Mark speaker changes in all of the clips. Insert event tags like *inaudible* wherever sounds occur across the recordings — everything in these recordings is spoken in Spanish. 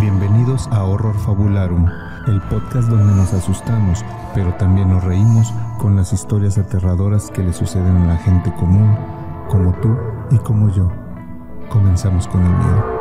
Speaker 1: Bienvenidos a Horror Fabularum, el podcast donde nos asustamos, pero también nos reímos con las historias aterradoras que le suceden a la gente común, como tú y como yo. Comenzamos con el miedo.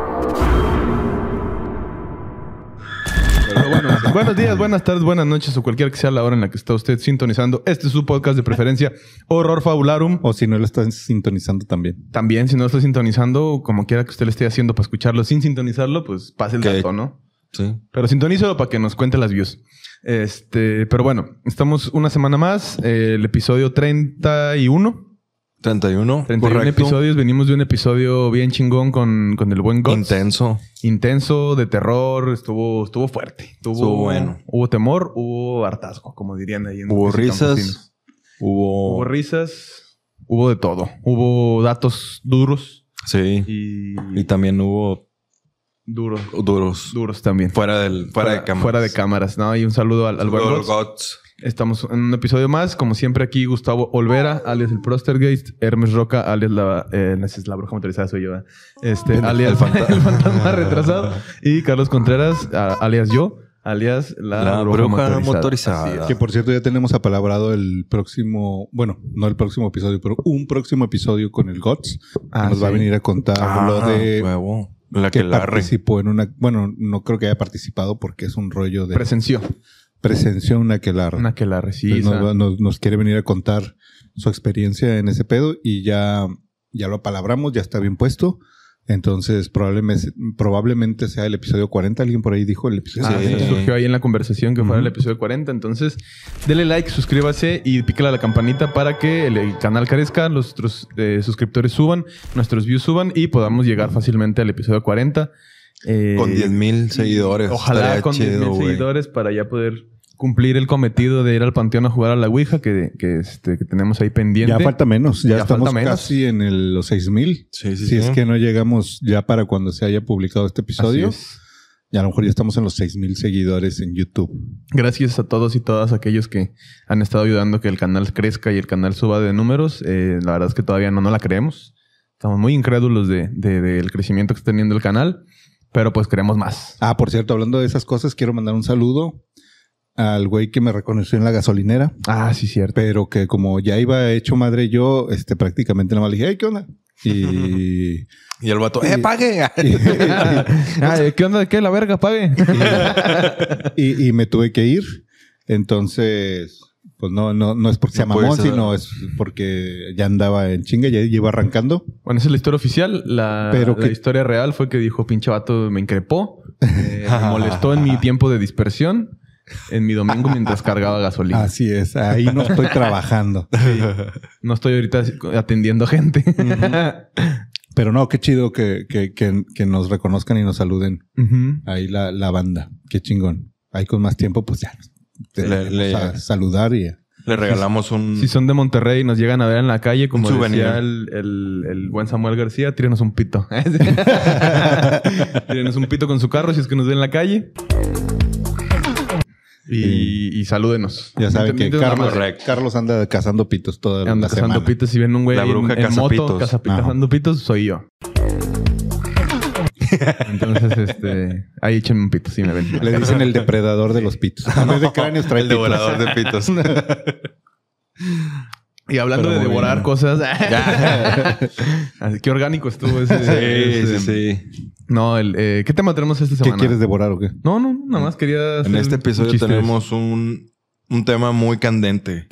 Speaker 1: *laughs*
Speaker 2: Pero bueno, buenos días, buenas tardes, buenas noches o cualquier que sea la hora en la que está usted sintonizando. Este es su podcast de preferencia, Horror Fabularum.
Speaker 1: O si no lo estás sintonizando también.
Speaker 2: También, si no está sintonizando, como quiera que usted lo esté haciendo para escucharlo sin sintonizarlo, pues pase el
Speaker 3: Que-
Speaker 2: dato, ¿no?
Speaker 3: Sí.
Speaker 2: Pero sintonízalo para que nos cuente las views. Este, pero bueno, estamos una semana más, eh, el episodio 31.
Speaker 3: 31.
Speaker 2: 31
Speaker 3: correcto.
Speaker 2: episodios, venimos de un episodio bien chingón con, con el buen Gods.
Speaker 3: Intenso.
Speaker 2: Intenso, de terror, estuvo, estuvo fuerte. Estuvo,
Speaker 3: Estuvo bueno.
Speaker 2: Hubo temor, hubo hartazgo, como dirían ahí en
Speaker 3: Hubo
Speaker 2: en Campesinos.
Speaker 3: risas. Oh. Hubo.
Speaker 2: Hubo risas, hubo de todo. Hubo datos duros
Speaker 3: Sí.
Speaker 2: y,
Speaker 3: Y también hubo
Speaker 2: duros,
Speaker 3: duros.
Speaker 2: duros también.
Speaker 3: Fuera del. Fuera, de cámaras.
Speaker 2: Fuera de cámaras, ¿no? Y un saludo al, al buen
Speaker 3: Hubo
Speaker 2: Gots.
Speaker 3: gots.
Speaker 2: Estamos en un episodio más. Como siempre, aquí Gustavo Olvera, alias el Prostergate, Hermes Roca, alias la, eh, no, esa es la bruja motorizada, soy yo. ¿eh? Este,
Speaker 1: *laughs*
Speaker 2: alias el,
Speaker 3: fantasma.
Speaker 2: fantasma retrasado. Y Carlos Contreras, a- alias yo, alias la,
Speaker 3: La bruja motorizada.
Speaker 2: Así es.
Speaker 1: Que por cierto ya tenemos apalabrado el próximo, bueno, no el próximo episodio, pero un próximo episodio con el Gots. que
Speaker 2: Ah,
Speaker 1: nos va a
Speaker 2: sí.
Speaker 1: venir a contar lo de
Speaker 3: huevo. La que,
Speaker 1: Ah, que
Speaker 3: la
Speaker 1: participó en una, bueno, no creo que haya participado porque es un rollo de
Speaker 2: Presenció
Speaker 1: presenció una que la
Speaker 2: una que la
Speaker 1: Pues
Speaker 2: recibe.
Speaker 1: nos, va- nos- nos quiere venir a contar su experiencia en ese pedo y ya, ya lo apalabramos, ya está bien puesto. Entonces, probablemente, probablemente sea el episodio 40. Alguien por ahí dijo el episodio
Speaker 2: Ah,
Speaker 3: Sí.
Speaker 2: sí,
Speaker 1: 40.
Speaker 2: surgió ahí en la conversación que fuera el
Speaker 1: Ujú.
Speaker 2: episodio 40. Entonces, dele like, suscríbase y pícale a la campanita para que el, el canal carezca, nuestros eh, suscriptores suban, nuestros views suban y podamos llegar fácilmente al episodio 40. Eh,
Speaker 3: Con 10 mil seguidores.
Speaker 2: Ojalá
Speaker 3: Estaría
Speaker 2: con 10
Speaker 3: chido,
Speaker 2: mil
Speaker 3: güey.
Speaker 2: seguidores para ya poder cumplir el cometido de ir al panteón a jugar a la Ouija que, que, este, que tenemos ahí pendiente.
Speaker 1: Ya falta menos, ya,
Speaker 2: Ya
Speaker 1: estamos
Speaker 2: falta menos.
Speaker 1: casi en el, los 6000.
Speaker 3: Sí, sí,
Speaker 1: Si
Speaker 3: sí.
Speaker 1: es que no llegamos ya para cuando se haya publicado este
Speaker 2: Así
Speaker 1: episodio,
Speaker 2: es.
Speaker 1: y a lo mejor ya estamos en los 6000 seguidores en YouTube.
Speaker 2: Gracias a todos y todas aquellos que han estado ayudando que el canal crezca y el canal suba de números. Eh, la verdad es que todavía no, no la creemos. Estamos muy incrédulos de- de- del crecimiento que está teniendo el canal, pero pues queremos más.
Speaker 1: Ah, por cierto, hablando de esas cosas, quiero mandar un saludo al güey que me reconoció en la gasolinera.
Speaker 2: Ah, sí, *laughs* cierto.
Speaker 1: pero que como ya iba hecho madre yo, este, prácticamente nada más le dije, "Ey, ¿qué onda?
Speaker 3: *laughs*
Speaker 1: Y,
Speaker 3: Y el vato. ¡Eh,
Speaker 1: Sí.
Speaker 3: pague! *laughs*
Speaker 2: Ah, ¿Qué onda? ¿Qué? ¿La verga? Pague.
Speaker 1: y, y me tuve que ir. Entonces, pues no, no, no es porque sea
Speaker 3: No puedes
Speaker 1: mamón,
Speaker 3: hacer-
Speaker 1: sino es porque ya andaba en chinga, ya iba arrancando.
Speaker 2: *laughs* Bueno, esa es la historia oficial. La,
Speaker 1: Pero
Speaker 2: la
Speaker 1: que-
Speaker 2: historia real fue que dijo, pinche vato, me *laughs* increpó, eh, me molestó en mi tiempo de dispersión, en mi domingo mientras cargaba gasolina.
Speaker 1: Así es, ahí no
Speaker 3: *laughs*
Speaker 1: estoy trabajando.
Speaker 2: No estoy ahorita atendiendo gente.
Speaker 1: Pero no, qué chido que, que, que- que nos reconozcan y nos saluden.
Speaker 2: *laughs* Ujú.
Speaker 1: Ahí la, la banda, qué chingón. Ahí con más tiempo, pues ya. Te
Speaker 3: Le-
Speaker 1: vamos
Speaker 3: le-
Speaker 1: a saludar y
Speaker 3: Le regalamos un.
Speaker 2: Si son de Monterrey y nos llegan a ver en la calle, como
Speaker 3: Un souvenir.
Speaker 2: decía el, el- el buen Samuel García, tírenos un pito.
Speaker 3: *laughs* Ah,
Speaker 2: *laughs* tírenos un pito con su carro si es que nos ven en la calle. Y, y salúdenos.
Speaker 1: Ya saben que
Speaker 2: Independientemente de
Speaker 1: Carlos,
Speaker 2: nada más.
Speaker 3: Correcto.
Speaker 1: Carlos anda cazando pitos toda la
Speaker 2: Ando cazando
Speaker 1: semana.
Speaker 2: pitos. Si ven un güey
Speaker 3: La bruja
Speaker 2: en, en moto
Speaker 3: cazapitos.
Speaker 2: cazapi-
Speaker 1: Ajá.
Speaker 2: cazando pitos, soy
Speaker 3: *laughs*
Speaker 2: yo. Entonces, este... Ahí échenme un pito si me ven.
Speaker 1: Le dicen el depredador de los pitos. En vez de cráneos trae
Speaker 3: el
Speaker 1: pitos.
Speaker 3: devorador de pitos.
Speaker 2: Y hablando
Speaker 3: Pero
Speaker 2: de
Speaker 3: muy
Speaker 2: devorar
Speaker 3: bien. *laughs*
Speaker 2: cosas... *laughs* Así que orgánico estuvo ese...
Speaker 3: *laughs* sí,
Speaker 2: ese-
Speaker 3: sí, sí.
Speaker 2: No, el, eh, ¿qué tema tenemos esta
Speaker 1: ¿Qué
Speaker 2: semana?
Speaker 1: quieres devorar o qué?
Speaker 2: No, no, nada más quería...
Speaker 3: En
Speaker 2: hacer
Speaker 3: este
Speaker 2: un
Speaker 3: episodio
Speaker 2: chiste.
Speaker 3: tenemos un, un tema muy candente.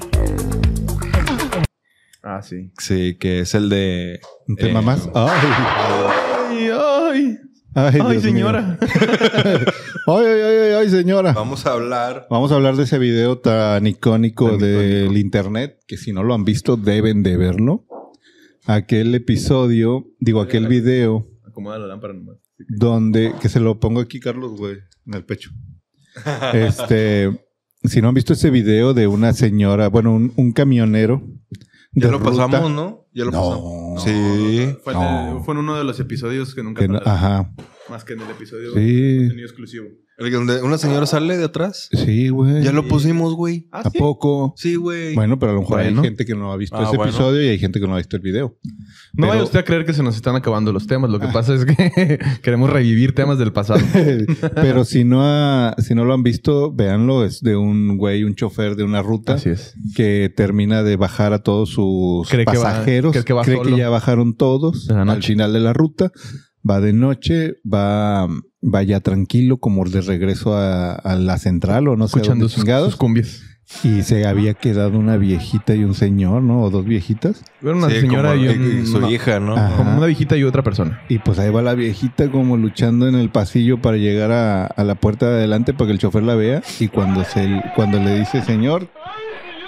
Speaker 2: Ah, sí.
Speaker 3: Sí, que es el de.
Speaker 1: ¿Un tema
Speaker 3: Eh,
Speaker 1: más? Ay,
Speaker 2: ¡Ay, ay!
Speaker 1: ay,
Speaker 2: ¡Ay,
Speaker 1: Dios
Speaker 2: señora!
Speaker 1: mío. Ay, ay, ay, ay, señora.
Speaker 3: Vamos a hablar.
Speaker 1: Vamos a hablar de ese video tan icónico
Speaker 2: Tan
Speaker 1: del internet, que si no lo han visto, deben de verlo. Aquel episodio, digo, aquel video
Speaker 2: Acomoda la lámpara nomás.
Speaker 1: donde, que se lo pongo aquí, Carlos, güey, en el pecho. Este,
Speaker 3: *laughs*
Speaker 1: si no han visto ese video de una señora, bueno, un, un camionero. *laughs*
Speaker 3: Ya
Speaker 1: de
Speaker 3: lo
Speaker 1: ruta,
Speaker 3: pasamos, ¿no? Ya lo
Speaker 1: No.
Speaker 3: pasamos. Sí.
Speaker 2: Fue,
Speaker 1: No.
Speaker 2: fue en uno de los episodios que nunca...
Speaker 1: que no-
Speaker 2: tardaron.
Speaker 1: ajá.
Speaker 2: Más que en el episodio
Speaker 1: Sí.
Speaker 2: contenido exclusivo.
Speaker 3: El donde una señora sale de atrás.
Speaker 1: Sí, güey.
Speaker 3: Ya lo pusimos, güey.
Speaker 2: Ah,
Speaker 1: ¿A
Speaker 2: sí.
Speaker 1: poco?
Speaker 3: Sí, güey.
Speaker 1: Bueno, pero a lo mejor
Speaker 2: Bueno.
Speaker 1: hay gente que no ha visto
Speaker 3: Ah,
Speaker 1: ese
Speaker 3: bueno.
Speaker 1: episodio y hay gente que no ha visto el video. *laughs*
Speaker 2: No
Speaker 1: Pero-
Speaker 2: vaya usted a creer que se nos están acabando los temas. Lo que pasa es que *laughs* queremos revivir temas del pasado.
Speaker 1: pero si no, ha- si no lo han visto, véanlo. Es de un güey, un chofer de una ruta
Speaker 2: Así es.
Speaker 1: que termina de bajar a todos sus
Speaker 2: Cree que va-
Speaker 1: pasajeros.
Speaker 2: cree que va
Speaker 1: cree
Speaker 2: solo.
Speaker 1: que ya bajaron todos
Speaker 2: De la
Speaker 1: al
Speaker 2: noche.
Speaker 1: final de la ruta. Va de noche, va, va ya tranquilo, como de regreso a, a la central o no sé
Speaker 2: Escuchando
Speaker 1: dónde
Speaker 2: sus,
Speaker 1: chingados.
Speaker 2: sus cumbias.
Speaker 1: Y se había quedado una viejita y un señor, ¿no? O dos viejitas.
Speaker 2: Era una
Speaker 3: Sí,
Speaker 2: señora
Speaker 3: como-
Speaker 2: y
Speaker 3: eh,
Speaker 2: un-
Speaker 3: su
Speaker 2: no,
Speaker 3: hija, ¿no?
Speaker 1: Ah.
Speaker 2: como una viejita y otra persona. *laughs*
Speaker 1: Y pues ahí va la viejita como luchando en el pasillo para llegar a, a la puerta de adelante para que el chofer la vea. Y cuando, se, cuando le dice señor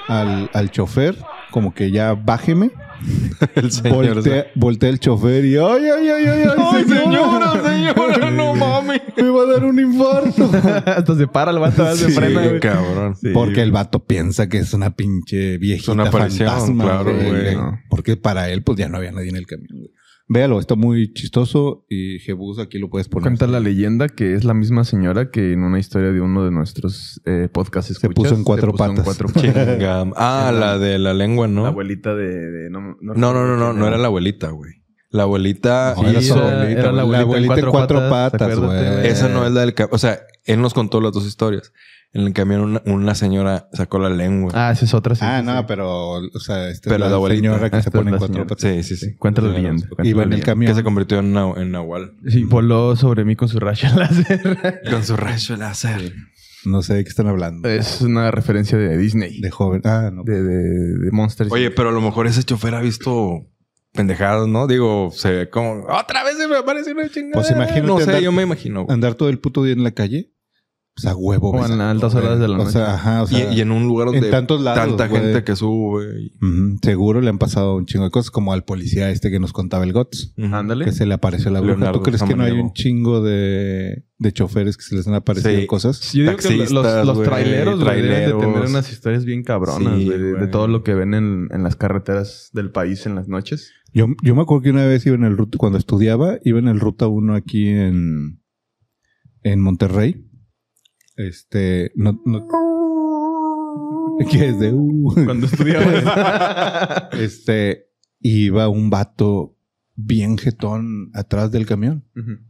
Speaker 1: al, al chofer, como que ya bájeme,
Speaker 3: *laughs* El señor.
Speaker 1: voltea, voltea el chofer y ¡ay, ay, ay, ay! ¡Ay, *laughs*
Speaker 2: señora, no mames!
Speaker 1: ¡Me va a dar un infarto!
Speaker 2: Hasta se para el
Speaker 3: *laughs*
Speaker 2: vato, se
Speaker 3: Sí,
Speaker 2: frena, güey.
Speaker 3: cabrón.
Speaker 2: Sí.
Speaker 1: Porque el vato piensa que es una pinche viejita
Speaker 3: Es una aparición,
Speaker 1: fantasma,
Speaker 3: claro,
Speaker 2: güey, no.
Speaker 1: Porque para él, pues ya no había nadie en el camión, güey. Véalo, está muy chistoso y Jebus aquí lo puedes poner.
Speaker 2: Cuenta la leyenda que es la misma señora que en una historia de uno de nuestros eh, podcasts escuchas,
Speaker 1: puso en cuatro patas.
Speaker 3: Chinga. Ah, la de la lengua, ¿no?
Speaker 2: La abuelita de... de- no, no,
Speaker 3: No, no, no, no, no era la abuelita, güey. La abuelita.
Speaker 1: No, era
Speaker 2: Sí,
Speaker 1: su
Speaker 2: era-
Speaker 1: abuelita,
Speaker 2: era la
Speaker 1: güey. la abuelita en cuatro patas,
Speaker 2: acuérdate,
Speaker 1: güey.
Speaker 2: güey.
Speaker 3: Esa no es la del camión. O sea, él nos contó las dos historias. En el camión una, una señora sacó la lengua.
Speaker 2: Ah, esa es otra. sí,
Speaker 1: Ah,
Speaker 2: sí,
Speaker 1: no,
Speaker 2: sí.
Speaker 1: pero, o sea, esta
Speaker 3: Pero
Speaker 1: es
Speaker 3: la
Speaker 1: la,
Speaker 3: abuelita.
Speaker 1: señora que
Speaker 2: Ah, Esta
Speaker 1: se
Speaker 2: es
Speaker 1: pone en
Speaker 2: la
Speaker 1: cuatro
Speaker 2: señora.
Speaker 1: patas.
Speaker 3: sí, sí, sí.
Speaker 2: Sí, Cuenta la
Speaker 3: Sí,
Speaker 2: leyenda.
Speaker 3: no,
Speaker 2: cuenta
Speaker 1: Iba
Speaker 2: la
Speaker 1: en el
Speaker 2: leyenda.
Speaker 1: camión.
Speaker 3: Que se convirtió en, na- en Nahual.
Speaker 2: Sí, voló sobre mí con su rayo láser. *laughs*
Speaker 3: Con su rayo láser.
Speaker 1: No sé de qué están hablando.
Speaker 2: es una referencia de Disney.
Speaker 1: De joven. Ah, no.
Speaker 2: Eh. De, de, de Monsters.
Speaker 3: Oye, pero a lo mejor ese chofer ha visto pendejadas, ¿no? Digo, se ve como... ¡Otra vez se me aparece una chingada!
Speaker 1: Pues imagínate
Speaker 3: No sé,
Speaker 1: andar-
Speaker 3: yo me imagino. güey.
Speaker 1: Andar todo el puto día en la calle. O sea, huevo.
Speaker 2: O en
Speaker 1: besando,
Speaker 2: altas
Speaker 1: güey.
Speaker 2: horas de la noche.
Speaker 1: O sea, ajá. O sea,
Speaker 3: y, y en un lugar
Speaker 1: en
Speaker 3: donde
Speaker 1: tantos lados,
Speaker 3: tanta
Speaker 1: güey.
Speaker 3: gente que sube. y-
Speaker 1: Ujú, Seguro le han pasado un chingo de cosas, como al policía este que nos contaba el GOTS.
Speaker 2: Ándale.
Speaker 1: Que se le apareció la bruja.
Speaker 3: Leonardo
Speaker 1: ¿Tú crees que no hay
Speaker 3: Samaniego.
Speaker 1: un chingo de, de choferes que se les han aparecido
Speaker 3: Sí.
Speaker 1: cosas?
Speaker 2: Yo digo que los,
Speaker 3: taxistas,
Speaker 2: los
Speaker 3: güey,
Speaker 2: traileros, güey, deben de tener
Speaker 3: traileros.
Speaker 2: unas historias bien cabronas,
Speaker 3: Sí,
Speaker 2: güey, de, de
Speaker 3: güey.
Speaker 2: todo lo que ven en, en las carreteras del país en las noches. *laughs*
Speaker 1: Yo, yo me acuerdo que una vez iba en el ruta, cuando estudiaba, iba en el ruta 1 aquí en, en Monterrey. Este, no, no. *laughs* Que es de uh.
Speaker 2: Cuando
Speaker 3: *laughs*
Speaker 2: estudiaba.
Speaker 1: Este, iba un vato bien jetón atrás del camión.
Speaker 2: Ujú.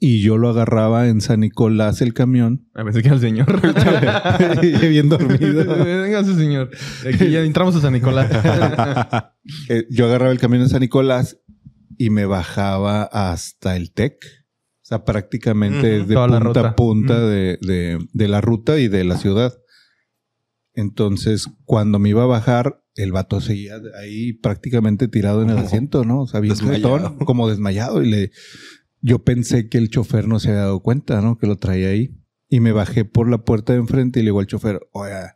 Speaker 1: Y yo lo agarraba en San Nicolás el camión.
Speaker 2: A veces que al señor.
Speaker 3: *laughs*
Speaker 1: *laughs* Y bien
Speaker 2: *laughs*
Speaker 1: dormido.
Speaker 2: Véngase, señor. Aquí ya entramos a San
Speaker 3: *laughs*
Speaker 2: Nicolás.
Speaker 1: Eh, yo agarraba el camión en San Nicolás y me bajaba hasta el TEC. O sea, prácticamente
Speaker 3: Ujú,
Speaker 1: de
Speaker 2: toda
Speaker 1: punta
Speaker 2: la
Speaker 1: a
Speaker 2: ruta.
Speaker 1: punta
Speaker 2: Ujú.
Speaker 1: de, de- de la ruta y de la ciudad. Entonces, cuando me iba a bajar, el vato seguía ahí prácticamente tirado en el
Speaker 3: Ujú.
Speaker 1: asiento, ¿no? O sea, bien
Speaker 3: Desmayado.
Speaker 1: jetón, como desmayado. Y le, yo pensé que el chofer no se había dado cuenta, ¿no? Que lo traía ahí. Y me bajé por la puerta de enfrente y le digo al chofer, oiga,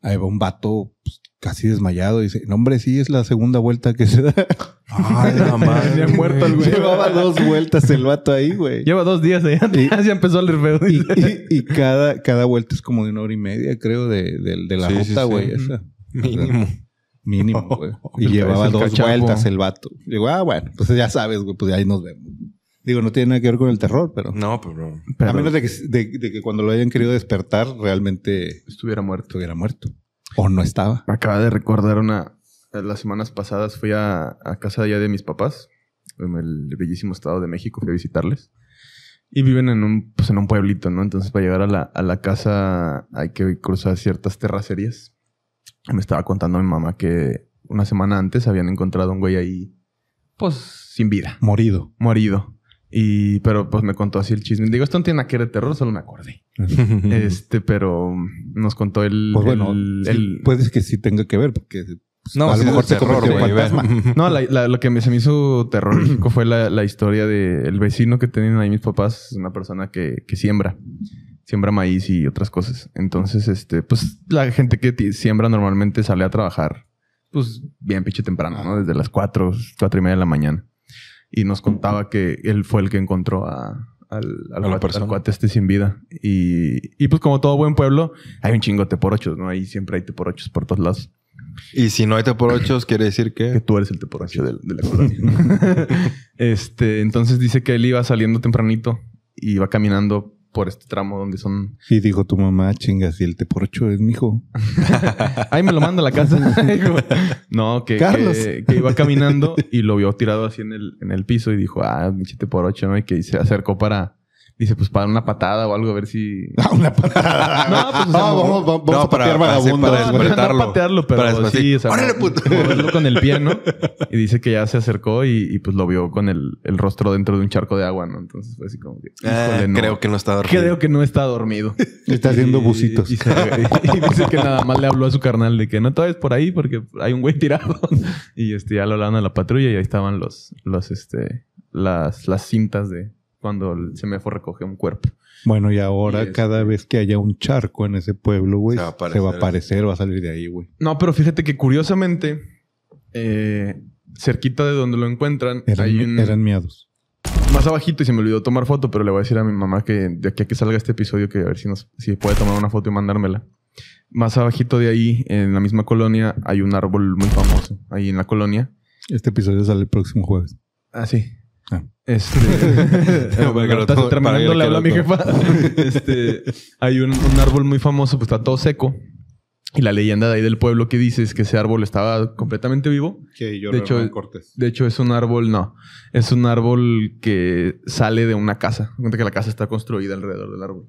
Speaker 1: ahí va un vato pues, casi desmayado. Y dice, no, hombre, sí, es la segunda vuelta que
Speaker 3: *laughs*
Speaker 1: se da.
Speaker 3: ¡Ah,
Speaker 1: *laughs*
Speaker 3: la madre!
Speaker 2: Ya muerto el güey.
Speaker 1: Llevaba dos vueltas el vato ahí, güey.
Speaker 2: Lleva dos días allá. *laughs* Ya empezó el feo.
Speaker 1: Y, y- y cada, cada vuelta es como de una hora y media, creo, de, de- de la
Speaker 3: Sí, sí,
Speaker 1: ruta,
Speaker 3: sí.
Speaker 1: güey.
Speaker 2: Ujú.
Speaker 1: esa.
Speaker 3: Mínimo.
Speaker 1: Mínimo,
Speaker 3: *laughs*
Speaker 1: güey. Y
Speaker 2: El-
Speaker 1: llevaba
Speaker 2: el
Speaker 1: dos
Speaker 2: cacharpo.
Speaker 1: vueltas el vato. Digo, ah, bueno, pues ya sabes, güey, pues ahí nos vemos. Digo, no tiene nada que ver con el terror, pero...
Speaker 3: No, *laughs* pero...
Speaker 1: a menos de que, de- de que cuando lo hayan querido despertar, realmente
Speaker 2: estuviera muerto.
Speaker 1: estuviera muerto. O no estaba.
Speaker 2: Me acaba de recordar una. eh, Las semanas pasadas fui a, a casa allá de mis papás, en el bellísimo estado de México, fui a visitarles. Y viven en un, pues, en un pueblito, ¿no? Entonces, para llegar a la, a la casa hay que cruzar ciertas terracerías. Y Me estaba contando mi mamá que una semana antes habían encontrado un güey ahí, pues, sin vida,
Speaker 1: Morido.
Speaker 2: morido. Y, pero pues me contó así el chisme. Digo, esto no tiene nada que ver de terror, solo me acordé. Este, pero nos contó el.
Speaker 1: Pues bueno,
Speaker 2: el-
Speaker 1: sí,
Speaker 2: el-
Speaker 1: puede que sí tenga que ver, porque
Speaker 3: no,
Speaker 1: a lo
Speaker 3: sí es
Speaker 1: mejor
Speaker 3: de
Speaker 1: se
Speaker 3: terror,
Speaker 1: convirtió en
Speaker 3: güey, ve.
Speaker 1: fantasma.
Speaker 2: No, la- la- lo que me, se me hizo terrorífico fue la, la historia del vecino que tenían ahí mis papás. Es una persona que, que siembra. Siembra maíz y otras cosas. Entonces, este, pues la gente que ti- siembra normalmente sale a trabajar, pues bien pinche temprano, ¿no? Desde las 4, 4 y media de la mañana. Y nos contaba que él fue el que encontró a, al, al
Speaker 3: A la
Speaker 2: cuate- al
Speaker 3: persona.
Speaker 2: cuate este sin vida. Y, y pues como todo buen pueblo, hay un chingo de teporochos, ¿no? Ahí siempre hay teporochos por todos lados.
Speaker 3: *laughs* Y si no hay teporochos, quiere decir
Speaker 2: que
Speaker 3: que.
Speaker 2: tú eres el teporocho de, de la colonia. *laughs* este, entonces dice que él iba saliendo tempranito y iba caminando por este tramo donde son.
Speaker 1: Y dijo tu mamá, chingas, y el teporocho es mi hijo.
Speaker 2: Ay, me lo manda a la *laughs* casa. Digo, no, que,
Speaker 1: Carlos.
Speaker 2: que, que iba caminando y lo vio tirado así en el, en el piso y dijo, ah, pinche teporocho, ¿no? Y que se acercó para. Dice, pues para una patada o algo, a ver si.
Speaker 1: Ah, una *laughs* patada.
Speaker 2: No, pues, o sea,
Speaker 1: Ah, vamos, vamos, vamos
Speaker 3: no,
Speaker 1: a patear
Speaker 3: para- para hacer-
Speaker 1: vagabundos. güey.
Speaker 3: para
Speaker 2: no, no,
Speaker 3: despertarlo.
Speaker 2: no patearlo, pero
Speaker 3: Para después
Speaker 2: sí,
Speaker 3: sí,
Speaker 2: o sea,
Speaker 3: ¡órale, puto!
Speaker 2: moverlo con el pie, ¿no? *laughs* Y dice que ya se acercó y, y, pues lo vio con el, el rostro dentro de un charco de agua, ¿no? Entonces fue así como que,
Speaker 3: Ah,
Speaker 2: híjole, no.
Speaker 3: Creo que no está dormido.
Speaker 2: Creo que no está dormido.
Speaker 1: *laughs* Está haciendo
Speaker 2: Y-
Speaker 1: bucitos.
Speaker 2: Y, se- y dice que nada más le habló a su carnal de que no te vayas por ahí porque hay un güey tirado. *laughs* Y este, ya lo hablaron a la patrulla y ahí estaban los, los, este, las, las cintas de cuando el semáforo recogió un cuerpo.
Speaker 1: Bueno, y ahora
Speaker 2: Y este-
Speaker 1: cada vez que haya un charco en ese pueblo, güey,
Speaker 3: Se va a
Speaker 1: se va a
Speaker 3: aparecer.
Speaker 1: aparecer, va a salir de ahí, güey.
Speaker 2: No, pero fíjate que curiosamente, eh, cerquita de donde lo encuentran,
Speaker 1: Eran,
Speaker 2: hay un,
Speaker 1: eran miados.
Speaker 2: más abajito y se me olvidó tomar foto, pero le voy a decir a mi mamá que de aquí a que salga este episodio que a ver si nos, si puede tomar una foto y mandármela. Más abajito de ahí, en la misma colonia, hay un árbol muy famoso ahí en la colonia.
Speaker 1: Este episodio sale el próximo jueves.
Speaker 2: Ah, sí.
Speaker 1: Ah.
Speaker 2: Este,
Speaker 3: *laughs* Para
Speaker 2: *laughs*
Speaker 3: que lo
Speaker 2: ahorita
Speaker 3: tome- para que
Speaker 2: terminando
Speaker 3: lo
Speaker 2: le hablo a mi
Speaker 3: tome.
Speaker 2: jefa.
Speaker 3: *laughs*
Speaker 2: Este, hay un, un árbol muy famoso, pues está todo seco. Y la leyenda de ahí del pueblo que dice es que ese árbol estaba completamente vivo
Speaker 1: Que yo
Speaker 2: De hecho, Hernán De hecho, es un árbol, no. Es un árbol que sale de una casa. Cuenta que la casa está construida alrededor del árbol.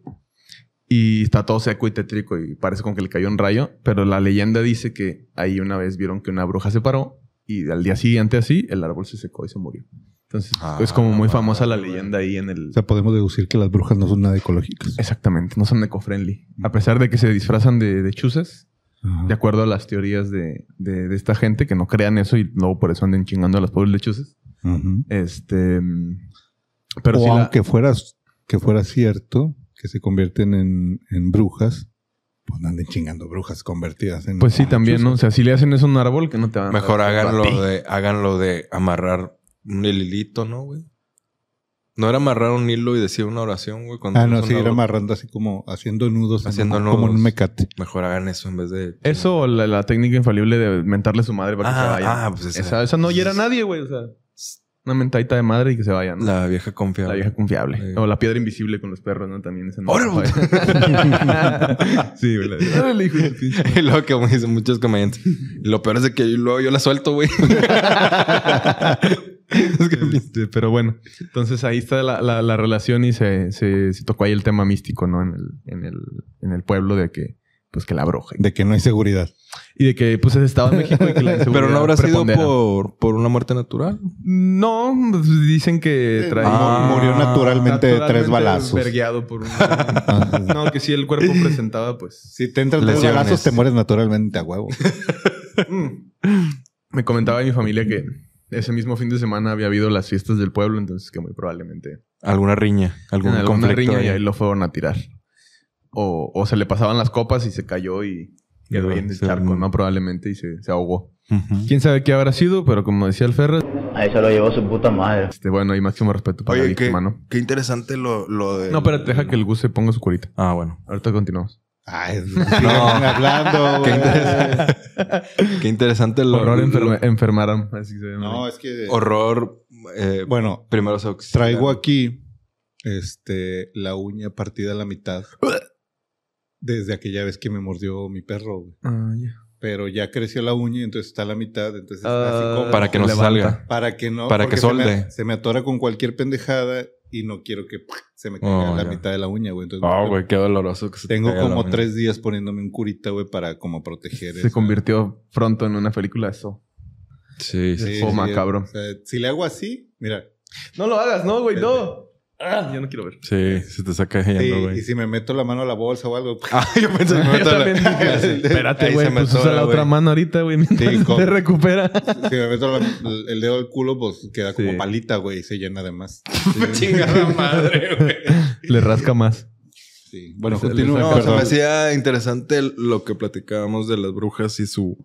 Speaker 2: Y está todo seco y tétrico y parece como que le cayó un rayo. Pero la leyenda dice que ahí una vez vieron que una bruja se paró y al día siguiente así el árbol se secó y se murió. Entonces
Speaker 3: Ah,
Speaker 2: es como muy
Speaker 3: madre,
Speaker 2: famosa la
Speaker 3: güey.
Speaker 2: leyenda ahí en el...
Speaker 1: O sea, podemos deducir que las brujas no son nada ecológicas.
Speaker 2: Exactamente, no son eco-friendly. A pesar de que se disfrazan de, de chuzas,
Speaker 1: Ajá.
Speaker 2: de acuerdo a las teorías de, de- de esta gente que no crean eso y luego por eso anden chingando a las pobres lechuzas.
Speaker 1: Ujú.
Speaker 2: Este. mm, Pero
Speaker 1: o
Speaker 2: sí la-
Speaker 1: aunque fuera, que fuera cierto que se convierten en, en brujas, pues anden chingando brujas convertidas en.
Speaker 2: Pues sí,
Speaker 1: en
Speaker 2: también, ¿no?
Speaker 1: chuzas.
Speaker 2: O sea, si le hacen eso a un árbol, que no te van a.
Speaker 3: Mejor
Speaker 2: dar
Speaker 3: háganlo
Speaker 2: a ti.
Speaker 3: de, háganlo de amarrar un hilito, ¿no, güey? No era amarrar un hilo y decir una oración, güey. cuando
Speaker 1: Ah,
Speaker 3: eres
Speaker 1: no,
Speaker 3: un
Speaker 1: sí, ir
Speaker 3: adulto.
Speaker 1: amarrando así como haciendo nudos, en-
Speaker 3: Haciendo
Speaker 1: como en
Speaker 3: nudos.
Speaker 1: un mecate.
Speaker 3: Mejor hagan eso en vez de.
Speaker 2: Eso o la, la técnica infalible de mentarle a su madre para que se
Speaker 3: Ah,
Speaker 2: vaya.
Speaker 3: ah, pues esa-
Speaker 2: esa, esa no oyera a nadie, güey. O sea, una mentadita de madre y que se vaya, ¿no? La,
Speaker 3: La vieja confiable.
Speaker 2: vieja confiable.
Speaker 3: Sí.
Speaker 2: O la piedra invisible con los perros, ¿no? También esa no.
Speaker 3: ¡Órale! *laughs*
Speaker 2: sí, güey. la de- ¡Órale, hijo de pinche!
Speaker 3: *laughs* Y luego que me dicen muchos comediantes. Y Lo peor es de que yo- luego yo la suelto, güey. Es que-
Speaker 2: Este, pero bueno, entonces ahí está la, la- la relación y se, se- se tocó ahí el tema místico, ¿no? En el, en el, en el pueblo de que, pues que la bruja.
Speaker 1: De que no hay seguridad.
Speaker 2: Y de que, pues, es Estado de México y que
Speaker 3: *laughs*
Speaker 2: la inseguridad
Speaker 3: Pero no habrá sido
Speaker 2: prepondera.
Speaker 3: por, por una muerte natural.
Speaker 2: No, pues, dicen que traía...
Speaker 3: Ah,
Speaker 1: Mu- murió naturalmente de tres
Speaker 2: naturalmente
Speaker 1: balazos.
Speaker 2: vergueado por un- No, que si el
Speaker 3: *laughs*
Speaker 2: cuerpo presentaba, pues...
Speaker 1: Si te entran tres
Speaker 3: Lesiones.
Speaker 1: balazos, te mueres naturalmente a huevo. *laughs*
Speaker 2: Mm. Me comentaba mi familia que ese mismo fin de semana había habido las fiestas del pueblo, entonces que muy probablemente...
Speaker 3: Alguna riña. Algún
Speaker 2: en alguna
Speaker 3: conflicto.
Speaker 2: riña y
Speaker 3: ahí.
Speaker 2: ahí lo fueron a tirar. O, o se le pasaban las copas y se cayó y quedó
Speaker 3: Ya,
Speaker 2: ahí en el
Speaker 3: se
Speaker 2: charco,
Speaker 3: armó.
Speaker 2: ¿no? Probablemente y se, se ahogó.
Speaker 3: Ujú.
Speaker 2: Quién sabe qué habrá sido, pero como decía el Ferrer,
Speaker 4: A eso lo llevó su puta madre.
Speaker 2: este, bueno, y máximo respeto para la
Speaker 3: Oye, qué,
Speaker 2: víctima, ¿no?
Speaker 3: qué interesante lo, lo de.
Speaker 2: No, espérate, deja que el Gus se ponga su curita.
Speaker 3: Ah, bueno.
Speaker 2: Ahorita
Speaker 3: *laughs*
Speaker 2: continuamos.
Speaker 1: Ay, sigan hablando,
Speaker 3: Qué
Speaker 1: güey.
Speaker 3: interesante. Qué interesante lo.
Speaker 2: Horror
Speaker 3: lo-
Speaker 2: enferma- enfermaram. Así se llama.
Speaker 1: No, es que.
Speaker 3: Horror. eh,
Speaker 1: Bueno,
Speaker 3: primero se auxilia.
Speaker 1: traigo aquí este, la uña partida a la mitad. Desde aquella vez que me mordió mi perro, güey.
Speaker 2: Ah, ya.
Speaker 1: Pero ya creció la uña, entonces está a la mitad. Entonces está
Speaker 2: Ah,
Speaker 1: así como.
Speaker 3: Para que no
Speaker 2: Levanta.
Speaker 3: salga.
Speaker 1: Para que no.
Speaker 3: Para
Speaker 1: porque
Speaker 3: que
Speaker 1: se me- Se
Speaker 3: solde.
Speaker 1: me, atora con cualquier pendejada y no quiero que ¡pac! se me caiga
Speaker 3: Oh,
Speaker 1: la
Speaker 3: ya.
Speaker 1: mitad de la uña, güey. Entonces,
Speaker 3: Ah, güey, qué doloroso. que se te
Speaker 1: Tengo
Speaker 3: caiga la
Speaker 1: como
Speaker 3: uña.
Speaker 1: tres días poniéndome un curita, güey, para como proteger.
Speaker 2: Se
Speaker 3: ah.
Speaker 1: esa-
Speaker 2: convirtió pronto en una película eso.
Speaker 3: Sí, sí.
Speaker 1: Sí,
Speaker 2: Oh,
Speaker 1: sí,
Speaker 2: macabro.
Speaker 1: o sea, si le hago así, mira.
Speaker 2: No lo hagas, no, güey, no. Ah, yo no quiero ver.
Speaker 3: Sí, se te saca
Speaker 1: Sí,
Speaker 3: yendo,
Speaker 1: y
Speaker 3: güey.
Speaker 1: si me meto la mano a la bolsa o algo. ¡pac!
Speaker 3: Ah, *laughs* yo pensé que me
Speaker 2: *laughs* Yo
Speaker 3: meto la-
Speaker 2: también dije, espérate,
Speaker 3: *laughs* Ahí
Speaker 2: güey,
Speaker 3: se me
Speaker 2: pues usa
Speaker 3: atora,
Speaker 2: la
Speaker 3: güey.
Speaker 2: otra mano ahorita, güey, mientras
Speaker 1: Sí, con-
Speaker 2: te
Speaker 3: *laughs*
Speaker 2: recupera.
Speaker 1: si me meto la- el dedo al culo, pues queda como
Speaker 2: Sí.
Speaker 1: palita, güey, y se llena de más.
Speaker 3: *laughs* Chingada madre, güey.
Speaker 2: Le rasca más.
Speaker 1: Sí. Bueno,
Speaker 2: Se-
Speaker 1: continúa.
Speaker 2: le
Speaker 3: No,
Speaker 2: saca-
Speaker 3: se
Speaker 1: perdón.
Speaker 3: me hacía interesante lo que platicábamos de las brujas y su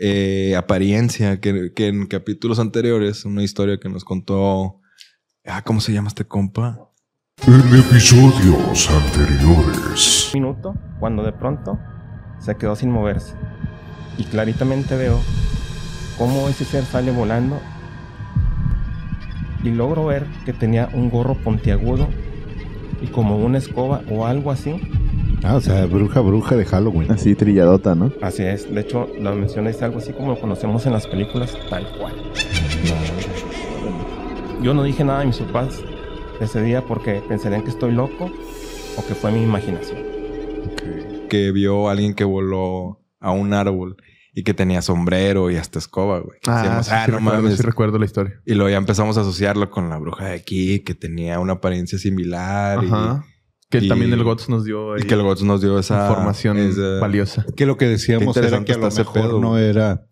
Speaker 3: eh, apariencia, que, que en capítulos anteriores, una historia que nos contó. Ah, ¿cómo se llama este compa?
Speaker 5: En episodios anteriores.
Speaker 6: minuto cuando de pronto se quedó sin moverse. y claritamente veo cómo ese ser sale volando y logro ver que tenía un gorro pontiagudo y como una escoba o algo así.
Speaker 1: Ah, o sea, bruja, bruja de Halloween.
Speaker 7: Así trilladota, ¿no?
Speaker 6: Así es, de hecho la mención es algo así como lo conocemos en las películas, tal cual. Yo no dije nada a mis papás ese día porque pensarían que estoy loco o que fue mi imaginación.
Speaker 3: Que vio a alguien que voló a un árbol y que tenía sombrero y hasta escoba, güey.
Speaker 2: Ah,
Speaker 3: Decíamos,
Speaker 2: sí,
Speaker 3: "Ah,
Speaker 2: sí
Speaker 3: no
Speaker 2: recuerdo,
Speaker 3: mames".
Speaker 2: sí recuerdo la historia.
Speaker 3: Y luego ya empezamos a asociarlo con la bruja de aquí, que tenía una apariencia similar. y-
Speaker 2: Ajá. Que
Speaker 3: y-
Speaker 2: también el GOTS nos dio
Speaker 3: Y,
Speaker 2: ahí
Speaker 3: que el ah, Gots nos dio esa
Speaker 2: información
Speaker 3: esa-
Speaker 2: valiosa.
Speaker 1: Que lo que decíamos
Speaker 3: Qué
Speaker 1: era que
Speaker 3: interesante
Speaker 1: a lo
Speaker 3: está ese
Speaker 1: mejor
Speaker 3: pedo,
Speaker 1: no era.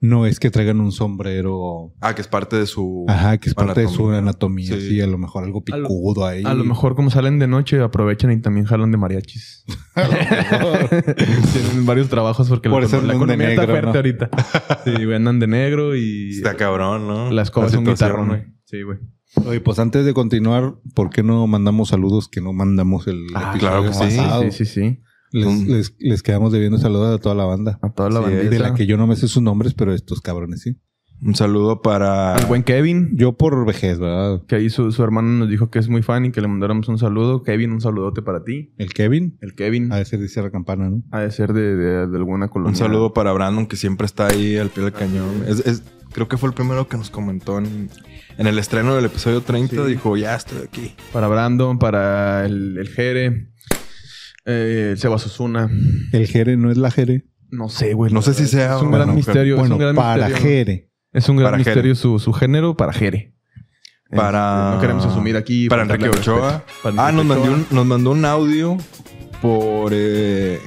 Speaker 1: No es que traigan un sombrero.
Speaker 3: Ah, que es parte de su.
Speaker 1: Ajá, que es parte de su anatomía.
Speaker 3: Sí.
Speaker 1: Sí. a lo mejor algo
Speaker 2: A lo-
Speaker 1: picudo ahí.
Speaker 2: A lo mejor como salen de noche aprovechan y también jalan
Speaker 1: *laughs*
Speaker 2: de mariachis. *laughs* Tienen varios trabajos porque
Speaker 1: Por
Speaker 2: la,
Speaker 1: eso
Speaker 2: econom- la
Speaker 1: andan de
Speaker 2: economía está
Speaker 1: negro,
Speaker 2: fuerte
Speaker 1: ¿no?
Speaker 2: ahorita. Sí, güey, andan de negro y
Speaker 3: Está cabrón, ¿no?
Speaker 2: las cosas
Speaker 3: La
Speaker 2: son
Speaker 3: situación.
Speaker 2: guitarrón, güey. Sí, güey.
Speaker 1: Oye, pues antes de continuar, ¿por qué no mandamos saludos que no mandamos el
Speaker 3: Ah,
Speaker 1: episodio
Speaker 3: claro que sí.
Speaker 1: pasado?
Speaker 2: Sí, sí, sí.
Speaker 1: Les, les- les quedamos debiendo saludos a toda la banda.
Speaker 2: A toda la
Speaker 3: Así es.
Speaker 2: bandita.
Speaker 1: De la que yo no me sé sus nombres, pero estos cabrones sí.
Speaker 3: Un saludo para.
Speaker 2: Al buen Kevin,
Speaker 1: Yo por vejez, ¿verdad?
Speaker 2: que ahí su, su hermano nos dijo que es muy fan y que le mandáramos un saludo. Kevin, un saludote para ti.
Speaker 1: El Kevin.
Speaker 2: El Kevin
Speaker 1: A veces dice la campana, ¿no?
Speaker 2: ha de ser de, de- de alguna colonia.
Speaker 3: Un saludo para Brandon, que siempre está ahí al pie del cañón. Es, es- creo que fue el primero que nos comentó en, en el estreno del episodio 30.
Speaker 2: Sí.
Speaker 3: Dijo, ya estoy aquí.
Speaker 2: Para Brandon, para el, el Jere, eh, el Sebas Osuna.
Speaker 1: El Jere no es la Jere.
Speaker 2: No sé, güey.
Speaker 3: No
Speaker 2: la
Speaker 3: sé si
Speaker 2: verdad.
Speaker 3: sea
Speaker 2: Es un
Speaker 3: una
Speaker 2: gran
Speaker 3: mujer.
Speaker 2: misterio. es
Speaker 1: bueno,
Speaker 2: un gran
Speaker 1: para
Speaker 2: misterio.
Speaker 1: Jere.
Speaker 2: Es un gran
Speaker 3: Para Jere.
Speaker 2: misterio su, su género para Jere.
Speaker 3: Para-
Speaker 2: Este, no queremos asumir aquí.
Speaker 3: Para
Speaker 2: faltarle
Speaker 3: Enrique
Speaker 2: al
Speaker 3: Ochoa.
Speaker 2: respeto. Para
Speaker 3: Ah,
Speaker 2: Enrique
Speaker 3: nos mandó,
Speaker 2: Ochoa.
Speaker 3: un, nos mandó un audio por. eh,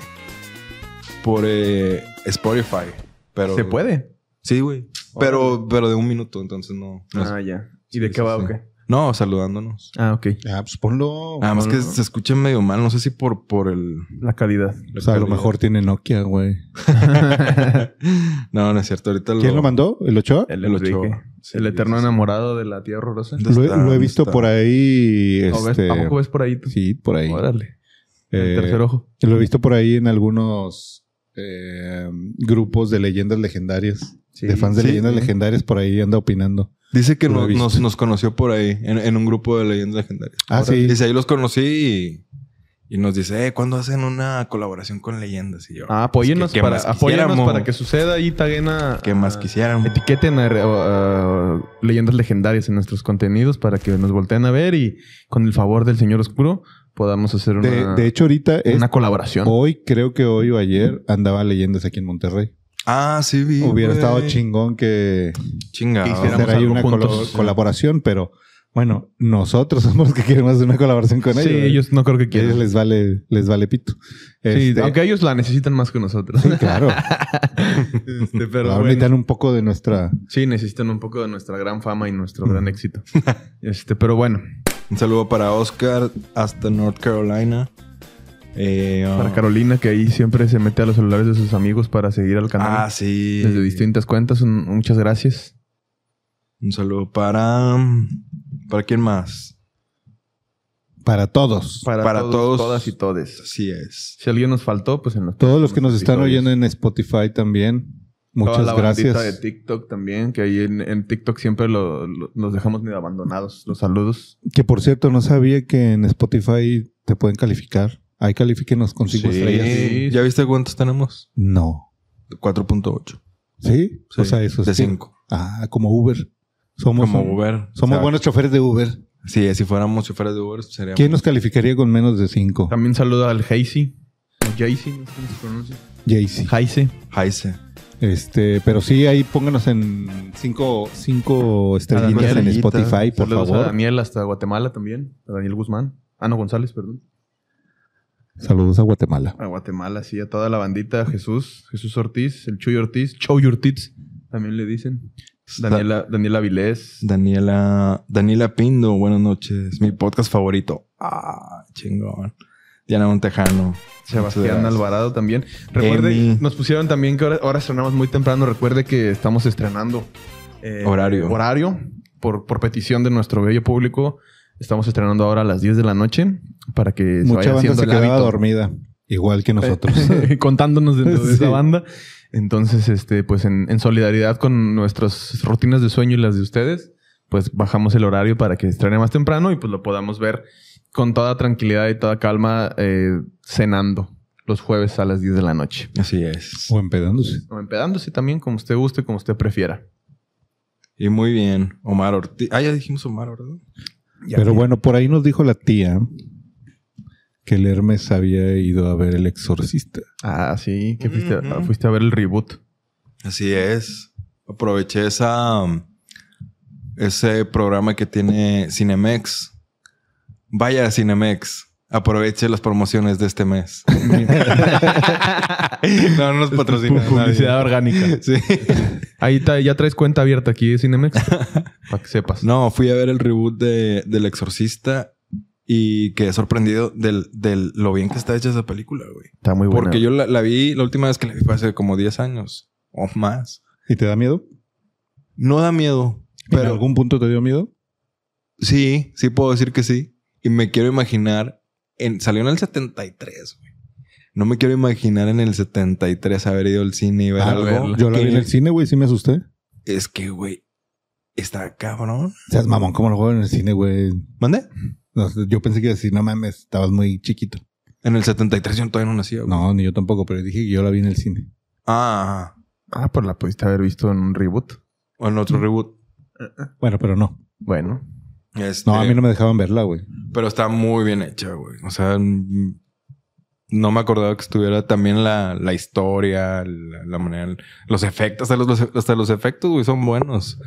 Speaker 3: por eh, Spotify. Pero,
Speaker 2: ¿Se puede?
Speaker 3: Sí, güey. Pero, pero de un minuto, entonces no. no sé.
Speaker 2: Ah, ya. ¿Y de
Speaker 3: Sí,
Speaker 2: qué va
Speaker 3: sí,
Speaker 2: o
Speaker 3: sí.
Speaker 2: qué?
Speaker 3: No, saludándonos.
Speaker 2: Ah, ok.
Speaker 1: Ah, pues ponlo.
Speaker 3: Nada más
Speaker 2: no,
Speaker 3: que
Speaker 2: no.
Speaker 3: se escucha medio mal. No sé si por, por
Speaker 2: *laughs*
Speaker 3: el. *laughs*
Speaker 2: La calidad.
Speaker 1: o sea, a lo mejor tiene Nokia, güey.
Speaker 3: no, no es cierto. Ahorita
Speaker 1: ¿Quién lo mandó? ¿El Ochoa?
Speaker 2: El,
Speaker 3: El
Speaker 2: Enrique.
Speaker 3: Ochoa. Sí,
Speaker 2: el eterno
Speaker 3: sí, sí.
Speaker 2: enamorado de la tía horrorosa.
Speaker 3: ¿Dónde
Speaker 1: Lo, he-
Speaker 3: está?
Speaker 1: lo he
Speaker 3: ¿Dónde
Speaker 1: visto
Speaker 3: está?
Speaker 1: por ahí.
Speaker 2: ¿O ves?
Speaker 1: Este,
Speaker 2: ¿Tampoco ves por ahí tú?
Speaker 1: sí, por ahí.
Speaker 2: Órale. El
Speaker 1: Eh,
Speaker 2: tercer ojo.
Speaker 1: lo he visto por ahí en algunos eh, grupos de leyendas legendarias.
Speaker 2: Sí,
Speaker 1: de fans de
Speaker 3: sí,
Speaker 1: leyendas
Speaker 3: sí.
Speaker 1: legendarias, por ahí anda opinando.
Speaker 3: Dice que
Speaker 1: Lo he
Speaker 3: no-
Speaker 1: visto.
Speaker 3: nos, nos conoció por ahí, en, en un grupo de leyendas legendarias.
Speaker 1: Ah, sí.
Speaker 3: Dice, ahí los conocí y, y nos dice, eh, ¿cuándo hacen una colaboración con leyendas? Y yo,
Speaker 2: Ah, apóyennos,
Speaker 3: pues, ¿qué- qué
Speaker 2: para,
Speaker 3: más
Speaker 2: apóyennos
Speaker 3: quisiéramos?
Speaker 2: para que suceda y taguen a...
Speaker 3: ¿qué más
Speaker 2: a-
Speaker 3: quisiéramos?
Speaker 2: Etiqueten a, a- a leyendas legendarias en nuestros contenidos para que nos volteen a ver y con el favor del señor oscuro podamos hacer una,
Speaker 1: De, de hecho, ahorita es.
Speaker 2: una colaboración.
Speaker 1: Hoy, creo que hoy o ayer, andaba leyendas aquí en Monterrey.
Speaker 3: Ah, sí, vi.
Speaker 1: Hubiera
Speaker 3: güey.
Speaker 1: estado chingón que
Speaker 3: Chingado.
Speaker 2: Que hiciéramos
Speaker 1: hacer ahí
Speaker 2: algo
Speaker 1: una
Speaker 2: juntos.
Speaker 1: colo- colaboración, pero bueno, nosotros *laughs* somos los que queremos hacer una colaboración con
Speaker 2: sí,
Speaker 1: ellos. ¿verdad?
Speaker 2: ellos no creo que
Speaker 1: que a ellos
Speaker 2: quieran.
Speaker 1: les vale, les vale pito.
Speaker 2: Sí,
Speaker 1: Este,
Speaker 2: aunque ellos la necesitan más que nosotros. *laughs*
Speaker 1: sí, claro. *laughs*
Speaker 2: Este, pero
Speaker 1: Ahora
Speaker 2: bueno.
Speaker 1: necesitan un poco de nuestra.
Speaker 2: Sí, necesitan un poco de nuestra gran fama y nuestro
Speaker 1: Mm. *laughs*
Speaker 2: gran éxito. Este, pero bueno,
Speaker 3: Un saludo para Oscar hasta North Carolina. Eh, ah,
Speaker 2: para Carolina que ahí siempre se mete a los celulares de sus amigos para seguir al canal
Speaker 3: Ah, sí.
Speaker 2: desde distintas cuentas, un- muchas gracias.
Speaker 3: Un saludo para... um, ¿Para quién más?
Speaker 1: Para todos.
Speaker 3: Para todos.
Speaker 2: todas y todes.
Speaker 3: Así es.
Speaker 2: Si alguien nos faltó, pues en los
Speaker 1: todos los que nos están
Speaker 2: episodios.
Speaker 1: oyendo en Spotify también.
Speaker 2: Toda
Speaker 1: Muchas
Speaker 2: la bandita de
Speaker 1: gracias.
Speaker 2: TikTok también, que ahí en, en TikTok siempre lo- lo- los dejamos medio abandonados. Los saludos.
Speaker 1: Que por cierto, no sabía que en Spotify te pueden calificar. Ahí califíquenos con cinco
Speaker 3: Sí.
Speaker 1: estrellas.
Speaker 2: Sí.
Speaker 3: ¿Ya viste cuántos tenemos?
Speaker 1: No.
Speaker 3: 4.8.
Speaker 1: ¿Sí? O sea, eso
Speaker 3: De
Speaker 1: sí.
Speaker 3: 5.
Speaker 1: Ah, como Uber. Somos,
Speaker 3: Como
Speaker 1: un-
Speaker 3: Uber.
Speaker 1: somos
Speaker 3: O sea,
Speaker 1: buenos choferes de Uber.
Speaker 3: Sí, si fuéramos choferes de Uber, sería.
Speaker 1: ¿Quién nos calificaría con menos de cinco?
Speaker 2: También saludo al Hazy. O Jaycee, no sé cómo se pronuncia.
Speaker 1: Jaycee.
Speaker 2: Hazy.
Speaker 3: Heise.
Speaker 1: Este, pero sí, ahí pónganos en cinco, cinco estrellitas en
Speaker 3: Daniel.
Speaker 1: Spotify, por
Speaker 2: Saludos a
Speaker 1: favor.
Speaker 2: Daniel hasta Guatemala también. A Daniel Guzmán. Ah, no, González, perdón.
Speaker 1: Saludos a Guatemala.
Speaker 2: A Guatemala, sí, a toda la bandita. Jesús, Jesús Ortiz, el Chuy Ortiz, Choy Ortiz, también le dicen. Daniela, Daniela Vilés.
Speaker 3: Daniela, Daniela Pindo, buenas noches. Mi podcast favorito. Ah, chingón. Diana Montejano.
Speaker 2: Sebastián
Speaker 3: Muchas gracias.
Speaker 2: Alvarado también. Recuerde,
Speaker 3: Emi.
Speaker 2: nos pusieron también que ahora, ahora estrenamos muy temprano. Recuerde que estamos estrenando eh,
Speaker 3: Horario.
Speaker 2: Horario, por, por petición de nuestro bello público. Estamos estrenando ahora a las 10 de la noche para que se
Speaker 1: Mucha
Speaker 2: vaya
Speaker 1: banda
Speaker 2: haciendo
Speaker 1: se
Speaker 2: el
Speaker 1: quedaba
Speaker 2: hábito.
Speaker 1: dormida. igual que
Speaker 2: *laughs*
Speaker 1: nosotros.
Speaker 2: contándonos dentro de
Speaker 1: Sí.
Speaker 2: esa banda. Entonces, este, pues en, en solidaridad con nuestras rutinas de sueño y las de ustedes, pues bajamos el horario para que estrene más temprano y pues lo podamos ver con toda tranquilidad y toda calma eh, cenando los jueves a las 10 de la noche.
Speaker 3: Así es.
Speaker 1: o empedándose.
Speaker 2: O empedándose también como usted guste, como usted prefiera.
Speaker 3: Y muy bien, Omar Ortiz. Ah, ya dijimos Omar, ¿verdad?
Speaker 1: Pero bueno, por ahí nos dijo la tía que el Hermes había ido a ver el exorcista.
Speaker 2: Ah, sí, que fuiste, a-
Speaker 3: Ujú.
Speaker 2: fuiste a ver el reboot.
Speaker 3: Así es. Aproveché esa ese programa que tiene Cinemex. Vaya a Cinemex. Aproveche las promociones de este mes. *laughs* no, no nos patrocina.
Speaker 2: Este Publicidad
Speaker 3: nadie.
Speaker 2: orgánica.
Speaker 3: Sí.
Speaker 2: Ahí ta- ya traes cuenta abierta aquí de
Speaker 3: *laughs*
Speaker 2: Cinemex. para que sepas.
Speaker 3: No, fui a ver el reboot de, del Exorcista y quedé sorprendido del, del lo bien que está hecha esa película, güey.
Speaker 2: Está muy buena.
Speaker 3: Porque yo la, la vi, la última vez que la vi fue hace como 10 años o más.
Speaker 1: ¿Y te da miedo?
Speaker 3: No da miedo,
Speaker 1: ¿En
Speaker 3: pero
Speaker 1: algún punto te dio miedo?
Speaker 3: sí, sí puedo decir que sí. Y me quiero imaginar, en, salió en el 73, güey. No me quiero imaginar en el 73 haber ido al cine y ver
Speaker 1: Ah,
Speaker 3: algo.
Speaker 1: Yo la vi
Speaker 3: que-
Speaker 1: en el cine, güey, sí me asusté.
Speaker 3: Es que, güey, está cabrón.
Speaker 1: Seas mamón, ¿cómo lo juego en el cine, güey?
Speaker 3: ¿Mande?
Speaker 1: No, yo pensé que iba a decir, no mames, estabas muy chiquito.
Speaker 3: En el 73 yo todavía no nacía, güey.
Speaker 1: No, ni yo tampoco, pero dije que yo la vi en el cine.
Speaker 3: Ah,
Speaker 2: Ah, pues la pudiste haber visto en un reboot.
Speaker 3: o en otro reboot.
Speaker 1: Bueno, pero no. Eh,
Speaker 2: Bueno.
Speaker 3: Este,
Speaker 1: No, a mí no me dejaban verla, güey.
Speaker 3: Pero está muy bien hecha, güey. O sea, mm, no me acordaba que estuviera también la, la historia, la, la manera, los efectos, hasta los, hasta los efectos, güey, son buenos.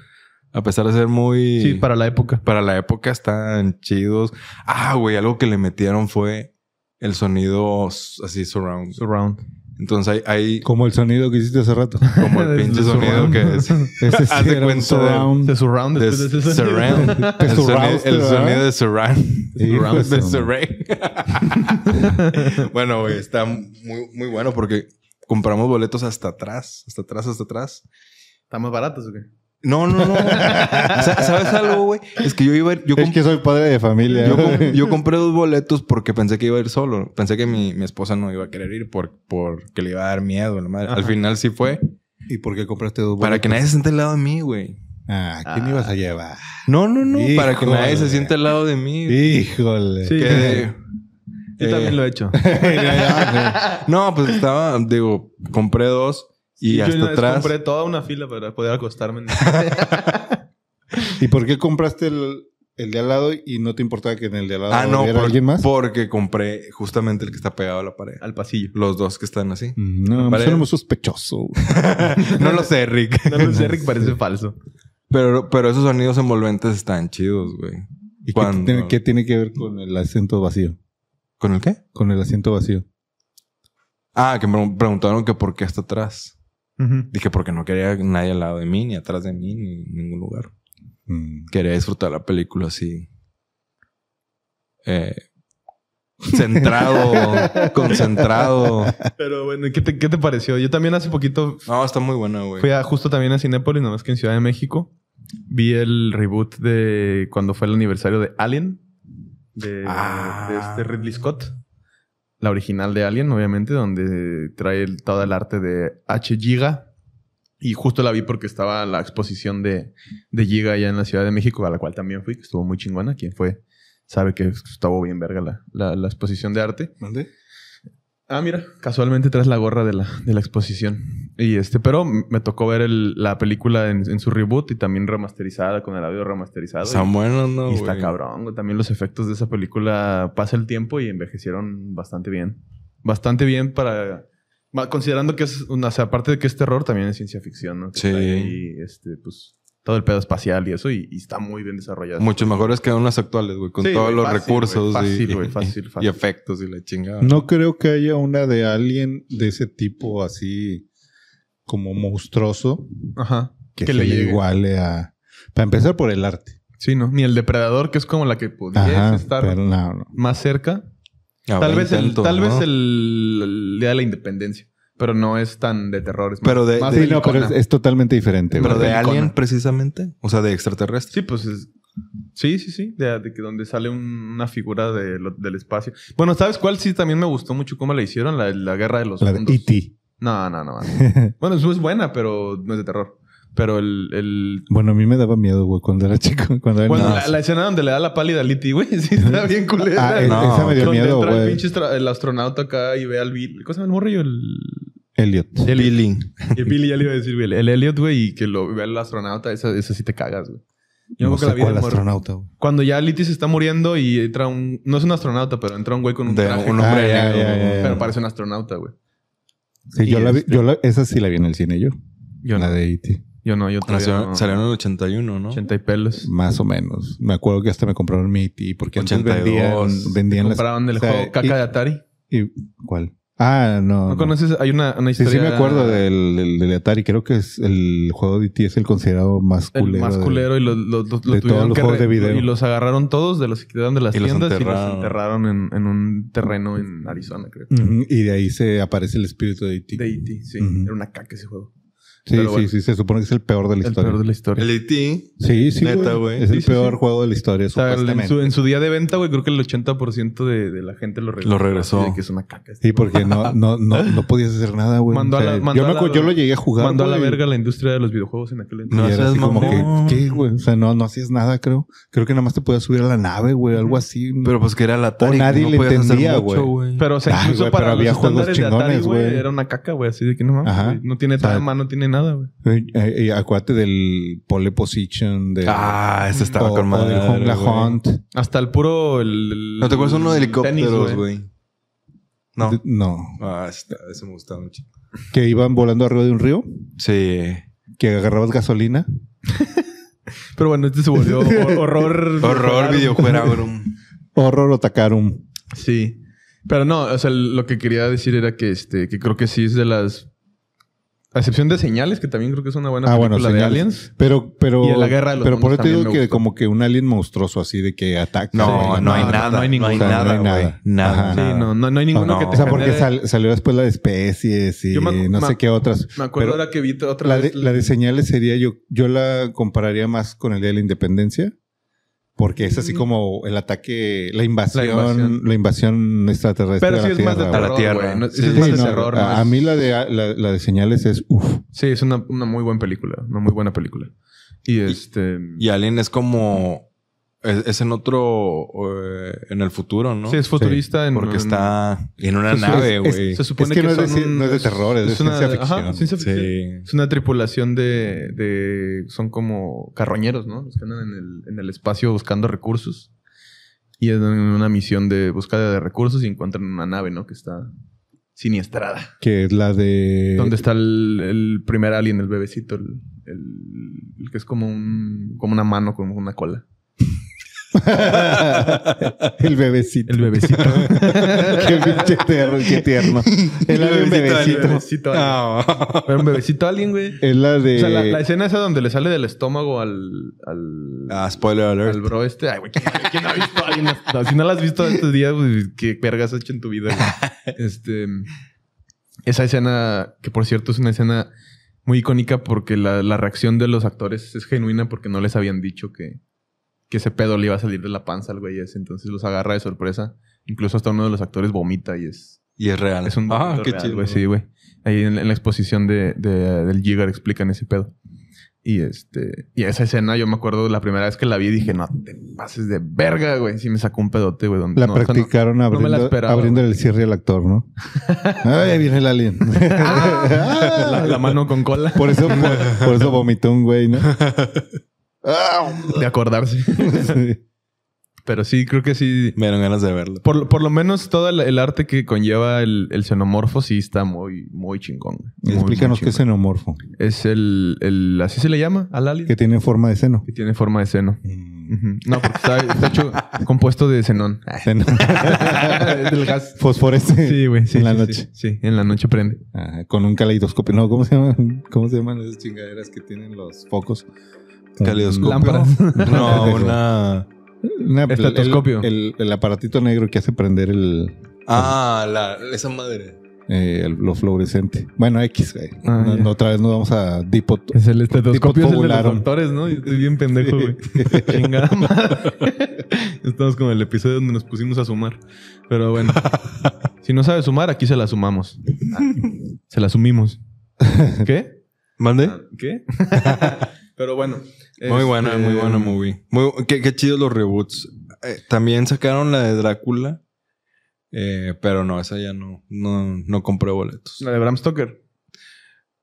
Speaker 3: A pesar de ser muy...
Speaker 2: Sí, para la época.
Speaker 3: para la época están chidos. Ah, güey, algo que le metieron fue el sonido s- así surround.
Speaker 2: Surround.
Speaker 3: Entonces hay, hay
Speaker 1: Como el sonido que hiciste hace *laughs* rato.
Speaker 3: como el pinche
Speaker 2: Surround.
Speaker 3: sonido que es...
Speaker 1: *laughs* Ese sí
Speaker 3: Haz de
Speaker 1: era un
Speaker 3: cuenta de-
Speaker 1: surround.
Speaker 2: De surround
Speaker 3: de
Speaker 2: después de ese sonido.
Speaker 3: *laughs* surround.
Speaker 1: Te
Speaker 3: El sonido,
Speaker 1: surrouste,
Speaker 3: el
Speaker 1: ¿verdad?
Speaker 3: sonido de *laughs* surround.
Speaker 1: Hijo de
Speaker 3: de
Speaker 1: su-
Speaker 3: Surrey. *laughs* bueno, güey, está muy, muy bueno porque compramos boletos hasta atrás, hasta atrás, hasta atrás.
Speaker 2: Está más barato, ¿o qué?
Speaker 3: No, no, *laughs* no. Sa- ¿Sabes algo, güey? Es que yo iba a ir- yo,
Speaker 1: Es
Speaker 3: comp-
Speaker 1: que soy padre de familia.
Speaker 2: *laughs*
Speaker 3: yo,
Speaker 1: *laughs*
Speaker 3: com- yo compré dos boletos porque pensé que iba a ir solo. Pensé que mi, mi esposa no iba a querer ir por, porque le iba a dar miedo. La madre. Al final sí fue.
Speaker 1: ¿Y por qué compraste dos
Speaker 3: Para que nadie se siente al lado de mí, güey.
Speaker 1: Ah, ¿quién ibas a llevar?
Speaker 3: No, no, no. Para que
Speaker 1: Híjole.
Speaker 3: nadie se siente al lado de mí.
Speaker 1: Híjole.
Speaker 2: Sí.
Speaker 3: Que-
Speaker 2: Yo
Speaker 3: Eh,
Speaker 2: también lo he *laughs* hecho.
Speaker 3: No, pues estaba, digo, compré dos y
Speaker 2: yo una
Speaker 3: hasta
Speaker 2: vez
Speaker 3: atrás.
Speaker 2: compré toda una fila para poder acostarme. *laughs* en-
Speaker 1: ¿Y por qué compraste el, el de al lado y no te importaba que en el de al lado
Speaker 3: Ah, no,
Speaker 1: hubiera
Speaker 3: por-
Speaker 1: alguien más?
Speaker 3: porque compré justamente el que está pegado a la pared.
Speaker 2: al pasillo.
Speaker 3: Los dos que están así.
Speaker 1: No,
Speaker 3: Para-
Speaker 1: me suena muy sospechoso. güey.
Speaker 3: no lo sé,
Speaker 2: *laughs*
Speaker 3: Rick.
Speaker 2: No lo sé, Rick, parece falso.
Speaker 3: Pero, pero esos sonidos envolventes están chidos, güey.
Speaker 1: ¿Y qué
Speaker 3: Cuando-
Speaker 1: tiene, qué tiene que ver con el asiento vacío?
Speaker 3: ¿Con el qué?
Speaker 1: Con el asiento vacío.
Speaker 3: Ah, que me pregun- preguntaron que por qué hasta atrás.
Speaker 2: Ujú.
Speaker 3: Dije, porque no quería nadie al lado de mí, ni atrás de mí, ni en ningún lugar.
Speaker 1: Mm.
Speaker 3: Quería disfrutar la película así.
Speaker 2: *laughs*
Speaker 3: Eh, centrado, concentrado.
Speaker 2: Pero bueno, ¿qué te, ¿qué te pareció? Yo también hace poquito
Speaker 3: No, está muy buena, güey.
Speaker 2: fui a, justo también a Cinépolis, nomás que en Ciudad de México. Vi el reboot de cuando fue el aniversario de Alien. De,
Speaker 3: Ah.
Speaker 2: de este Ridley Scott. La original de Alien, obviamente, donde trae el- todo el arte de H. Giga. Y justo la vi porque estaba la exposición de, de Giga allá en la Ciudad de México, a la cual también fui, que estuvo muy chingona. Quien fue sabe que estuvo bien verga la- la- la exposición de arte.
Speaker 1: ¿Dónde?
Speaker 2: Ah, mira, casualmente traes la gorra de la, de la exposición. Y este, pero m- me tocó ver el- la película en, en su reboot y también remasterizada, con el audio remasterizado.
Speaker 3: Está
Speaker 2: y-
Speaker 3: bueno, ¿no?
Speaker 2: y está
Speaker 3: güey?
Speaker 2: cabrón. güey. También los efectos de esa película pasa el tiempo y envejecieron bastante bien. Bastante bien para. ma- Considerando que es una. O sea, aparte de que es terror, también es ciencia ficción, ¿no? Que
Speaker 3: Sí.
Speaker 2: trae ahí, este, pues. Todo el pedo espacial y eso, y, y está muy bien desarrollado.
Speaker 3: Mucho mejores que unas actuales, güey, con
Speaker 2: Sí,
Speaker 3: todos
Speaker 2: güey,
Speaker 3: los
Speaker 2: fácil,
Speaker 3: recursos
Speaker 2: güey, fácil,
Speaker 3: *laughs* y,
Speaker 2: güey, fácil,
Speaker 3: y-
Speaker 2: fácil.
Speaker 3: y efectos y la chingada.
Speaker 1: No creo que haya una de alguien de ese tipo así como monstruoso
Speaker 2: Ajá.
Speaker 1: que, se le
Speaker 2: llegue.
Speaker 1: iguale a... Para empezar por el arte.
Speaker 2: Sí, ¿no? Ni el depredador, que es como la que podría
Speaker 1: Ajá,
Speaker 2: estar
Speaker 1: pero no, no.
Speaker 2: más cerca.
Speaker 3: Habrá
Speaker 2: Tal vez, el,
Speaker 3: intentos,
Speaker 2: tal
Speaker 3: Ah, ¿no?
Speaker 2: vez el, el día de la independencia. Pero no es tan de terror. es más-
Speaker 3: Pero de-
Speaker 2: más
Speaker 1: Sí, no,
Speaker 2: belicona.
Speaker 1: pero es, es totalmente diferente.
Speaker 3: Pero
Speaker 1: güey.
Speaker 3: de
Speaker 2: Pelicona.
Speaker 3: alien precisamente, o sea, de extraterrestre.
Speaker 2: Sí, pues es Sí, sí, sí. De, de que donde sale un- una figura de lo- del espacio. Bueno, ¿sabes cuál? Sí, también me gustó mucho cómo la hicieron. La, la guerra de los
Speaker 1: La de E
Speaker 2: mundos.
Speaker 1: E.T.
Speaker 2: No, no, no.
Speaker 1: *laughs*
Speaker 2: bueno, eso es buena, pero no es de terror. Pero el... el-
Speaker 1: Bueno, a mí me daba miedo, güey, cuando era *laughs* chico. Cuando era
Speaker 2: bueno,
Speaker 1: niño.
Speaker 2: la, la escena donde le da la pálida a Liti, güey. *laughs* Sí, está bien
Speaker 1: *laughs*
Speaker 2: culera.
Speaker 1: Ah, e-
Speaker 3: No,
Speaker 1: esa me dio
Speaker 2: Donde
Speaker 1: miedo,
Speaker 2: entra el
Speaker 1: güey.
Speaker 2: pinche estra- el astronauta acá y ve al Bill. ¿Cómo se llama el morrillo? El,
Speaker 1: Elliot.
Speaker 2: el
Speaker 3: Billy.
Speaker 2: El Billy ya le iba a decir, güey. El Elliot, güey, y que lo ve al astronauta, esa, esa sí te cagas, güey. Yo me
Speaker 1: No
Speaker 2: acuerdo
Speaker 1: sé
Speaker 2: que la vi
Speaker 1: cuál
Speaker 2: de morro.
Speaker 1: astronauta, güey.
Speaker 2: Cuando ya Liti se está muriendo y entra un. No es un astronauta, pero entra un güey con un
Speaker 3: De
Speaker 2: traje.
Speaker 3: un hombre
Speaker 1: Ah, ya,
Speaker 3: negro.
Speaker 1: ya, ya, ya.
Speaker 2: Pero parece un astronauta, güey.
Speaker 1: Sí,
Speaker 2: Y
Speaker 1: yo la vi,
Speaker 2: este-
Speaker 1: yo la- esa sí la vi en el cine yo.
Speaker 2: Yo
Speaker 1: la
Speaker 2: no.
Speaker 1: de E E.T.
Speaker 2: Yo no, yo
Speaker 1: Ah,
Speaker 2: todavía
Speaker 3: Nació-
Speaker 2: no.
Speaker 3: Salió en el 81, ¿no?
Speaker 2: 80 y pelos.
Speaker 1: Más o menos. Me acuerdo que hasta me compraron mi E.T. porque antes
Speaker 3: 82.
Speaker 1: vendían, Pues, vendían las-
Speaker 2: Compraban del
Speaker 1: o sea,
Speaker 2: juego caca de Atari.
Speaker 1: y- y- ¿Cuál? Ah, no.
Speaker 2: ¿No,
Speaker 1: no.
Speaker 2: conoces? Hay una, una
Speaker 1: Sí,
Speaker 2: historia.
Speaker 1: sí me acuerdo del, del, del Atari. Creo que es el juego de E.T. es el considerado más
Speaker 2: El
Speaker 1: culero.
Speaker 2: más
Speaker 1: de-
Speaker 2: culero y los, los, los- los
Speaker 1: de
Speaker 2: tuvieron
Speaker 1: todos los
Speaker 2: que
Speaker 1: juegos
Speaker 2: re-
Speaker 1: de video.
Speaker 2: Y los agarraron todos, de los que quedaron de las
Speaker 3: Y los
Speaker 2: tiendas y los
Speaker 3: enterraron.
Speaker 2: enterraron en, en un terreno en Arizona, creo.
Speaker 1: Ujú, Y de ahí se aparece el espíritu de E.T.
Speaker 2: De E.T., sí.
Speaker 1: Ujú.
Speaker 2: Era una caca ese juego.
Speaker 1: Sí,
Speaker 2: Pero
Speaker 1: sí,
Speaker 2: bueno.
Speaker 1: sí, se supone que es el peor de la
Speaker 2: El
Speaker 1: historia.
Speaker 2: peor de la historia.
Speaker 3: El E E.T.
Speaker 1: Sí, sí,
Speaker 3: Neta,
Speaker 1: güey.
Speaker 3: güey.
Speaker 1: Es
Speaker 2: Sí,
Speaker 1: el
Speaker 2: sí,
Speaker 1: peor
Speaker 2: sí.
Speaker 1: juego de la historia,
Speaker 2: O sea, en,
Speaker 1: supuestamente.
Speaker 2: su, en su día de venta, güey, creo que el 80% de, de la gente lo regresó.
Speaker 3: Lo regresó.
Speaker 2: Así de que es una caca. este
Speaker 1: Sí, porque no,
Speaker 2: *laughs*
Speaker 1: no, no, no podías hacer nada, güey.
Speaker 2: Mandó a la- mandó
Speaker 1: yo, me
Speaker 2: a la-
Speaker 1: acu- yo lo llegué a jugar.
Speaker 2: Mandó a la
Speaker 1: güey.
Speaker 2: verga la industria de los videojuegos en aquel entonces.
Speaker 3: No
Speaker 1: y era
Speaker 3: seas
Speaker 1: así como
Speaker 3: mamón.
Speaker 1: que, ¿qué, güey? O sea, no, no hacías nada, creo. Creo que nada más te podías subir a la nave, güey, algo así.
Speaker 3: Pero pues que era la Atari.
Speaker 1: O nadie
Speaker 3: que
Speaker 1: le
Speaker 3: podías hacer
Speaker 1: entendía,
Speaker 3: mucho,
Speaker 1: güey.
Speaker 2: Pero, o sea,
Speaker 1: Ay,
Speaker 2: incluso
Speaker 1: güey,
Speaker 2: para
Speaker 1: pero había
Speaker 2: los
Speaker 1: juegos
Speaker 2: estándares de Atari,
Speaker 1: chingones,
Speaker 2: güey,
Speaker 1: güey.
Speaker 2: era una caca, güey. Así de que no mames,
Speaker 1: Ajá.
Speaker 2: güey, No tiene
Speaker 1: O sea,
Speaker 2: trama, no tiene nada, güey.
Speaker 1: Eh, eh, eh, acuérdate del pole position, de
Speaker 3: Ah, ese estaba
Speaker 1: o-
Speaker 3: con
Speaker 1: o del
Speaker 3: madre,
Speaker 1: Home La
Speaker 3: güey.
Speaker 1: Hunt.
Speaker 2: Hasta el puro... el- el-
Speaker 3: ¿No te acuerdas uno de helicópteros,
Speaker 2: tenis,
Speaker 3: güey? No.
Speaker 1: De- No.
Speaker 3: Ah, está- ese me gustaba mucho.
Speaker 1: Que iban volando arriba de un río,
Speaker 3: Sí.
Speaker 1: que agarrabas gasolina.
Speaker 2: Pero bueno, este se volvió hor- horror.
Speaker 3: Horror, videojuego.
Speaker 1: Horror o Takarum.
Speaker 2: Sí. Pero no, o sea, lo que quería decir era que este, que creo que sí es de las. A excepción de señales, que también creo que es una buena
Speaker 1: Ah,
Speaker 2: película
Speaker 1: bueno,
Speaker 2: de
Speaker 1: señales.
Speaker 2: aliens.
Speaker 1: Pero, pero.
Speaker 2: Y en la guerra de los
Speaker 1: Pero por
Speaker 2: mundos
Speaker 1: eso te digo
Speaker 2: también me
Speaker 1: que
Speaker 2: gustó.
Speaker 1: como que un alien monstruoso así de que ataca.
Speaker 3: No,
Speaker 1: Sí,
Speaker 3: no hay
Speaker 2: no,
Speaker 3: nada.
Speaker 2: no hay
Speaker 3: No hay
Speaker 1: ningún-
Speaker 3: nada,
Speaker 1: o sea, no hay
Speaker 3: güey.
Speaker 1: nada.
Speaker 3: Nada.
Speaker 1: Ajá.
Speaker 2: Sí,
Speaker 3: nada.
Speaker 2: no, no, no hay ninguno
Speaker 3: No.
Speaker 2: que te
Speaker 1: Ah. O sea, porque
Speaker 2: genere-
Speaker 1: sal- salió después la de especies y
Speaker 2: Yo me acu-
Speaker 1: no
Speaker 2: me
Speaker 1: sé
Speaker 2: ac-
Speaker 1: qué otras.
Speaker 2: Me acuerdo
Speaker 1: pero
Speaker 2: ahora que vi t- otra
Speaker 1: La de,
Speaker 2: vez.
Speaker 1: la de señales sería yo, yo la compararía más con el Día de la Independencia, porque es así
Speaker 2: Mm.
Speaker 1: como el ataque, la invasión, la invasión,
Speaker 2: invasión.
Speaker 1: extraterrestre.
Speaker 2: Pero
Speaker 1: a
Speaker 2: sí
Speaker 1: la
Speaker 2: es más de
Speaker 1: Tierra,
Speaker 2: terror.
Speaker 1: güey.
Speaker 3: la Tierra.
Speaker 2: güey. No,
Speaker 3: Sí,
Speaker 2: es más
Speaker 1: Sí,
Speaker 2: de
Speaker 1: no,
Speaker 2: terror.
Speaker 1: a,
Speaker 2: más-
Speaker 1: a mí la de, la, la de señales es uff.
Speaker 2: Sí, es una, una muy buena película. Una muy buena película. Y este.
Speaker 3: Y Alien es como. Es, es en otro. eh, en el futuro, ¿no?
Speaker 2: Sí, es futurista. en-
Speaker 3: Porque
Speaker 2: en-
Speaker 3: está en una
Speaker 2: Se-
Speaker 3: nave,
Speaker 1: es-
Speaker 3: güey.
Speaker 2: Se
Speaker 1: Es
Speaker 2: supone
Speaker 1: que
Speaker 2: que,
Speaker 1: no es de
Speaker 2: son
Speaker 1: ci-
Speaker 2: un-
Speaker 1: no es de terror, es de ciencia
Speaker 2: ajá,
Speaker 1: ficción.
Speaker 2: ciencia ficción.
Speaker 3: Sí.
Speaker 2: Es una tripulación de, de- Son como carroñeros, ¿no? Los que andan en el, en el espacio buscando recursos. Y en una misión de búsqueda de recursos y encuentran una nave, ¿no? Que está siniestrada.
Speaker 1: Que es la de...
Speaker 2: Donde está el, el primer alien, el bebecito. El, el- el que es como un... Como una mano con una cola.
Speaker 1: *laughs* el bebecito.
Speaker 2: El bebecito.
Speaker 1: *laughs* qué pinche tierno, qué tierno. El alien
Speaker 2: *laughs* El
Speaker 1: bebecito.
Speaker 2: bebecito
Speaker 3: Ah.
Speaker 2: alien. Era un bebecito alien, güey.
Speaker 1: Es la de...
Speaker 2: O sea, la, la escena esa donde le sale del estómago al... al
Speaker 3: Ah, spoiler alert.
Speaker 2: Al bro este, ay, güey, ¿quién, quién no ha visto a alguien? No, si no la has visto estos días, pues, qué vergas has hecho en tu vida. güey? Este, esa escena, que por cierto es una escena muy icónica porque la, la reacción de los actores es genuina porque no les habían dicho que, que ese pedo le iba a salir de la panza al güey ese. Entonces los agarra de sorpresa. Incluso hasta uno de los actores vomita y es,
Speaker 3: Y es real.
Speaker 2: es un
Speaker 3: Ah,
Speaker 2: momento
Speaker 3: qué
Speaker 2: real,
Speaker 3: chido.
Speaker 2: güey, sí, güey. Ahí en, en la exposición de, de- del Giger explican ese pedo. Y este, y esa escena, yo me acuerdo la primera vez que la vi, dije, no te pases de verga, güey. Sí me sacó un pedote, güey. donde-
Speaker 1: La
Speaker 2: no, o sea, no.
Speaker 1: practicaron
Speaker 2: me la
Speaker 1: abriendo,
Speaker 2: esperaba,
Speaker 1: abriendo el cierre al actor, ¿no? Ay, ahí viene el
Speaker 2: *laughs*
Speaker 1: alien.
Speaker 2: *laughs* Ah, la, la mano con cola.
Speaker 1: Por eso, por, por eso vomitó un güey,
Speaker 2: *laughs*
Speaker 1: ¿no?
Speaker 2: De acordarse.
Speaker 1: Sí.
Speaker 2: Pero sí, creo que sí.
Speaker 3: Me dieron ganas de verlo.
Speaker 2: Por, por lo menos todo el, el arte que conlleva el, el xenomorfo sí está muy, muy chingón. güey. Muy, muy
Speaker 1: Explícanos qué es
Speaker 2: chingón.
Speaker 1: xenomorfo.
Speaker 2: es el, el... Así se le llama al alien.
Speaker 1: Que tiene forma de seno.
Speaker 2: Que tiene forma de seno. Ujú. No, porque está, está hecho compuesto de xenón.
Speaker 1: *laughs*
Speaker 2: *laughs*
Speaker 1: Seno.
Speaker 2: Del gas.
Speaker 1: Fosforece.
Speaker 2: Sí, güey. Sí,
Speaker 1: En la
Speaker 2: sí,
Speaker 1: noche.
Speaker 2: Sí, sí, en la noche prende.
Speaker 1: Ah, con un caleidoscopio. No, ¿cómo se llaman? ¿Cómo se llaman esas chingaderas que tienen los focos? Un-
Speaker 3: Caleidoscopio.
Speaker 2: Lámparas.
Speaker 3: No, una.
Speaker 1: Una-
Speaker 2: Estetoscopio.
Speaker 1: El, el- el aparatito negro que hace prender el.
Speaker 3: Ah, la, esa madre.
Speaker 1: eh, el- lo fluorescente. Bueno, X, güey.
Speaker 2: Ah,
Speaker 1: No-
Speaker 2: ya.
Speaker 1: no, otra vez nos vamos a dipot
Speaker 2: *laughs* Es el estetoscopio, es el de los
Speaker 1: Popularum.
Speaker 2: doctores, ¿no? Yo estoy bien pendejo, güey. *laughs* Chingada madre. Estamos con el episodio donde nos pusimos a sumar. Pero bueno, si no sabes sumar, aquí se la sumamos. Se la *laughs* sumimos. ¿Qué?
Speaker 3: ¿Mande?
Speaker 2: ¿Qué? *laughs* Pero bueno.
Speaker 3: Muy buena,
Speaker 2: este,
Speaker 3: muy buena movie. Muy, qué, qué chidos los reboots. Eh, también sacaron la de Drácula. eh, pero no, esa ya no, no, no compré boletos.
Speaker 2: La de Bram Stoker.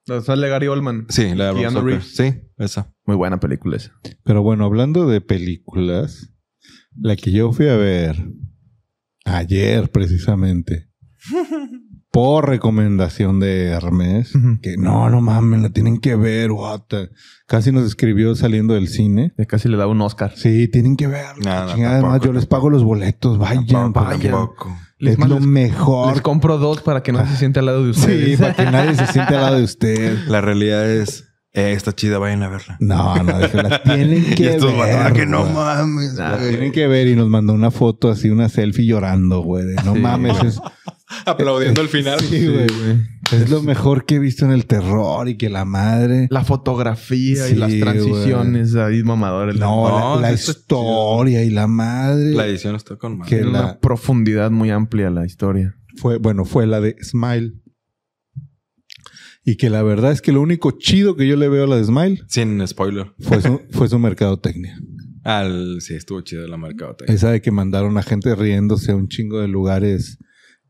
Speaker 2: La sale Gary Oldman.
Speaker 3: Sí, la de Bram
Speaker 2: Keanu
Speaker 3: Stoker.
Speaker 2: Reeves.
Speaker 3: Sí, esa.
Speaker 2: Muy buena película esa.
Speaker 1: Pero bueno, hablando de películas, la que yo fui a ver ayer precisamente, por recomendación de Hermes,
Speaker 2: Ujú.
Speaker 1: que no, no mames, la tienen que ver, what the- Casi nos escribió saliendo del cine.
Speaker 2: Ya casi le daba un Oscar.
Speaker 1: Sí, tienen que ver.
Speaker 3: No, no,
Speaker 1: además,
Speaker 3: tampoco,
Speaker 1: yo les pago los boletos, vayan,
Speaker 3: Tampoco,
Speaker 1: vayan.
Speaker 3: tampoco.
Speaker 2: Les
Speaker 1: Es lo
Speaker 2: mando-
Speaker 1: mejor.
Speaker 2: Les compro dos para que no se siente al lado de
Speaker 1: sí,
Speaker 2: ustedes.
Speaker 1: para que nadie se siente al lado de usted.
Speaker 3: La realidad es, eh, está chida, vayan a verla.
Speaker 1: No, no, dijo, la tienen que
Speaker 3: *laughs* Y estos
Speaker 1: ver.
Speaker 3: vatos, ah, que no
Speaker 1: güey.
Speaker 3: mames.
Speaker 2: Ah,
Speaker 3: güey.
Speaker 1: Tienen que ver y nos mandó una foto así, una selfie llorando, güey. de, No
Speaker 2: Sí.
Speaker 1: mames, es,
Speaker 3: Aplaudiendo al final.
Speaker 1: Sí, güey. es lo mejor que he visto en el terror y que la madre.
Speaker 2: La fotografía
Speaker 1: Sí,
Speaker 2: y las transiciones ahí mamadores.
Speaker 1: no,
Speaker 3: no,
Speaker 1: la, la
Speaker 3: eso está
Speaker 1: historia y la madre.
Speaker 3: La edición está con madre.
Speaker 1: que
Speaker 2: Tiene
Speaker 1: la-
Speaker 2: una profundidad muy amplia la historia.
Speaker 1: fue, bueno, fue la de Smile. Y que la verdad es que lo único chido que yo le veo a la de Smile
Speaker 3: Sin spoiler.
Speaker 1: fue su, fue su mercadotecnia.
Speaker 3: Al, sí, estuvo chida la mercadotecnia.
Speaker 1: Esa de que mandaron a gente riéndose a un chingo de lugares.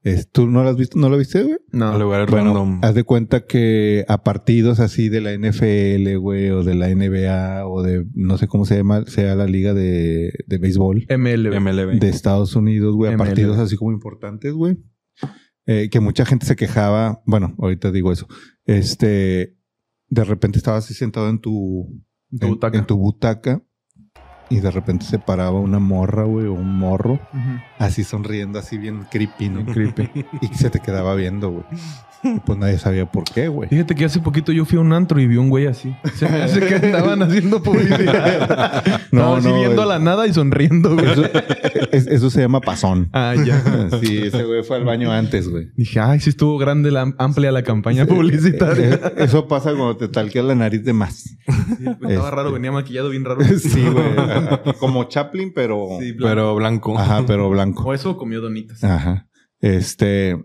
Speaker 1: Es- ¿Tú no la has visto? ¿No la viste, güey?
Speaker 2: No,
Speaker 3: lugares
Speaker 1: Bueno,
Speaker 3: random.
Speaker 1: haz de cuenta que a partidos así de la NFL, güey, o de la NBA, o de no sé cómo se llama, sea la liga de, de béisbol
Speaker 2: MLB.
Speaker 3: MLB.
Speaker 1: de Estados Unidos, güey, a
Speaker 2: MLB.
Speaker 1: partidos así como importantes, güey. eh, que mucha gente se quejaba, bueno, ahorita digo eso, este, de repente estabas así sentado en tu,
Speaker 2: Tu
Speaker 1: en-
Speaker 2: butaca.
Speaker 1: en tu butaca y de repente se paraba una morra, güey, o un morro,
Speaker 2: Ujú.
Speaker 1: así sonriendo, así bien creepy, ¿no?
Speaker 2: Creepy.
Speaker 1: Y se te quedaba viendo, güey. Y pues nadie sabía por qué, güey.
Speaker 2: Fíjate que hace poquito yo fui a un antro y vi un güey así. Se me hace que estaban haciendo publicidad.
Speaker 1: *laughs* No,
Speaker 2: No, así
Speaker 1: no,
Speaker 2: viendo
Speaker 1: el-
Speaker 2: a la nada y sonriendo, güey.
Speaker 1: Eso, es- eso se llama pasón.
Speaker 2: *laughs* Ah,
Speaker 1: *laughs*
Speaker 2: ya.
Speaker 1: Sí, ese güey fue al baño antes, güey.
Speaker 2: Dije, ay, sí estuvo grande la amplia la campaña publicitaria.
Speaker 1: Eh, Eso pasa cuando te talqueas la nariz de más.
Speaker 2: *laughs* Estaba
Speaker 1: este-
Speaker 2: raro, venía maquillado bien raro.
Speaker 1: Sí,
Speaker 2: *laughs*
Speaker 1: güey. Ajá. Como Chaplin, pero.
Speaker 2: Sí, blanco.
Speaker 3: Pero blanco.
Speaker 1: Ajá, pero blanco.
Speaker 2: O eso o comió donitas.
Speaker 1: Ajá. Este.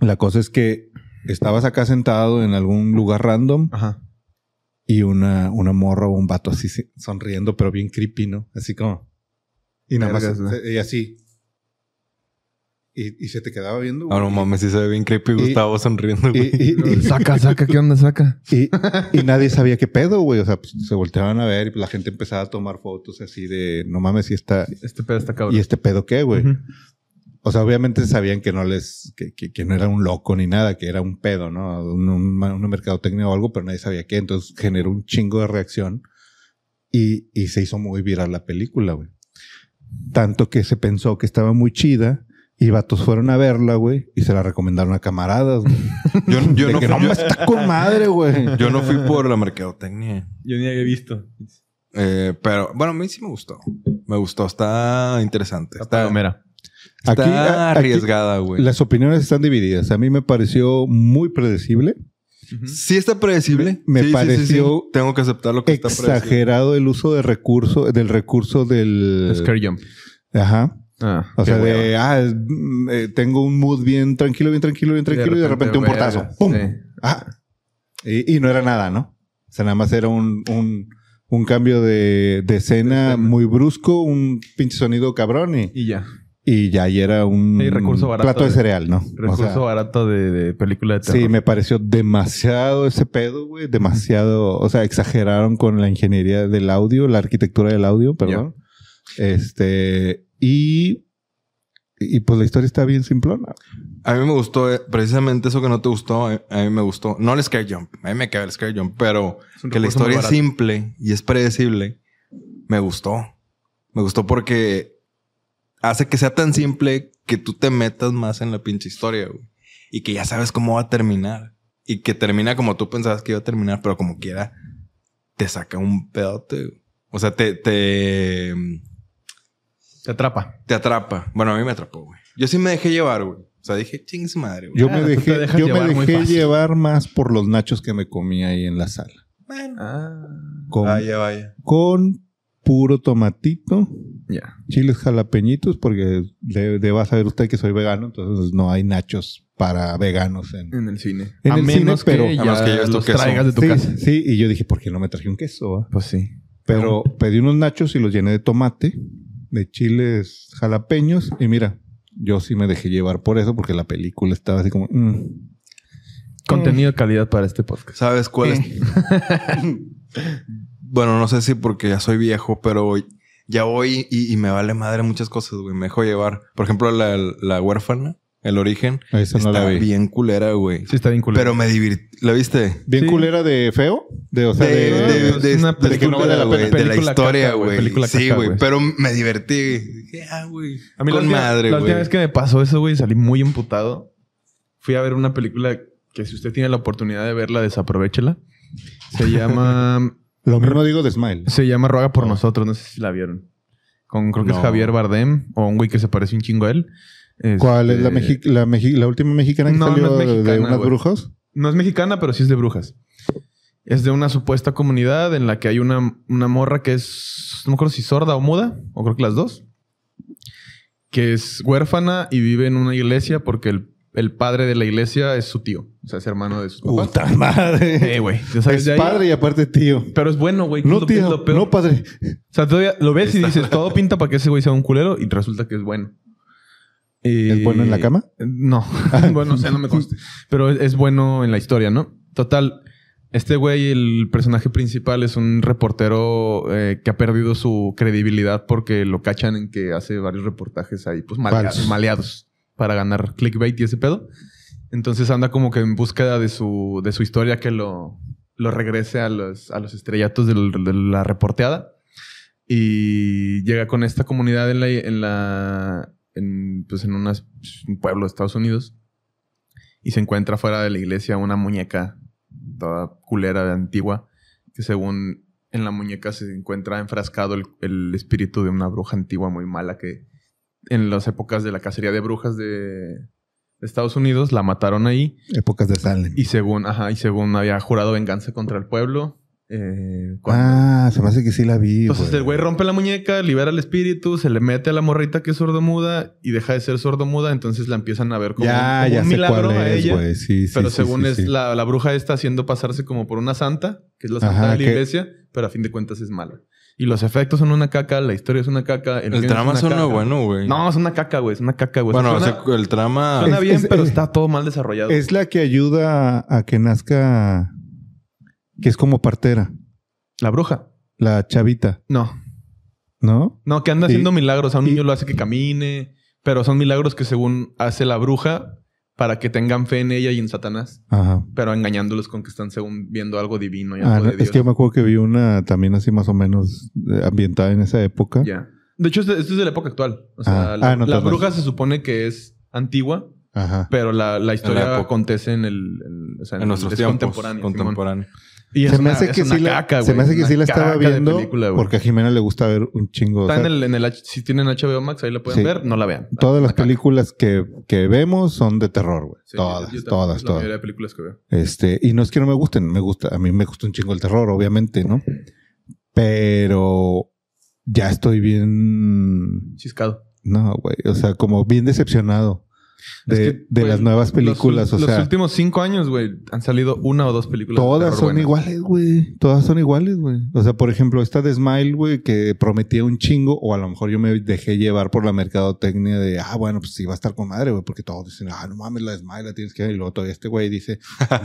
Speaker 1: La cosa es que estabas acá sentado en algún lugar random
Speaker 2: Ajá.
Speaker 1: y una, una morra o un vato así sí, sonriendo, pero bien creepy, ¿no? Así como. Y nada más.
Speaker 2: Vergas, ¿no?
Speaker 1: se- Y así. Y, y se te quedaba viendo. güey.
Speaker 3: Ahora, mames, sí se ve bien creepy Gustavo sonriendo.
Speaker 1: Y,
Speaker 3: güey.
Speaker 1: y- y-
Speaker 2: Saca, saca, ¿qué onda, saca?
Speaker 1: y- y nadie sabía qué pedo, güey. O sea, pues, se volteaban a ver y la gente empezaba a tomar fotos así de no mames, y está.
Speaker 2: Este pedo está cabrón.
Speaker 1: ¿Y este pedo qué, güey?
Speaker 2: Ujú.
Speaker 1: O sea, obviamente sabían que no les, que, que- que no era un loco ni nada, que era un pedo, ¿no? Un, un, ma- una mercadotecnia o algo, pero nadie sabía qué. Entonces generó un chingo de reacción y, y se hizo muy viral la película, güey. Tanto que se pensó que estaba muy chida y vatos fueron a verla, güey, y se la recomendaron a camaradas, güey.
Speaker 3: Yo, yo
Speaker 1: De
Speaker 3: no,
Speaker 1: que,
Speaker 3: fui-
Speaker 1: no, me está con madre, güey.
Speaker 3: *laughs* yo- yo no fui por la mercadotecnia.
Speaker 2: Yo ni había visto.
Speaker 3: Eh, pero bueno, a mí sí me gustó. Me gustó. Está interesante. Está,
Speaker 2: mira.
Speaker 3: está
Speaker 1: Aquí- a- aquí-
Speaker 3: arriesgada, güey.
Speaker 1: Las opiniones están divididas. A mí me pareció muy predecible.
Speaker 3: Sí está predecible.
Speaker 1: Me
Speaker 3: Sí, sí, sí,
Speaker 1: pareció
Speaker 3: sí. Tengo que aceptar lo que está predecible.
Speaker 1: Exagerado el uso de recurso, del recurso del...
Speaker 2: Scare Jump.
Speaker 1: Ajá.
Speaker 2: Ah.
Speaker 1: O
Speaker 3: Qué
Speaker 1: sea, de, ah, es, mm, eh, tengo un mood bien tranquilo, bien tranquilo, bien tranquilo, y de repente un
Speaker 2: verga,
Speaker 1: portazo. ¡Pum!
Speaker 2: sí.
Speaker 1: Ah. Y, y no era nada, ¿no? O sea, nada más era un, un, un cambio de, de escena muy brusco, un pinche sonido cabrón y,
Speaker 2: Y ya.
Speaker 1: y ya ahí era un
Speaker 2: Sí, recurso barato
Speaker 1: plato de,
Speaker 2: de-
Speaker 1: cereal, ¿no? O
Speaker 2: Recurso
Speaker 1: sea,
Speaker 2: barato de, de película de terror.
Speaker 1: Sí, me pareció demasiado ese pedo, güey. Demasiado. O sea, exageraron con la ingeniería del audio, la arquitectura del audio, perdón. Este. Y. Y pues la historia está bien simplona.
Speaker 3: A mí me gustó eh, precisamente eso que no te gustó. eh, A mí me gustó. No el Sky Jump. A mí me queda el Sky Jump. Pero
Speaker 2: Es un
Speaker 3: que la
Speaker 2: recurso muy
Speaker 3: historia es
Speaker 2: barato.
Speaker 3: simple y es predecible. Me gustó. Me gustó porque hace que sea tan simple que tú te metas más en la pinche historia, güey. Y que ya sabes cómo va a terminar. Y que termina como tú pensabas que iba a terminar, pero como quiera, te saca un pedote. güey. O sea, te, te,
Speaker 2: Te atrapa.
Speaker 3: te atrapa. Bueno, a mí me atrapó, güey. Yo sí me dejé llevar, güey. O sea, dije, ching su madre, güey.
Speaker 1: Yo
Speaker 2: Ah,
Speaker 1: me
Speaker 2: tú te
Speaker 1: dejé,
Speaker 2: dejas
Speaker 1: yo me
Speaker 2: llevar muy
Speaker 1: dejé
Speaker 2: fácil.
Speaker 1: llevar más por los nachos que me comí ahí en la sala.
Speaker 3: Bueno.
Speaker 2: Ah,
Speaker 1: Con,
Speaker 3: Vaya, vaya.
Speaker 1: con puro tomatito,
Speaker 2: ya.
Speaker 1: chiles jalapeñitos, porque de- deba saber usted que soy vegano, entonces no hay nachos para veganos en,
Speaker 2: En el cine.
Speaker 1: En
Speaker 2: a
Speaker 1: el
Speaker 2: menos
Speaker 1: cine, pero-
Speaker 2: que
Speaker 3: A
Speaker 2: ya
Speaker 3: menos que lleves tu
Speaker 2: los
Speaker 3: queso.
Speaker 2: traigas de tu
Speaker 1: sí,
Speaker 2: casa.
Speaker 1: sí, y yo dije, ¿por qué no me traje un queso? ah?
Speaker 2: Pues sí.
Speaker 1: Pero pedí unos nachos y los llené de tomate, de chiles jalapeños, y mira, yo sí me dejé llevar por eso, porque la película estaba así como... mm.
Speaker 2: Contenido de calidad para este podcast.
Speaker 3: ¿Sabes cuál es? *laughs* bueno, no sé si porque ya soy viejo, pero ya voy y, y me vale madre muchas cosas, güey. Me dejo llevar. Por ejemplo, la, la huérfana, el origen.
Speaker 1: Esa no
Speaker 3: está
Speaker 1: la vi.
Speaker 3: bien culera, güey.
Speaker 2: Sí, está bien culero.
Speaker 3: Pero me divirtió. ¿La viste?
Speaker 1: Bien
Speaker 2: Sí.
Speaker 1: culera de feo, de, o sea,
Speaker 3: de,
Speaker 1: de-
Speaker 3: de-
Speaker 2: es
Speaker 3: de-
Speaker 2: una
Speaker 3: de-
Speaker 2: película,
Speaker 3: que no vale la
Speaker 2: güey,
Speaker 3: pena. de la
Speaker 2: película
Speaker 3: historia,
Speaker 2: caca, güey,
Speaker 3: güey.
Speaker 2: película
Speaker 3: Sí,
Speaker 2: caí,
Speaker 3: güey.
Speaker 2: güey.
Speaker 3: Pero me divertí. Dije, ah, güey.
Speaker 2: A mí la
Speaker 3: Con
Speaker 2: última-
Speaker 3: madre,
Speaker 2: La
Speaker 3: güey.
Speaker 2: última vez que me pasó eso, güey, salí muy emputado. Fui a ver una película que si usted tiene la oportunidad de verla, desaprovechela. Se
Speaker 1: *laughs*
Speaker 2: llama...
Speaker 1: Lo mismo digo de Smile.
Speaker 2: se llama Ruega por Nosotros. No sé si la vieron. Con, creo que es
Speaker 3: No.
Speaker 2: Javier Bardem o un güey que se parece un chingo a él. Este,
Speaker 1: ¿Cuál es la, mexi- la, mexi- la última mexicana que
Speaker 2: No, no
Speaker 1: salió
Speaker 2: es mexicana,
Speaker 1: de unas
Speaker 2: güey.
Speaker 1: brujas?
Speaker 2: No es mexicana, pero sí es de brujas. Es de una supuesta comunidad en la que hay una, una morra que es, no me acuerdo si sorda o muda, o creo que las dos, que es huérfana y vive en una iglesia porque el, el padre de la iglesia es su tío, o sea, es hermano de su papá.
Speaker 1: Puta madre.
Speaker 2: *laughs* Eh, güey, ya sabes,
Speaker 1: es
Speaker 2: de ahí-
Speaker 1: padre y aparte tío.
Speaker 2: Pero es bueno, güey. que es
Speaker 1: No
Speaker 2: lo que es
Speaker 1: tío,
Speaker 2: lo peor.
Speaker 1: no padre.
Speaker 2: O sea, todavía lo ves y dices, todo pinta para que ese güey sea un culero y resulta que es bueno. Y-
Speaker 1: ¿Es bueno en la cama? *laughs*
Speaker 2: No, *laughs* bueno, o sea, no me consta. Pero es, es bueno en la historia, ¿no? Total, este güey, el personaje principal, es un reportero eh, que ha perdido su credibilidad porque lo cachan en que hace varios reportajes ahí, pues malea-
Speaker 1: Falsos.
Speaker 2: maleados, para ganar clickbait y ese pedo. Entonces anda como que en búsqueda de su, de su historia que lo, lo regrese a los, a los estrellatos del- de la reporteada. Y llega con esta comunidad en la, en la en, pues en unas- un pueblo de Estados Unidos y se encuentra fuera de la iglesia una muñeca toda culera antigua que según en la muñeca se encuentra enfrascado el, el espíritu de una bruja antigua muy mala que en las épocas de la cacería de brujas de, de Estados Unidos la mataron ahí
Speaker 1: Épocas de Salem.
Speaker 2: y según ajá y según había jurado venganza contra el pueblo eh, cuando-
Speaker 1: Ah, se me hace que sí la vi.
Speaker 2: entonces el güey rompe la muñeca, libera el espíritu, se le mete a la morrita que es sordomuda y deja de ser sordomuda. Encuences la empiezan a ver como,
Speaker 1: Ya,
Speaker 2: un, como
Speaker 1: ya
Speaker 2: un
Speaker 1: sé
Speaker 2: milagro
Speaker 1: cuál
Speaker 2: a
Speaker 1: es,
Speaker 2: ella.
Speaker 1: güey. Sí, sí,
Speaker 2: pero
Speaker 1: sí,
Speaker 2: según
Speaker 1: sí,
Speaker 2: es
Speaker 1: sí.
Speaker 2: La, la bruja está haciendo pasarse como por una santa, que es la santa
Speaker 1: Ajá,
Speaker 2: de la
Speaker 1: que-
Speaker 2: iglesia, pero a fin de cuentas es mala. Y los efectos son una caca, la historia es una caca.
Speaker 3: El,
Speaker 2: guion es
Speaker 3: trama
Speaker 2: una
Speaker 3: suena
Speaker 2: caca.
Speaker 3: bueno, güey.
Speaker 2: No, es una caca, güey. Es una caca, güey.
Speaker 3: Bueno,
Speaker 2: Bueno, suena,
Speaker 3: o sea, el trama.
Speaker 2: suena
Speaker 1: Es-
Speaker 2: bien,
Speaker 1: es-
Speaker 2: pero
Speaker 1: eh,
Speaker 2: está todo mal desarrollado.
Speaker 1: Es la que ayuda a- a que nazca... Que es como partera.
Speaker 2: La bruja.
Speaker 1: La chavita,
Speaker 2: No.
Speaker 1: ¿no?
Speaker 2: No, que anda
Speaker 1: Y-
Speaker 2: haciendo milagros. A un
Speaker 1: y-
Speaker 2: niño lo hace que camine, pero son milagros que según hace la bruja para que tengan fe en ella y en Satanás,
Speaker 1: Ajá.
Speaker 2: pero engañándolos con que están según viendo algo divino y algo
Speaker 1: Ah, no,
Speaker 2: de Dios.
Speaker 1: es que yo me acuerdo que vi una también así más o menos eh, ambientada en esa época.
Speaker 2: Ya. De hecho, esto esto es de la época actual. O sea,
Speaker 1: Ah,
Speaker 2: la,
Speaker 1: ah, no,
Speaker 2: la
Speaker 1: entonces-
Speaker 2: bruja se supone que es antigua,
Speaker 1: Ajá.
Speaker 2: pero la, la historia
Speaker 3: época.
Speaker 2: acontece en el... en- o sea,
Speaker 3: En nuestros
Speaker 2: es
Speaker 3: tiempos.
Speaker 2: Contemporáneo. Simón.
Speaker 3: Contemporáneo.
Speaker 2: Y es
Speaker 1: Se me
Speaker 2: una-
Speaker 1: hace
Speaker 2: es
Speaker 1: que
Speaker 2: una
Speaker 1: sí la,
Speaker 2: caca,
Speaker 1: se
Speaker 2: güey,
Speaker 1: me hace que
Speaker 2: una
Speaker 1: sí la estaba
Speaker 2: caca de
Speaker 1: viendo
Speaker 2: película, güey.
Speaker 1: porque a Jimena le gusta ver un chingo. o
Speaker 2: Está
Speaker 1: sea,
Speaker 2: en el, en el H- si tienen HBO Max, ahí la pueden
Speaker 1: Sí.
Speaker 2: ver. No la vean.
Speaker 1: todas las
Speaker 2: Una caca.
Speaker 1: películas que, que vemos son de terror, güey.
Speaker 2: Sí, yo-
Speaker 1: todas,
Speaker 2: yo también,
Speaker 1: todas,
Speaker 2: es la
Speaker 1: todas.
Speaker 2: mayoría de películas que veo.
Speaker 1: Este, y no es que no me gusten, me gusta, a mí me gusta un chingo el terror, obviamente, ¿no? Pero ya estoy bien
Speaker 2: Chiscado.
Speaker 1: no, güey, o sea, como bien decepcionado
Speaker 2: Es
Speaker 1: de,
Speaker 2: que,
Speaker 1: de
Speaker 2: güey,
Speaker 1: las nuevas
Speaker 2: los ul-
Speaker 1: películas, o
Speaker 2: los
Speaker 1: sea,
Speaker 2: últimos cinco años, güey, han salido una o dos películas. de
Speaker 1: Todas
Speaker 2: terror
Speaker 1: son
Speaker 2: buenas.
Speaker 1: iguales, güey. Todas son iguales, güey. O sea, por ejemplo, esta de Smile, güey, que prometía un chingo, o a lo mejor yo me dejé llevar por la mercadotecnia de, ah, bueno, pues sí va a estar con madre, güey, porque todos dicen, ah, no mames, la de Smile la tienes que ver. Y luego todavía este güey dice,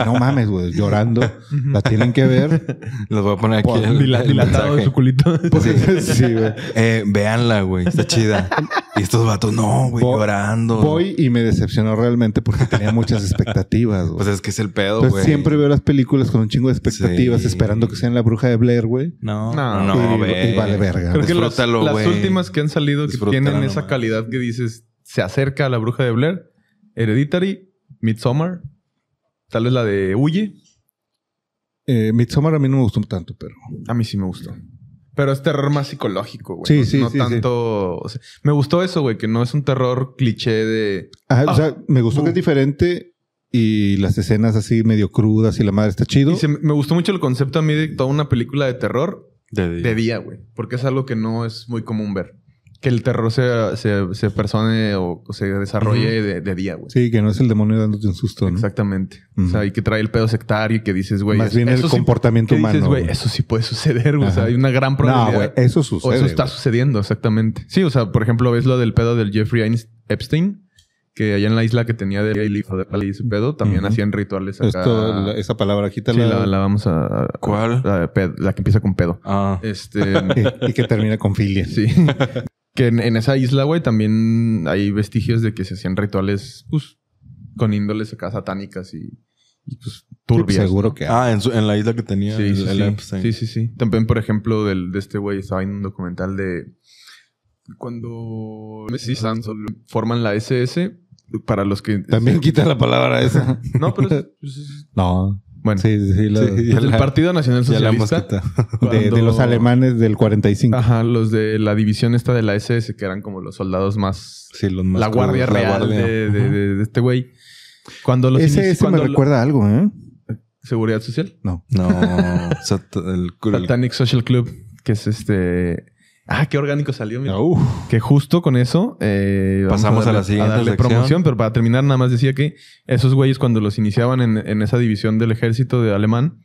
Speaker 1: no mames, güey, llorando,
Speaker 2: Ujú.
Speaker 1: la tienen que ver.
Speaker 3: Los voy a poner aquí.
Speaker 1: Pon- *laughs*
Speaker 3: el-
Speaker 2: Dila-
Speaker 3: el
Speaker 2: dilatado de
Speaker 3: mensaje.
Speaker 2: su culito.
Speaker 1: Porque- Pues *laughs* sí, güey.
Speaker 3: Eh, véanla, güey. Está chida. y estos vatos, no, güey,
Speaker 1: Voy-
Speaker 3: llorando.
Speaker 1: Voy y me decepcionó realmente porque tenía
Speaker 2: *laughs*
Speaker 1: muchas expectativas, güey.
Speaker 3: Pues es que es el pedo, güey.
Speaker 1: Entonces siempre veo las películas con un chingo de expectativas,
Speaker 3: Sí.
Speaker 1: esperando que sean la bruja de Blair, güey.
Speaker 3: No,
Speaker 2: No.
Speaker 3: no,
Speaker 1: y,
Speaker 3: ve.
Speaker 1: y vale verga.
Speaker 2: Creo que las-
Speaker 3: Disfrútalo,
Speaker 2: las,
Speaker 3: güey.
Speaker 2: últimas que han salido que
Speaker 3: Disfrútala
Speaker 2: tienen esa
Speaker 3: nomás.
Speaker 2: calidad que dices, se acerca a la bruja de Blair, Hereditary, Midsommar, tal vez la de Huye.
Speaker 1: Eh, Midsommar a mí no me gustó tanto, pero...
Speaker 2: A mí sí me gustó. Pero es terror más psicológico, güey.
Speaker 1: Sí, sí,
Speaker 2: No
Speaker 1: sí,
Speaker 2: tanto. o sea, me gustó eso, güey, que no es un terror cliché de.
Speaker 1: Ajá,
Speaker 2: Ah.
Speaker 1: o sea, me gustó que es diferente y las escenas así medio crudas y la madre está chido.
Speaker 2: Y se- me gustó mucho el concepto a mí de toda una película de terror
Speaker 3: De
Speaker 2: de día, güey. Porque es algo que no es muy común ver. Que el terror se, se, se persone o, o se desarrolle de, de día, güey.
Speaker 1: Sí, que no es el demonio dándote un susto, ¿no?
Speaker 2: Exactamente. O
Speaker 1: Ujú.
Speaker 2: sea, y que trae el pedo sectario y que dices, güey.
Speaker 1: Más
Speaker 2: es-
Speaker 1: bien el
Speaker 2: eso sí-
Speaker 1: comportamiento
Speaker 2: que
Speaker 1: humano.
Speaker 2: dices, güey,
Speaker 1: güey.
Speaker 2: eso sí puede suceder, güey. O sea,
Speaker 1: Ajá.
Speaker 2: hay una gran
Speaker 1: no,
Speaker 2: probabilidad.
Speaker 1: güey, eso sucede.
Speaker 2: O eso está
Speaker 1: güey.
Speaker 2: sucediendo, exactamente. Sí, o sea, por ejemplo, ves lo del pedo del Jeffrey Einst- Epstein, que allá en la isla que tenía de el hijo de la y su pedo, también
Speaker 1: Ujú.
Speaker 2: hacían rituales acá.
Speaker 1: Esto, la- esa palabra,
Speaker 2: Ah. Sí,
Speaker 1: quítala.
Speaker 2: la, la vamos a... a-
Speaker 3: ¿Cuál?
Speaker 2: La, de ped- la que empieza con pedo.
Speaker 3: Ah.
Speaker 2: Este...
Speaker 1: *laughs* Y, y que termina con filia.
Speaker 2: sí. *laughs* que en, en esa isla, güey, también hay vestigios de que se hacían rituales, pues, con índoles acá satánicas y, y, pues, turbias.
Speaker 1: Seguro que
Speaker 3: Ah, en, su- en la isla que tenía
Speaker 2: Sí,
Speaker 3: el,
Speaker 2: sí,
Speaker 3: el
Speaker 2: sí.
Speaker 3: Epstein.
Speaker 2: Sí, sí, sí. También, por ejemplo, del, de este güey, estaba en un documental de cuando Messi y Sansol forman la SS, para los que...
Speaker 1: También *laughs* quita la palabra esa.
Speaker 2: No, pero... es- pues, es-
Speaker 1: *laughs* No.
Speaker 2: bueno,
Speaker 1: Sí, sí, sí, la-
Speaker 3: Sí, ya
Speaker 2: Pues el
Speaker 3: la-
Speaker 2: Partido Nacional
Speaker 3: ya la
Speaker 2: Socialista... *laughs*
Speaker 3: mosqueta.
Speaker 1: de, de los
Speaker 2: cuando- Ah,
Speaker 1: alemanes del 45.
Speaker 2: Ajá, los de la división esta de la SS, que eran como los soldados más...
Speaker 3: Sí, los más
Speaker 2: la guardia
Speaker 3: crudos, la
Speaker 2: real
Speaker 3: guardia.
Speaker 2: de, de- de- de este güey. Cuando los...
Speaker 1: ese
Speaker 2: inici-
Speaker 1: ese me
Speaker 2: cuando lo-
Speaker 1: recuerda a algo, ¿eh?
Speaker 2: Seguridad Social.
Speaker 3: No, sat- el, el-
Speaker 2: Satanic Social Club, que es este... Ah, qué orgánico salió, mira.
Speaker 1: Uf.
Speaker 2: Que justo con eso eh, vamos
Speaker 3: Pasamos a
Speaker 2: darle-
Speaker 3: la siguiente
Speaker 2: darle
Speaker 3: sección.
Speaker 2: promoción, pero para terminar nada más decía que esos güeyes cuando los iniciaban en, en esa división del ejército de alemán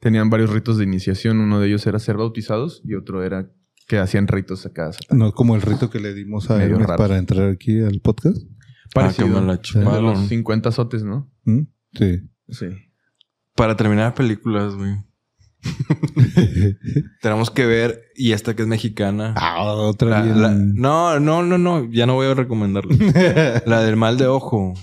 Speaker 2: tenían varios ritos de iniciación. Uno de ellos era ser bautizados y otro era que hacían ritos acá.
Speaker 3: Ah,
Speaker 1: No como el rito que le dimos a
Speaker 2: Medio
Speaker 1: Hermes
Speaker 2: raro.
Speaker 1: para entrar aquí al podcast.
Speaker 3: Ah, que
Speaker 2: Parecido.
Speaker 3: me la
Speaker 2: de los
Speaker 3: chuparon.
Speaker 2: 50 azotes, ¿no?
Speaker 1: ¿Mm? Sí. *laughs*
Speaker 2: Sí.
Speaker 3: Para terminar películas, güey. Tenemos que ver, y esta que es mexicana.
Speaker 1: Ah, otra
Speaker 3: La-
Speaker 1: bien.
Speaker 3: la- no, no, no, no. Ya no voy
Speaker 1: *laughs*
Speaker 3: a recomendarla. la del mal de ojo.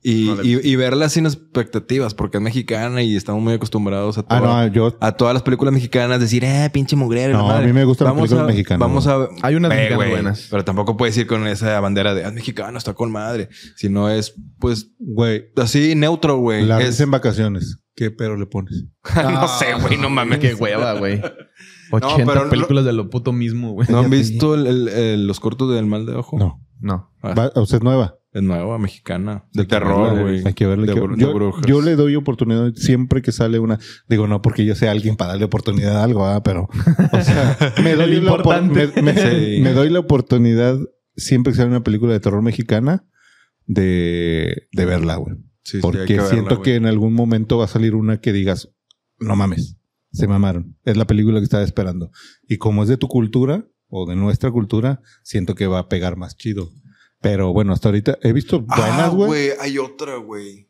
Speaker 3: Y,
Speaker 2: No la he
Speaker 3: y- y verla sin expectativas, porque es mexicana y estamos muy acostumbrados a,
Speaker 1: Ah,
Speaker 3: todo-
Speaker 1: no, yo.
Speaker 3: a todas las películas mexicanas. Decir, eh, pinche mugrero. y la
Speaker 1: No,
Speaker 3: madre".
Speaker 1: a mí me gustan las
Speaker 3: a,
Speaker 1: películas mexicanas,
Speaker 3: Vamos a...
Speaker 2: Hay unas
Speaker 3: Eh,
Speaker 2: mexicanas
Speaker 3: güey,
Speaker 2: buenas.
Speaker 3: Pero tampoco puedes ir con esa bandera de, ah, es mexicano, está con madre. Si no es, pues,
Speaker 1: Güey,
Speaker 3: así neutro, güey.
Speaker 1: la
Speaker 3: Es-
Speaker 1: ves
Speaker 3: *laughs*
Speaker 1: en vacaciones. ¿Qué pero le pones?
Speaker 3: no sé, güey, no
Speaker 1: *laughs*
Speaker 3: mames.
Speaker 2: Qué hueva, *laughs* güey. 80
Speaker 3: pero no-
Speaker 2: películas de lo puto mismo, güey.
Speaker 3: ¿No han
Speaker 1: Cállate.
Speaker 3: visto el- el- el- los cortos del mal de ojo?
Speaker 1: No.
Speaker 2: No.
Speaker 3: Ah.
Speaker 1: Va- o sea, es nueva.
Speaker 3: Es nueva, mexicana. De
Speaker 1: Hay que
Speaker 3: terror,
Speaker 1: verla,
Speaker 3: güey.
Speaker 1: Hay que verla.
Speaker 3: De
Speaker 1: hay que-
Speaker 3: bru- de
Speaker 1: yo,
Speaker 3: brujas.
Speaker 1: yo le doy oportunidad siempre que sale una. Digo, no porque yo sea alguien para darle oportunidad a algo, ah, pero. O sea,
Speaker 3: *laughs*
Speaker 1: me doy,
Speaker 2: El
Speaker 1: la, opor-
Speaker 2: importante.
Speaker 1: me- me-
Speaker 3: Sí.
Speaker 1: me doy la oportunidad siempre que sale una película de terror mexicana de, de verla, güey.
Speaker 3: Sí, sí, hay
Speaker 1: Porque
Speaker 3: que verla,
Speaker 1: siento
Speaker 3: güey.
Speaker 1: que en algún momento va a salir una que digas, no mames, se mamaron. Es la película que estaba esperando. Y como es de tu cultura o de nuestra cultura, siento que va a pegar más chido. Pero bueno, hasta ahorita he visto
Speaker 3: Ah,
Speaker 1: buenas, güey.
Speaker 3: güey, hay otra, güey.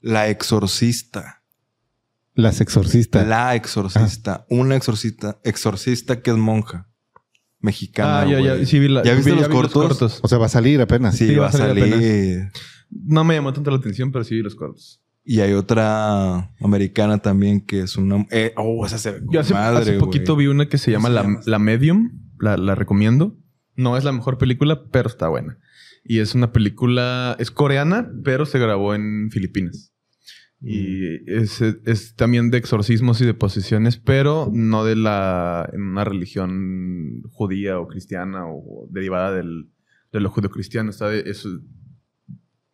Speaker 3: La exorcista.
Speaker 1: Las exorcistas.
Speaker 3: La exorcista. Una exorcista. Exorcista que es monja. Mexicana,
Speaker 2: Ah, ya, ya.
Speaker 3: güey.
Speaker 2: Sí, vi la-
Speaker 3: ¿Ya viste
Speaker 2: vi-
Speaker 3: los
Speaker 2: vi
Speaker 3: cortos?
Speaker 1: O sea, va a salir apenas.
Speaker 3: Sí,
Speaker 2: sí,
Speaker 3: va a salir.
Speaker 2: No me llamó tanto la atención, pero sí vi los cortos.
Speaker 3: Y hay otra americana también que es una... eh, oh, esa se ve
Speaker 2: Yo
Speaker 3: con
Speaker 2: hace,
Speaker 3: madre,
Speaker 2: hace poquito
Speaker 3: güey.
Speaker 2: vi una que se llama
Speaker 3: ¿Cómo
Speaker 2: la,
Speaker 3: se llama?
Speaker 2: La Medium. La, la recomiendo. No es la mejor película, pero está buena. Y es una película... Es coreana, pero se grabó en Filipinas.
Speaker 3: Mm.
Speaker 2: Y es, es también de exorcismos y de posesiones, pero no de la... En una religión judía o cristiana o derivada del, de lo judio-cristiano. Está de... Es,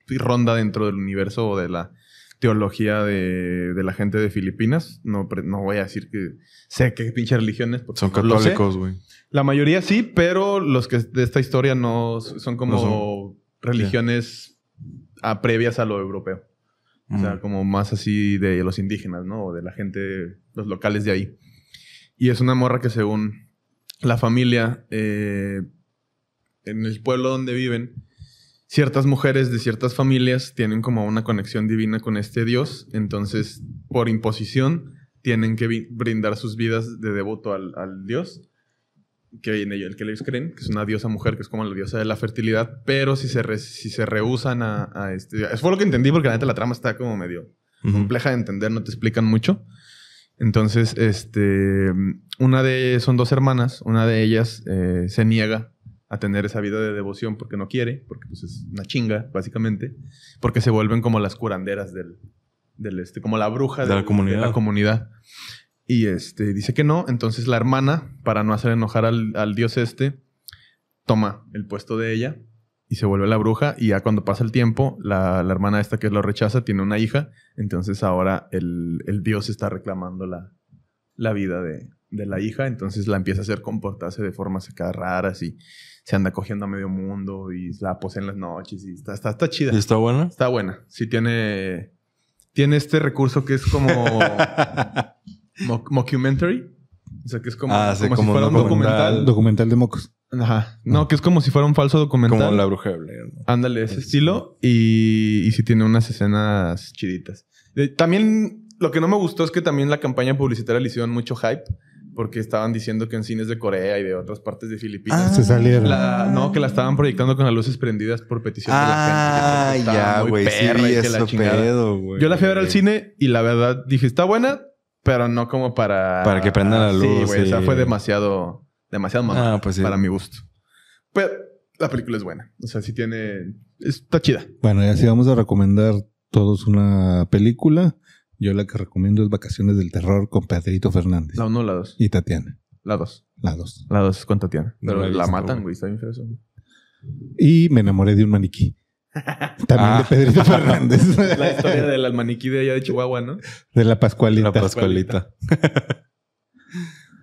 Speaker 2: y ronda dentro del universo o de la teología de, de la gente de Filipinas. No, pre- no voy a decir que sé qué pinche religiones. porque
Speaker 3: Son
Speaker 2: no lo sé.
Speaker 3: católicos, güey.
Speaker 2: La mayoría sí, pero los que de esta historia no s- son como
Speaker 3: No son.
Speaker 2: religiones ah, previas a lo europeo. O sea,
Speaker 3: Mm.
Speaker 2: como más así de los indígenas, ¿no? O de la gente, los locales de ahí. Y es una morra que según la familia, eh, en el pueblo donde viven, ciertas mujeres de ciertas familias tienen como una conexión divina con este dios. Entonces, por imposición, tienen que vi- brindar sus vidas de devoto al, al dios. Que en ello, el que ellos creen, que es una diosa mujer, que es como la diosa de la fertilidad, pero si se, re- si se rehusan a, a este. Eso fue lo que entendí, porque la neta la trama está como medio
Speaker 3: Ujú.
Speaker 2: compleja de entender, no te explican mucho. Entonces, este, una de son dos hermanas, una de ellas eh, se niega a tener esa vida de devoción porque no quiere, porque pues, es una chinga, básicamente, porque se vuelven como las curanderas del, del este, como la bruja
Speaker 3: De la comunidad.
Speaker 2: la comunidad. Y este, dice que no. Entonces la hermana, para no hacer enojar al, al dios este, toma el puesto de ella y se vuelve la bruja. Y ya cuando pasa el tiempo, la, la hermana esta que lo rechaza tiene una hija. Entonces ahora el, el dios está reclamando la, la vida de, de la hija. Entonces la empieza a hacer comportarse de formas acá raras y se anda cogiendo a medio mundo y la posee en las noches. Y está, está, está chida.
Speaker 3: ¿Y está buena?
Speaker 2: Está buena. Sí tiene... Tiene este recurso que es
Speaker 3: *laughs*
Speaker 2: como... mo- mockumentary. O sea, que es como,
Speaker 3: Ah, sí,
Speaker 2: como si
Speaker 3: como
Speaker 2: fuera un documental.
Speaker 3: documental. Mm.
Speaker 1: Documental de mocos.
Speaker 2: Ajá. No, que es como si fuera un falso documental.
Speaker 3: Como la bruja de Blair. ¿no?
Speaker 2: Ándale, ese
Speaker 3: Sí.
Speaker 2: estilo. Y, y sí tiene unas escenas chiditas. Eh, También lo que no me gustó es que también la campaña publicitaria le hicieron mucho hype. Porque estaban diciendo que en cines de Corea y de otras partes de Filipinas.
Speaker 1: se salieron.
Speaker 2: Ah, la- no, que la estaban proyectando con las luces prendidas por petición
Speaker 3: Ah,
Speaker 2: de la gente. Yo creo que estaba
Speaker 3: ya,
Speaker 2: muy
Speaker 3: güey. Sí,
Speaker 2: perra
Speaker 3: vi
Speaker 2: y que la
Speaker 3: ese
Speaker 2: chingada.
Speaker 3: pedo, güey.
Speaker 2: Yo la fui a ver al cine y la verdad dije, está buena, pero no como para...
Speaker 3: Para que prenda la
Speaker 2: Sí,
Speaker 3: luz,
Speaker 2: güey. O sea,
Speaker 3: sí.
Speaker 2: fue demasiado... Demasiado mamá.
Speaker 3: Ah, pues sí.
Speaker 2: Para mi gusto. Pero la película es buena. O sea, sí tiene... Está chida.
Speaker 1: Bueno, y así vamos a recomendar todos una película. Yo la que recomiendo es Vacaciones del Terror con Pedrito Fernández
Speaker 2: La 1 la 2.
Speaker 1: y Tatiana,
Speaker 2: La 2.
Speaker 1: las dos.
Speaker 2: La 2 es con Tatiana.
Speaker 3: No
Speaker 2: Pero
Speaker 3: la he
Speaker 2: la
Speaker 3: visto,
Speaker 2: matan,
Speaker 3: güey.
Speaker 2: güey. Está bien feo eso. güey.
Speaker 1: Y me enamoré de un
Speaker 2: *laughs*
Speaker 1: maniquí. También de
Speaker 3: Ah.
Speaker 1: Pedrito Fernández.
Speaker 2: La historia del maniquí de allá de Chihuahua, ¿no?
Speaker 1: de la Pascualita.
Speaker 3: La Pascualita.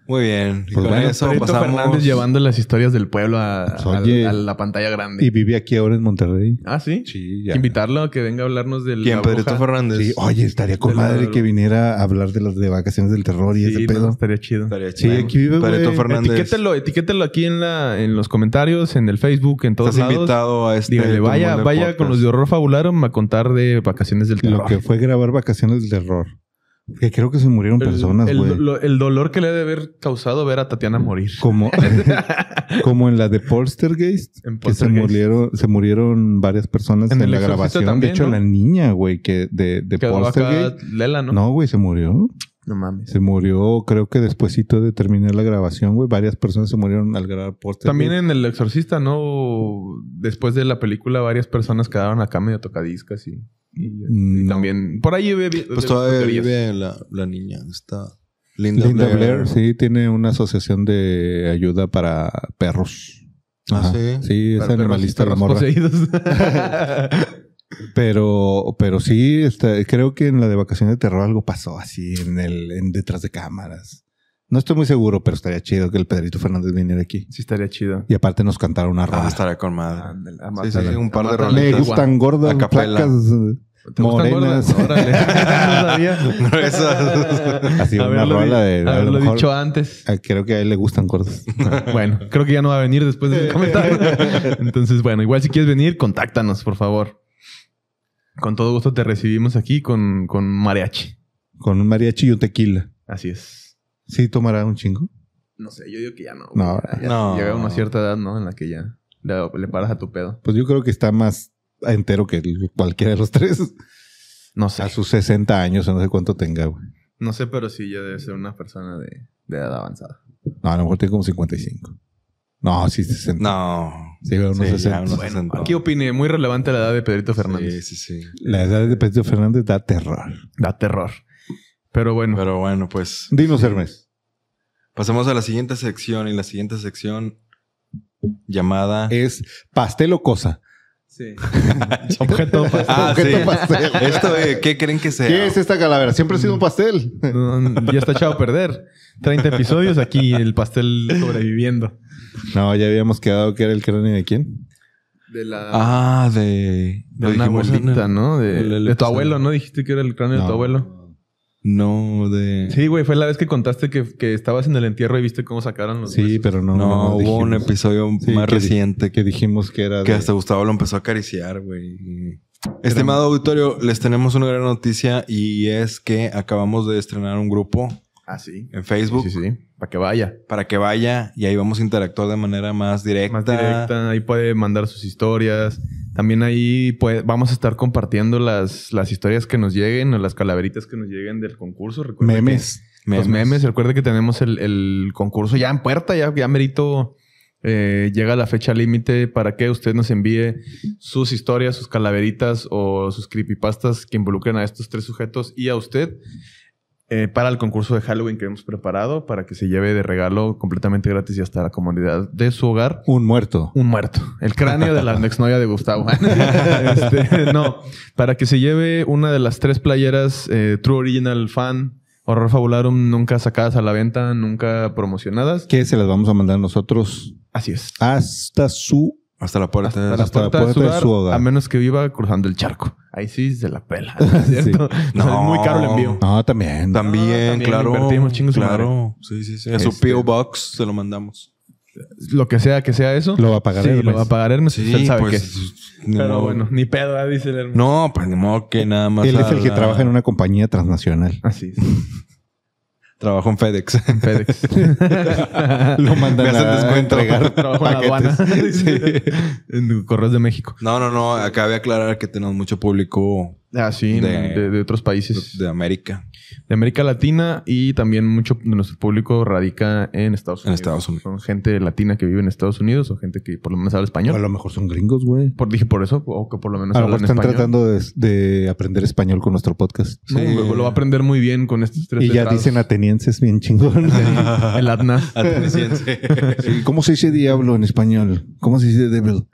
Speaker 3: Muy bien. Y
Speaker 1: Pues
Speaker 3: con
Speaker 1: bueno,
Speaker 3: eso
Speaker 2: Pedrito
Speaker 3: pasamos.
Speaker 2: Fernández llevando las historias del pueblo a,
Speaker 1: Pues,
Speaker 2: a-
Speaker 1: oye.
Speaker 2: a la pantalla grande.
Speaker 1: Y vive aquí ahora en Monterrey.
Speaker 2: Ah, ¿sí?
Speaker 1: Sí,
Speaker 2: Hay que Invitarlo a que venga a hablarnos del...
Speaker 3: ¿Quién? Pedrito Fernández.
Speaker 1: Sí, oye, estaría con
Speaker 2: De la-
Speaker 1: madre que viniera a hablar de las de Vacaciones del Terror y ese
Speaker 2: Sí, no,
Speaker 1: pedo.
Speaker 2: estaría chido.
Speaker 3: Estaría
Speaker 1: Sí,
Speaker 3: chido.
Speaker 1: aquí vive,
Speaker 3: Pedrito
Speaker 1: güey.
Speaker 3: Fernández.
Speaker 2: Etiquételo, etiquételo aquí en la, en los comentarios, en el Facebook, en todos
Speaker 3: Estás
Speaker 2: lados.
Speaker 3: invitado a este.
Speaker 2: Díganle, vaya,
Speaker 3: Tumor de
Speaker 2: vaya
Speaker 3: Podcast.
Speaker 2: con los de horror fabularon a contar de vacaciones del terror.
Speaker 1: Lo que fue grabar Vacaciones del Terror. Que creo que se murieron
Speaker 2: El-
Speaker 1: personas,
Speaker 2: el,
Speaker 1: güey.
Speaker 2: lo- el dolor que le ha de haber causado ver a Tatiana morir. *laughs*
Speaker 1: Como, como en la de Poltergeist,
Speaker 2: En
Speaker 1: que se
Speaker 2: Poltergeist.
Speaker 1: murieron, se murieron varias personas
Speaker 2: En
Speaker 1: en,
Speaker 2: El
Speaker 1: la
Speaker 2: Exorcista
Speaker 1: grabación.
Speaker 2: también,
Speaker 1: de hecho,
Speaker 2: ¿no?
Speaker 1: la niña, güey, que de, de
Speaker 2: Quedó acá
Speaker 1: Poltergeist.
Speaker 2: Lela, ¿no?
Speaker 1: No, güey, se murió.
Speaker 2: No mames.
Speaker 1: Se murió, creo que despuesito de terminar la grabación, güey. Varias personas se murieron al grabar Poltergeist.
Speaker 2: También en El Exorcista, ¿no? Después de la película, varias personas quedaron acá medio tocadiscas y, y- y
Speaker 1: No.
Speaker 2: también. Por ahí vive.
Speaker 3: Pues todavía vive la, la niña. Está. Linda,
Speaker 1: Linda Blair, sí, tiene una asociación de ayuda para perros.
Speaker 3: Ah,
Speaker 1: Ajá.
Speaker 3: sí.
Speaker 1: Sí, es
Speaker 2: Pero- pero
Speaker 1: animalista
Speaker 2: los
Speaker 1: la morra.
Speaker 2: poseídos.
Speaker 1: *laughs*
Speaker 2: *laughs*
Speaker 1: Pero, pero sí, está- creo que en la de vacaciones de terror algo pasó así en el, en detrás de cámaras. No estoy muy seguro, pero estaría chido que el Pedrito Fernández viniera aquí.
Speaker 2: sí, estaría chido.
Speaker 1: Y aparte nos cantara una
Speaker 3: Ah,
Speaker 1: rola.
Speaker 3: estará con madre.
Speaker 2: Ándale,
Speaker 3: Sí, sí,
Speaker 2: amátala.
Speaker 3: un par de
Speaker 2: Amátala.
Speaker 3: rolitas.
Speaker 1: Me gustan gordas,
Speaker 3: A capela.
Speaker 1: flacas,
Speaker 2: ¿Te gustan
Speaker 1: morenas.
Speaker 2: gordas?
Speaker 1: *laughs*
Speaker 2: Órale. No sabía. *laughs*
Speaker 3: No, esas.
Speaker 1: Así una
Speaker 2: Haberlo
Speaker 1: rola
Speaker 2: di-
Speaker 1: de- a lo
Speaker 2: haberlo
Speaker 1: mejor-
Speaker 2: dicho antes.
Speaker 1: Ah, Creo que a él le gustan gordas.
Speaker 2: *laughs* Bueno, creo que ya no va a venir después de ese
Speaker 3: *laughs*
Speaker 2: comentario. Entonces, bueno, igual si quieres venir, contáctanos, por favor. Con todo gusto te recibimos aquí con, con mariachi.
Speaker 1: Con un mariachi y un tequila.
Speaker 2: Así es.
Speaker 1: Sí, tomará un chingo.
Speaker 2: No sé, yo digo que ya no.
Speaker 1: No.
Speaker 2: güey. Ya- ya
Speaker 3: No.
Speaker 2: Llega una cierta edad, ¿no? En la que ya le, le paras a tu pedo.
Speaker 1: Pues yo creo que está más entero que el- cualquiera de los tres.
Speaker 2: No sé.
Speaker 1: A sus 60 años, o no sé cuánto tenga, güey.
Speaker 2: No sé, pero sí ya debe ser una persona de, de edad avanzada.
Speaker 1: No, a lo mejor tiene como 55. No, sí, 60.
Speaker 3: No.
Speaker 1: Sí, güey, unos
Speaker 3: Sí, ya,
Speaker 1: 60.
Speaker 3: unos
Speaker 2: Bueno,
Speaker 3: 60.
Speaker 2: aquí opine, muy relevante la edad de Pedrito Fernández.
Speaker 3: Sí, sí, sí.
Speaker 1: La edad de Pedro Fernández da terror.
Speaker 2: Da terror. Pero bueno,
Speaker 3: Pero bueno, pues.
Speaker 1: Dinos, Hermes.
Speaker 3: Pasamos a la siguiente sección. Y la siguiente sección. Llamada.
Speaker 1: Es pastel o cosa.
Speaker 2: sí. objeto
Speaker 1: pues,
Speaker 2: pastel.
Speaker 3: Ah,
Speaker 1: *laughs*
Speaker 3: sí.
Speaker 1: Objeto pastel.
Speaker 3: *laughs* Esto, eh, ¿qué creen que sea? Mm.
Speaker 1: ¿Qué es esta calavera? Siempre ha sido un pastel.
Speaker 2: No, *laughs* no, ya está echado a perder. 30 episodios aquí el
Speaker 3: *laughs*
Speaker 2: pastel sobreviviendo.
Speaker 1: No, ya habíamos quedado que era el cráneo de quién.
Speaker 2: De la
Speaker 3: Ah, de.
Speaker 2: de
Speaker 3: lo
Speaker 2: una
Speaker 3: dijimos en
Speaker 2: abuelita,
Speaker 3: el-
Speaker 2: ¿no? De,
Speaker 3: el- el
Speaker 2: de tu
Speaker 3: episodio.
Speaker 2: abuelo, ¿no? Dijiste que era el cráneo de tu
Speaker 1: No.
Speaker 2: abuelo.
Speaker 3: No, de.
Speaker 2: Sí, güey, fue la vez que contaste que, que estabas en el entierro y viste cómo sacaron los
Speaker 1: Sí,
Speaker 2: huesos.
Speaker 1: pero no.
Speaker 3: Pues, No, hubo
Speaker 1: dijimos.
Speaker 3: un episodio
Speaker 1: Sí,
Speaker 3: más
Speaker 1: que di-
Speaker 3: reciente que,
Speaker 1: que dijimos que era.
Speaker 3: que
Speaker 1: de-
Speaker 3: hasta Gustavo lo empezó a acariciar, güey. Estimado auditorio, les tenemos una gran noticia y es que acabamos de estrenar un grupo
Speaker 2: Ah, sí.
Speaker 3: en Facebook
Speaker 2: Sí, sí, Para que vaya.
Speaker 3: para que vaya y ahí vamos a interactuar de manera más directa.
Speaker 2: Más directa. Ahí puede mandar sus historias. También ahí puede- vamos a estar compartiendo las, las historias que nos lleguen o las calaveritas que nos lleguen del concurso. Recuerda que-
Speaker 1: memes.
Speaker 2: Los memes, recuerde que tenemos el, el concurso ya en puerta, ya, ya merito eh, llega la fecha límite para que usted nos envíe sus historias, sus calaveritas o sus creepypastas que involucren a estos tres sujetos y a usted. eh, para el concurso de Halloween que hemos preparado para que se lleve de regalo completamente gratis y hasta la comunidad de su hogar
Speaker 1: Un muerto.
Speaker 2: un muerto. El cráneo de la exnovia de Gustavo. *laughs* Este, no, para que se lleve una de las tres playeras eh, True Original Fan, Horror Fabularum, nunca sacadas a la venta, nunca promocionadas.
Speaker 1: Que se las vamos a mandar nosotros
Speaker 2: Así es.
Speaker 1: hasta su.
Speaker 3: Hasta la puerta.
Speaker 2: Hasta, la
Speaker 1: hasta la
Speaker 2: puerta de su
Speaker 1: puerta de
Speaker 2: hogar,
Speaker 1: su hogar.
Speaker 2: A menos que viva cruzando el charco. Ahí sí se la pela. ¿no *laughs* es ¿cierto?
Speaker 3: No.
Speaker 2: Sale muy caro el envío.
Speaker 1: No, también.
Speaker 3: Ah, También,
Speaker 2: también
Speaker 3: claro.
Speaker 2: invertimos, chingue su
Speaker 3: claro. Sí, sí, sí. A su
Speaker 2: Este-
Speaker 3: P.O. Box se lo mandamos.
Speaker 2: Lo que sea que sea eso.
Speaker 1: Lo va a pagar
Speaker 2: Sí,
Speaker 1: Hermes.
Speaker 2: lo va a pagar Hermes. Él sabe que
Speaker 3: pues, ni
Speaker 2: Pero
Speaker 3: modo.
Speaker 2: bueno, ni pedo, ¿eh? dice el Hermes.
Speaker 3: No, pues ni modo que nada más.
Speaker 1: Él es el
Speaker 3: a
Speaker 1: que
Speaker 3: la-
Speaker 1: trabaja en una compañía transnacional.
Speaker 2: Así es.
Speaker 3: Trabajo en FedEx. *laughs*
Speaker 2: FedEx. *laughs*
Speaker 1: Lo mandan
Speaker 3: Me hacen
Speaker 1: a
Speaker 3: descuento.
Speaker 1: entregar
Speaker 2: Trabajo en la aduana.
Speaker 1: paquetes.
Speaker 2: *laughs* En Correos de México.
Speaker 3: No, no, no. Acabé de aclarar que tenemos mucho público
Speaker 2: Ah, sí,
Speaker 3: De-
Speaker 2: de, de otros
Speaker 3: de,
Speaker 2: países de,
Speaker 3: de América.
Speaker 2: América Latina y también mucho de nuestro público radica en Estados
Speaker 3: En
Speaker 2: Unidos.
Speaker 3: Estados Unidos.
Speaker 2: Son gente latina que vive en Estados Unidos o gente que por lo menos habla
Speaker 1: O a
Speaker 2: español.
Speaker 1: lo mejor son gringos, güey.
Speaker 2: Por, dije por eso, o que por lo menos
Speaker 1: A lo
Speaker 2: hablan
Speaker 1: mejor están
Speaker 2: español.
Speaker 1: tratando de, de aprender español con nuestro podcast.
Speaker 2: No,
Speaker 3: Sí.
Speaker 2: güey, lo va a aprender muy bien con estos tres
Speaker 1: Y ya
Speaker 2: letrados.
Speaker 1: dicen atenienses bien chingón.
Speaker 2: *laughs* El Atnas.
Speaker 3: *laughs* Ateniense.
Speaker 1: Sí, *laughs* ¿Cómo se dice diablo en español? ¿Cómo se dice devil?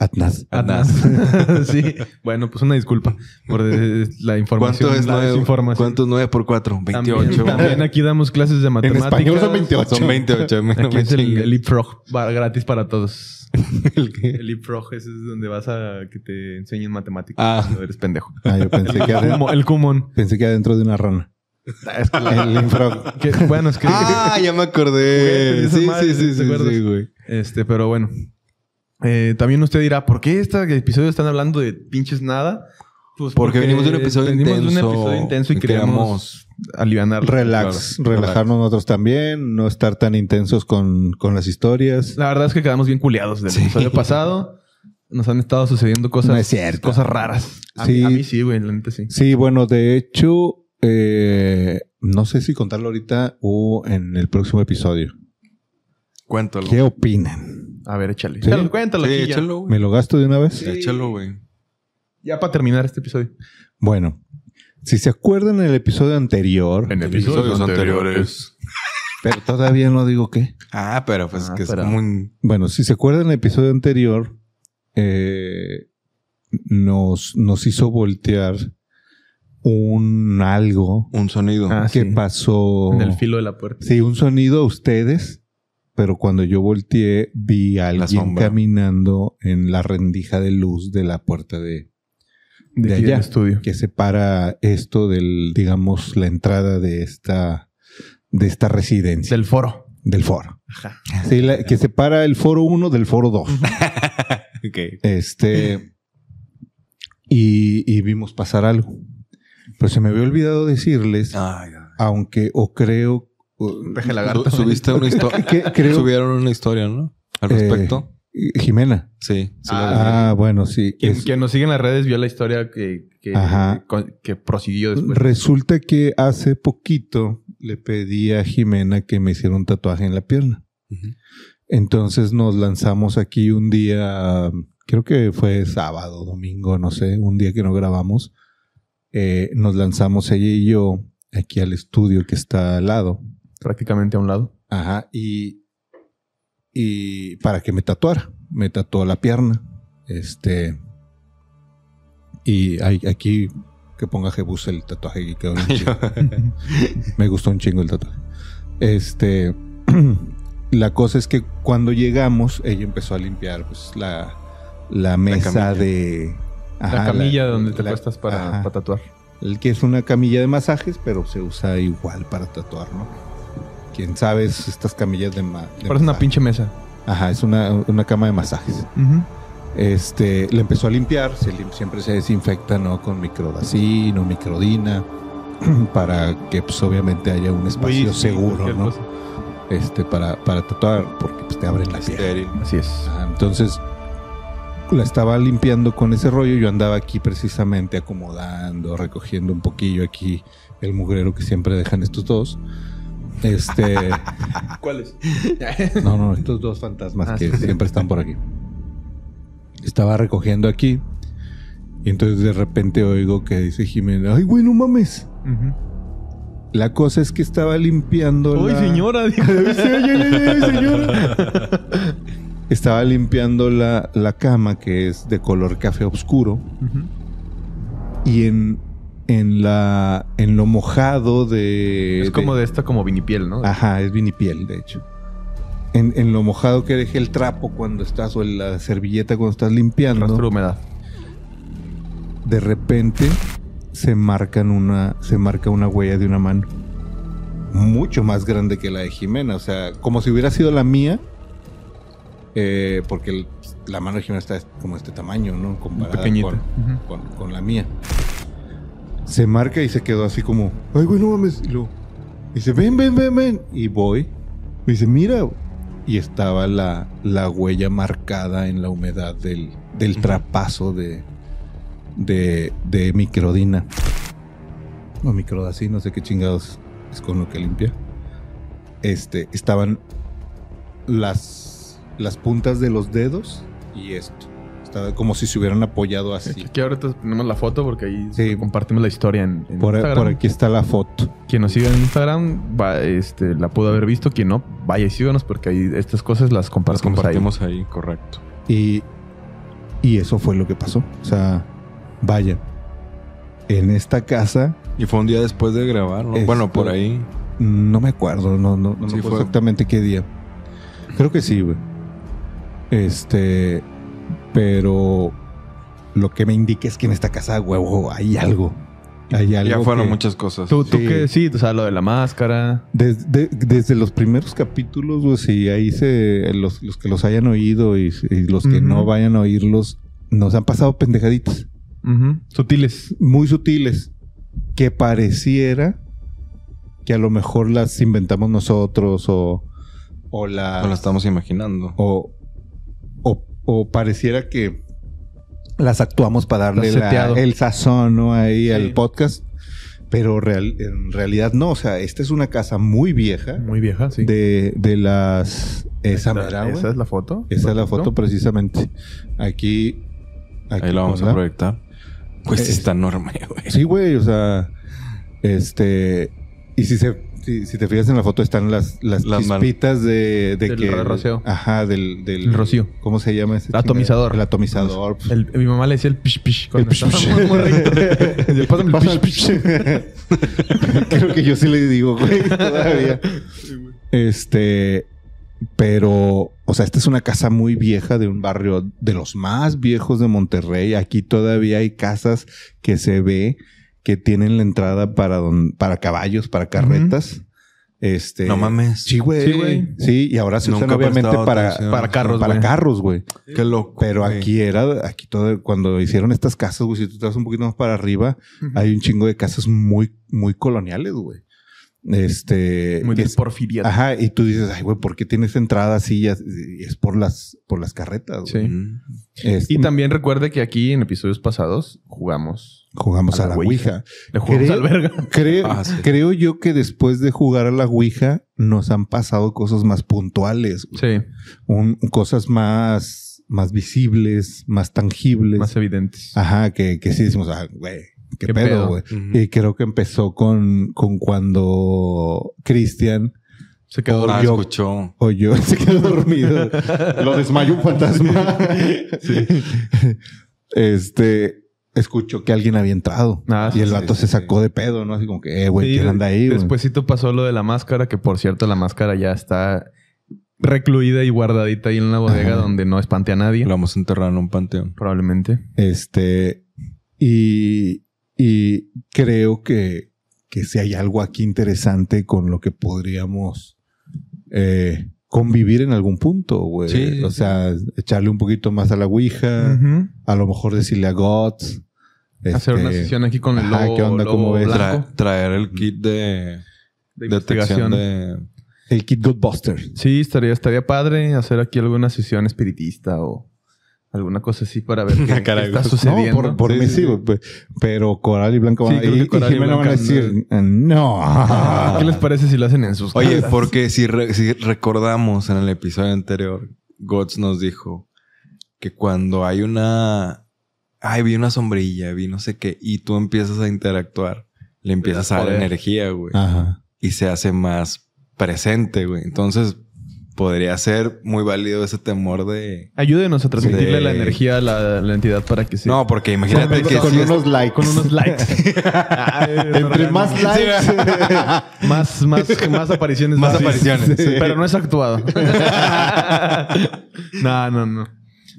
Speaker 1: Atnas.
Speaker 2: Atnas. *laughs* sí. Bueno, pues una disculpa por eh, la información.
Speaker 3: ¿Cuánto es
Speaker 2: la
Speaker 3: 9?
Speaker 2: desinformación.
Speaker 3: ¿Cuánto es 9 por 4?
Speaker 2: También,
Speaker 3: 28.
Speaker 2: también aquí damos clases de
Speaker 1: En
Speaker 2: matemáticas.
Speaker 1: español son 28.
Speaker 3: *laughs* Son 28. me-
Speaker 2: Aquí
Speaker 3: me
Speaker 2: es el,
Speaker 3: chingué.
Speaker 2: el leapfrog para- gratis para todos.
Speaker 3: *laughs* ¿El qué?
Speaker 2: El leapfrog ese es donde vas a que te enseñen matemáticas.
Speaker 3: Ah.
Speaker 2: cuando eres pendejo.
Speaker 1: Ah, yo pensé que, aden-
Speaker 2: Como el cumón.
Speaker 1: pensé que adentro de una rana. El infra-
Speaker 2: Que- bueno, es que.
Speaker 3: *laughs* Ah, ya me
Speaker 2: Juguetes y
Speaker 3: acordé.
Speaker 2: esas
Speaker 3: Sí, sí,
Speaker 2: madres,
Speaker 3: sí,
Speaker 2: ¿te
Speaker 3: sí,
Speaker 2: acuerdas?
Speaker 3: sí, güey.
Speaker 2: Este, pero bueno. Eh, también usted dirá, ¿por qué este episodio están hablando de pinches nada? Pues
Speaker 3: Porque venimos de un episodio
Speaker 2: venimos de
Speaker 3: intenso
Speaker 2: un episodio intenso y
Speaker 3: y
Speaker 2: queríamos alivianar.
Speaker 1: Relax,
Speaker 3: Claro,
Speaker 1: relajarnos nosotros también, no estar tan intensos con, con las historias.
Speaker 2: La verdad es que quedamos bien culeados del episodio pasado. Nos han estado sucediendo cosas,
Speaker 1: No es cierto.
Speaker 2: cosas raras. A,
Speaker 1: Sí.
Speaker 2: mí, a mí sí, güey, la neta sí.
Speaker 1: Sí, bueno, de hecho, eh, no sé si contarlo ahorita o en el próximo episodio.
Speaker 3: Cuéntalo.
Speaker 1: ¿Qué opinan?
Speaker 2: A ver, échale.
Speaker 1: Sí.
Speaker 2: Échalo, Cuéntalo
Speaker 3: Sí,
Speaker 2: aquí ya.
Speaker 3: échalo, güey.
Speaker 1: ¿Me lo gasto de una vez?
Speaker 3: Échalo, güey.
Speaker 2: Ya para terminar este episodio.
Speaker 1: Bueno, si se acuerdan en el episodio anterior,
Speaker 2: En episodios anteriores.
Speaker 1: *laughs* pero todavía no digo qué.
Speaker 3: Ah, pero pues
Speaker 2: Ah,
Speaker 3: que es
Speaker 2: pero-
Speaker 3: como un...
Speaker 1: Bueno, si se acuerdan en el episodio anterior, eh, nos, nos hizo voltear un algo
Speaker 3: un sonido. *laughs*
Speaker 2: Ah,
Speaker 1: que
Speaker 2: sí.
Speaker 1: pasó.
Speaker 2: En el filo de la puerta.
Speaker 1: Sí, un sonido a ustedes, pero cuando yo volteé vi a alguien
Speaker 3: sombra.
Speaker 1: caminando en la rendija de luz de la puerta de
Speaker 2: De,
Speaker 1: De
Speaker 2: aquí del
Speaker 1: allá.
Speaker 2: estudio.
Speaker 1: que separa esto del, digamos, la entrada de esta de esta residencia
Speaker 2: Del foro.
Speaker 1: del foro.
Speaker 2: Ajá.
Speaker 1: Sí, la- que separa el foro 1 del foro 2.
Speaker 3: Ok.
Speaker 1: Este y, y vimos pasar algo. Pero se me había olvidado decirles,
Speaker 3: Ay, ay.
Speaker 1: aunque o creo
Speaker 2: Peje lagarto.
Speaker 3: Su- Subiste
Speaker 2: *laughs*
Speaker 3: una historia.
Speaker 1: que creo
Speaker 3: *laughs* Subieron una historia, ¿no? Al
Speaker 1: Eh,
Speaker 3: respecto.
Speaker 1: Jimena.
Speaker 3: sí. sí la-
Speaker 1: Ah, bueno, sí.
Speaker 2: Quien,
Speaker 1: es-
Speaker 2: quien nos sigue en las redes vio la historia que, que,
Speaker 1: Ajá.
Speaker 2: con- que prosiguió después.
Speaker 1: Resulta que hace poquito le pedí a Jimena que me hiciera un tatuaje en la pierna.
Speaker 3: *laughs* Ujú.
Speaker 1: Entonces nos lanzamos aquí un día, creo que fue sábado, domingo, no sé, un día que no grabamos. Eh, nos lanzamos ella y yo aquí al estudio que está al lado.
Speaker 2: Prácticamente a un lado.
Speaker 1: Ajá, y, y para que me tatuara. Me tatuó la pierna. Este. Y hay- aquí que ponga Jebus el tatuaje que quedó bien
Speaker 3: *laughs*
Speaker 1: chido. Me gustó un chingo el tatuaje. Este. *clears throat* la cosa es que cuando llegamos, ella empezó a limpiar pues, la, la mesa
Speaker 3: camilla.
Speaker 1: de.
Speaker 2: la
Speaker 1: ajá,
Speaker 2: camilla donde te
Speaker 1: la-
Speaker 2: acuestas para,
Speaker 1: ajá.
Speaker 2: para tatuar.
Speaker 1: El que es una camilla de masajes, pero se usa igual para tatuar, ¿no? Quién sabe es estas camillas de, ma de
Speaker 2: Parece una
Speaker 1: masaje.
Speaker 2: pinche mesa.
Speaker 1: Ajá, es una, una cama de masajes. Este, le empezó a limpiar, se lim- siempre se desinfecta, ¿no? Con microdacin o microdina, *clears throat* para que pues obviamente haya un espacio
Speaker 2: Uy, sí,
Speaker 1: seguro,
Speaker 2: cualquier
Speaker 1: ¿no?
Speaker 2: cosa.
Speaker 1: Este, para, para tatuar, porque pues te abren la piel.
Speaker 3: Estéril.
Speaker 2: Así es.
Speaker 1: Ajá, entonces la estaba limpiando con ese rollo. Yo andaba aquí precisamente acomodando, recogiendo un poquillo aquí el mugrero que siempre dejan estos dos. Este,
Speaker 2: *laughs* ¿Cuál es?
Speaker 1: no, no, estos dos fantasmas
Speaker 2: Ah,
Speaker 1: que
Speaker 2: sí, sí.
Speaker 1: siempre están por aquí. Estaba recogiendo aquí y entonces de repente oigo que dice Jimena, ay, güey, no mames. La cosa es que estaba limpiando.
Speaker 2: ¡Uy,
Speaker 1: la-
Speaker 2: señora! dijo. *laughs*
Speaker 1: Estaba limpiando la, la cama, que es de color café oscuro. Y en, en, la, en lo mojado de. Ah,
Speaker 2: es como de esta, como vinipiel, ¿no?
Speaker 1: Ajá, es vinipiel, de hecho. En, en lo mojado que dejé el trapo cuando estás o la servilleta cuando estás limpiando,
Speaker 2: Rastro de humedad.
Speaker 1: de repente se marcan una se marca una huella de una mano mucho más grande que la de Jimena, o sea, como si hubiera sido la mía, eh, porque el- la mano de Jimena está como este tamaño, ¿no? Comparada
Speaker 2: Pequeñita.
Speaker 1: con, con, con la mía. Se marca y se quedó así como, ay, güey, no mames. Y luego, dice, ven, ven, ven, ven. Y voy. Me dice, mira. Y estaba la, la huella marcada en la humedad del, del trapazo de, de, de microdina. O microdacin, no sé qué chingados es con lo que limpia. Este, estaban las, las puntas de los dedos y esto. Estaba como si se hubieran apoyado así.
Speaker 2: Aquí ahorita ponemos la foto porque ahí
Speaker 1: Sí.
Speaker 2: compartimos la historia en, en
Speaker 1: Por,
Speaker 2: Instagram.
Speaker 1: por aquí está la foto.
Speaker 2: Quien nos siga en Instagram va, este, la pudo haber visto. Quien no, vaya y síganos porque ahí estas cosas las
Speaker 3: Las
Speaker 2: compartimos,
Speaker 3: compartimos ahí, correcto.
Speaker 1: Y, y eso fue lo que pasó. O sea, vaya. En esta casa,
Speaker 3: Y fue un día después de grabar, ¿no?
Speaker 1: Esto-
Speaker 3: Bueno, por ahí.
Speaker 1: no me acuerdo, no, no, no me
Speaker 3: Sí,
Speaker 1: acuerdo
Speaker 3: fue-
Speaker 1: exactamente qué día. Creo que sí, güey. Este, pero lo que me indica es que en esta casa, huevo, hay algo. Hay algo.
Speaker 3: Ya fueron
Speaker 1: que-
Speaker 3: muchas cosas.
Speaker 2: ahí. Tú, tú
Speaker 1: Sí.
Speaker 2: que sí, o sea, lo de la máscara.
Speaker 1: Des- de- desde los primeros capítulos, güey, si ahí se. Los, los que los hayan oído y, y los que
Speaker 2: Ujú.
Speaker 1: no vayan a oírlos, nos han pasado pendejaditas.
Speaker 2: Ujú. Sutiles.
Speaker 1: muy sutiles que pareciera que a lo mejor las inventamos nosotros o, o las-
Speaker 3: No la estamos imaginando.
Speaker 1: o, o- o pareciera que las actuamos para darle
Speaker 2: Las
Speaker 1: la-
Speaker 2: seteado.
Speaker 1: el sazón ¿no? ahí
Speaker 2: Sí.
Speaker 1: al podcast, pero real- en realidad no. O sea, esta es una casa muy vieja
Speaker 2: Muy vieja, sí.
Speaker 1: de, de las esa,
Speaker 2: Esta-
Speaker 1: mira, güey.
Speaker 2: esa es la foto.
Speaker 1: Esa es la foto precisamente. Aquí, aquí
Speaker 3: Ahí la vamos
Speaker 1: ponla.
Speaker 3: a proyectar. Pues
Speaker 1: Eh,
Speaker 3: está enorme, güey.
Speaker 1: Sí, güey, o sea, este, y si se, si, si te fijas en la foto están las, las,
Speaker 3: Las man-
Speaker 1: chispitas de, de
Speaker 2: Del
Speaker 1: que,
Speaker 2: roceo.
Speaker 1: ajá, del, del,
Speaker 2: El rocío.
Speaker 1: ¿cómo se llama ese?
Speaker 2: Atomizador.
Speaker 1: chingado? El atomizador. pues.
Speaker 2: El- mi mamá le decía el pish pish cuando
Speaker 1: pish,
Speaker 2: estábamos
Speaker 1: pish. *laughs*
Speaker 2: morritos. Y el pásame el
Speaker 1: Pasa
Speaker 2: pish, pish.
Speaker 1: pish. *laughs* Creo que yo sí le digo, güey,
Speaker 2: *laughs*
Speaker 1: todavía. Este, pero, o sea, esta es una casa muy vieja de un barrio de los más viejos de Monterrey. Aquí todavía hay casas que se ve que tienen la entrada para, don- para caballos, para carretas. Este,
Speaker 3: No mames.
Speaker 1: Sí, güey.
Speaker 2: Sí, güey.
Speaker 1: Sí, y ahora se
Speaker 3: Nunca
Speaker 1: usan
Speaker 3: he
Speaker 1: obviamente
Speaker 3: prestado
Speaker 1: para,
Speaker 3: atención.
Speaker 2: Para carros,
Speaker 1: Para
Speaker 2: güey.
Speaker 1: carros, güey.
Speaker 3: Qué loco.
Speaker 1: Pero
Speaker 3: güey.
Speaker 1: aquí era, aquí todo, cuando hicieron estas casas, güey, si tú te vas un poquito más para arriba, hay un chingo de casas muy, muy coloniales, güey. Este.
Speaker 2: Muy
Speaker 1: que
Speaker 2: del
Speaker 1: es-
Speaker 2: porfiriato.
Speaker 1: Ajá, y tú dices, ay, güey, ¿por qué tienes entrada así? Y as- y es por las, por las carretas, güey.
Speaker 2: Sí.
Speaker 3: Mm.
Speaker 1: Este,
Speaker 2: Y también recuerde que aquí en episodios pasados jugamos.
Speaker 1: jugamos a, la Ouija.
Speaker 2: Le jugamos
Speaker 1: Creo- *laughs*
Speaker 2: al verga.
Speaker 1: Creo,
Speaker 3: Ah, sí.
Speaker 1: creo yo que después de jugar a la Ouija, nos han pasado cosas más puntuales, güey.
Speaker 2: Sí,
Speaker 1: Un- cosas más, más visibles, más tangibles.
Speaker 2: más evidentes.
Speaker 1: Ajá, que, que sí decimos, ah, güey, qué,
Speaker 2: ¿Qué pedo?
Speaker 1: pedo, güey.
Speaker 3: Ujú.
Speaker 1: Y creo que empezó con, con cuando Cristian
Speaker 2: Se quedó
Speaker 3: Ah,
Speaker 2: dormido.
Speaker 3: escuchó.
Speaker 1: o yo *laughs* se quedó dormido. Lo desmayó un fantasma. Este escuchó que alguien había entrado.
Speaker 2: Ah,
Speaker 1: y el
Speaker 2: sí,
Speaker 1: vato
Speaker 3: sí,
Speaker 1: se
Speaker 3: sí.
Speaker 1: sacó de pedo, ¿no? Así como que, eh, güey,
Speaker 2: Sí,
Speaker 1: ¿quién anda ahí? güey?
Speaker 2: Despuésito pasó lo de la máscara, que por cierto la máscara ya está recluida y guardadita ahí en la bodega
Speaker 1: Ajá.
Speaker 2: donde no espante a nadie.
Speaker 3: Lo vamos a enterrar en un panteón.
Speaker 2: Probablemente.
Speaker 1: Este, y, y creo que, que si hay algo aquí interesante con lo que podríamos eh, convivir en algún punto, güey.
Speaker 3: Sí,
Speaker 1: o
Speaker 3: sí.
Speaker 1: sea, echarle un poquito más a la Ouija,
Speaker 2: Ujú.
Speaker 1: a lo mejor decirle a Gods.
Speaker 2: Hacer una sesión aquí con el
Speaker 1: este, ajá,
Speaker 2: lobo,
Speaker 1: ¿qué onda?
Speaker 2: lobo
Speaker 1: ¿Cómo ves?
Speaker 3: Tra-
Speaker 2: blanco
Speaker 3: traer el kit de
Speaker 2: de
Speaker 3: detección
Speaker 2: investigación.
Speaker 3: de.
Speaker 1: El Kid Godbuster.
Speaker 2: Sí, estaría, estaría padre hacer aquí alguna sesión espiritista o alguna cosa así para
Speaker 1: *laughs*
Speaker 2: ver qué,
Speaker 3: Ah, caray,
Speaker 2: qué está
Speaker 3: güey.
Speaker 2: sucediendo.
Speaker 1: por, por
Speaker 3: Sí,
Speaker 1: mí
Speaker 3: sí,
Speaker 1: sí,
Speaker 3: sí.
Speaker 1: güey, pe- pero Coral y Blanca
Speaker 2: Sí,
Speaker 1: van,
Speaker 2: creo
Speaker 1: y,
Speaker 2: que
Speaker 1: y
Speaker 2: Coral y
Speaker 1: Jimena van a
Speaker 2: Blanca
Speaker 1: decir, no.
Speaker 2: *laughs* ¿Qué les parece si lo hacen en sus
Speaker 3: Oye,
Speaker 2: casas?
Speaker 3: porque si, re- si recordamos en el episodio anterior, Gods nos dijo que cuando hay una. Ay, vi una sombrilla, vi no sé qué, y tú empiezas a interactuar le empiezas a dar
Speaker 2: Poder.
Speaker 3: energía, güey.
Speaker 1: Ajá.
Speaker 3: Y se hace más presente, güey. Entonces, podría ser muy válido ese temor de...
Speaker 2: Ayúdenos a transmitirle
Speaker 3: Sí.
Speaker 2: la energía a la, la entidad para que se...
Speaker 3: No, porque imagínate
Speaker 1: Con-
Speaker 3: que
Speaker 1: con
Speaker 3: si es-
Speaker 1: unos likes.
Speaker 2: con unos
Speaker 3: *laughs*
Speaker 2: likes.
Speaker 1: Entre más *laughs* likes.
Speaker 2: más, más, más apariciones.
Speaker 3: Más
Speaker 2: Sí,
Speaker 3: apariciones.
Speaker 2: sí, sí. Pero no es
Speaker 3: *laughs*
Speaker 2: actuado. no, no, no.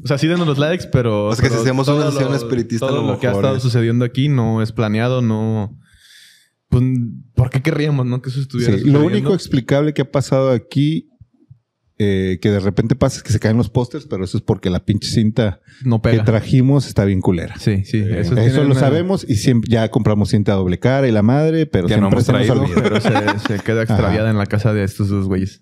Speaker 2: O sea, sí denos los likes, pero...
Speaker 3: O sea, que
Speaker 2: pero
Speaker 3: si hacemos una
Speaker 2: todo
Speaker 3: sesión
Speaker 2: lo-
Speaker 3: espiritista, a
Speaker 2: Todo
Speaker 3: lo
Speaker 2: lo que ha
Speaker 3: mejor
Speaker 2: estado
Speaker 3: es-
Speaker 2: sucediendo aquí no es planeado, no... Pues, ¿Por qué querríamos, no? Que eso estuviera
Speaker 1: Sí, lo
Speaker 2: sucediendo?
Speaker 1: único explicable que ha pasado aquí, eh, que de repente pasa es que se caen los pósters, pero eso es porque la pinche cinta
Speaker 2: No
Speaker 1: que
Speaker 2: pega.
Speaker 1: trajimos está bien culera.
Speaker 2: Sí, sí.
Speaker 1: Eso,
Speaker 2: Eso, tiene
Speaker 1: lo
Speaker 2: una-
Speaker 1: sabemos y siempre ya compramos cinta doble cara y la madre, pero
Speaker 3: Que no
Speaker 1: siempre
Speaker 3: hemos
Speaker 1: se nos
Speaker 3: traído.
Speaker 1: olvida.
Speaker 2: *laughs* Pero se, se queda extraviada en la casa de estos dos güeyes.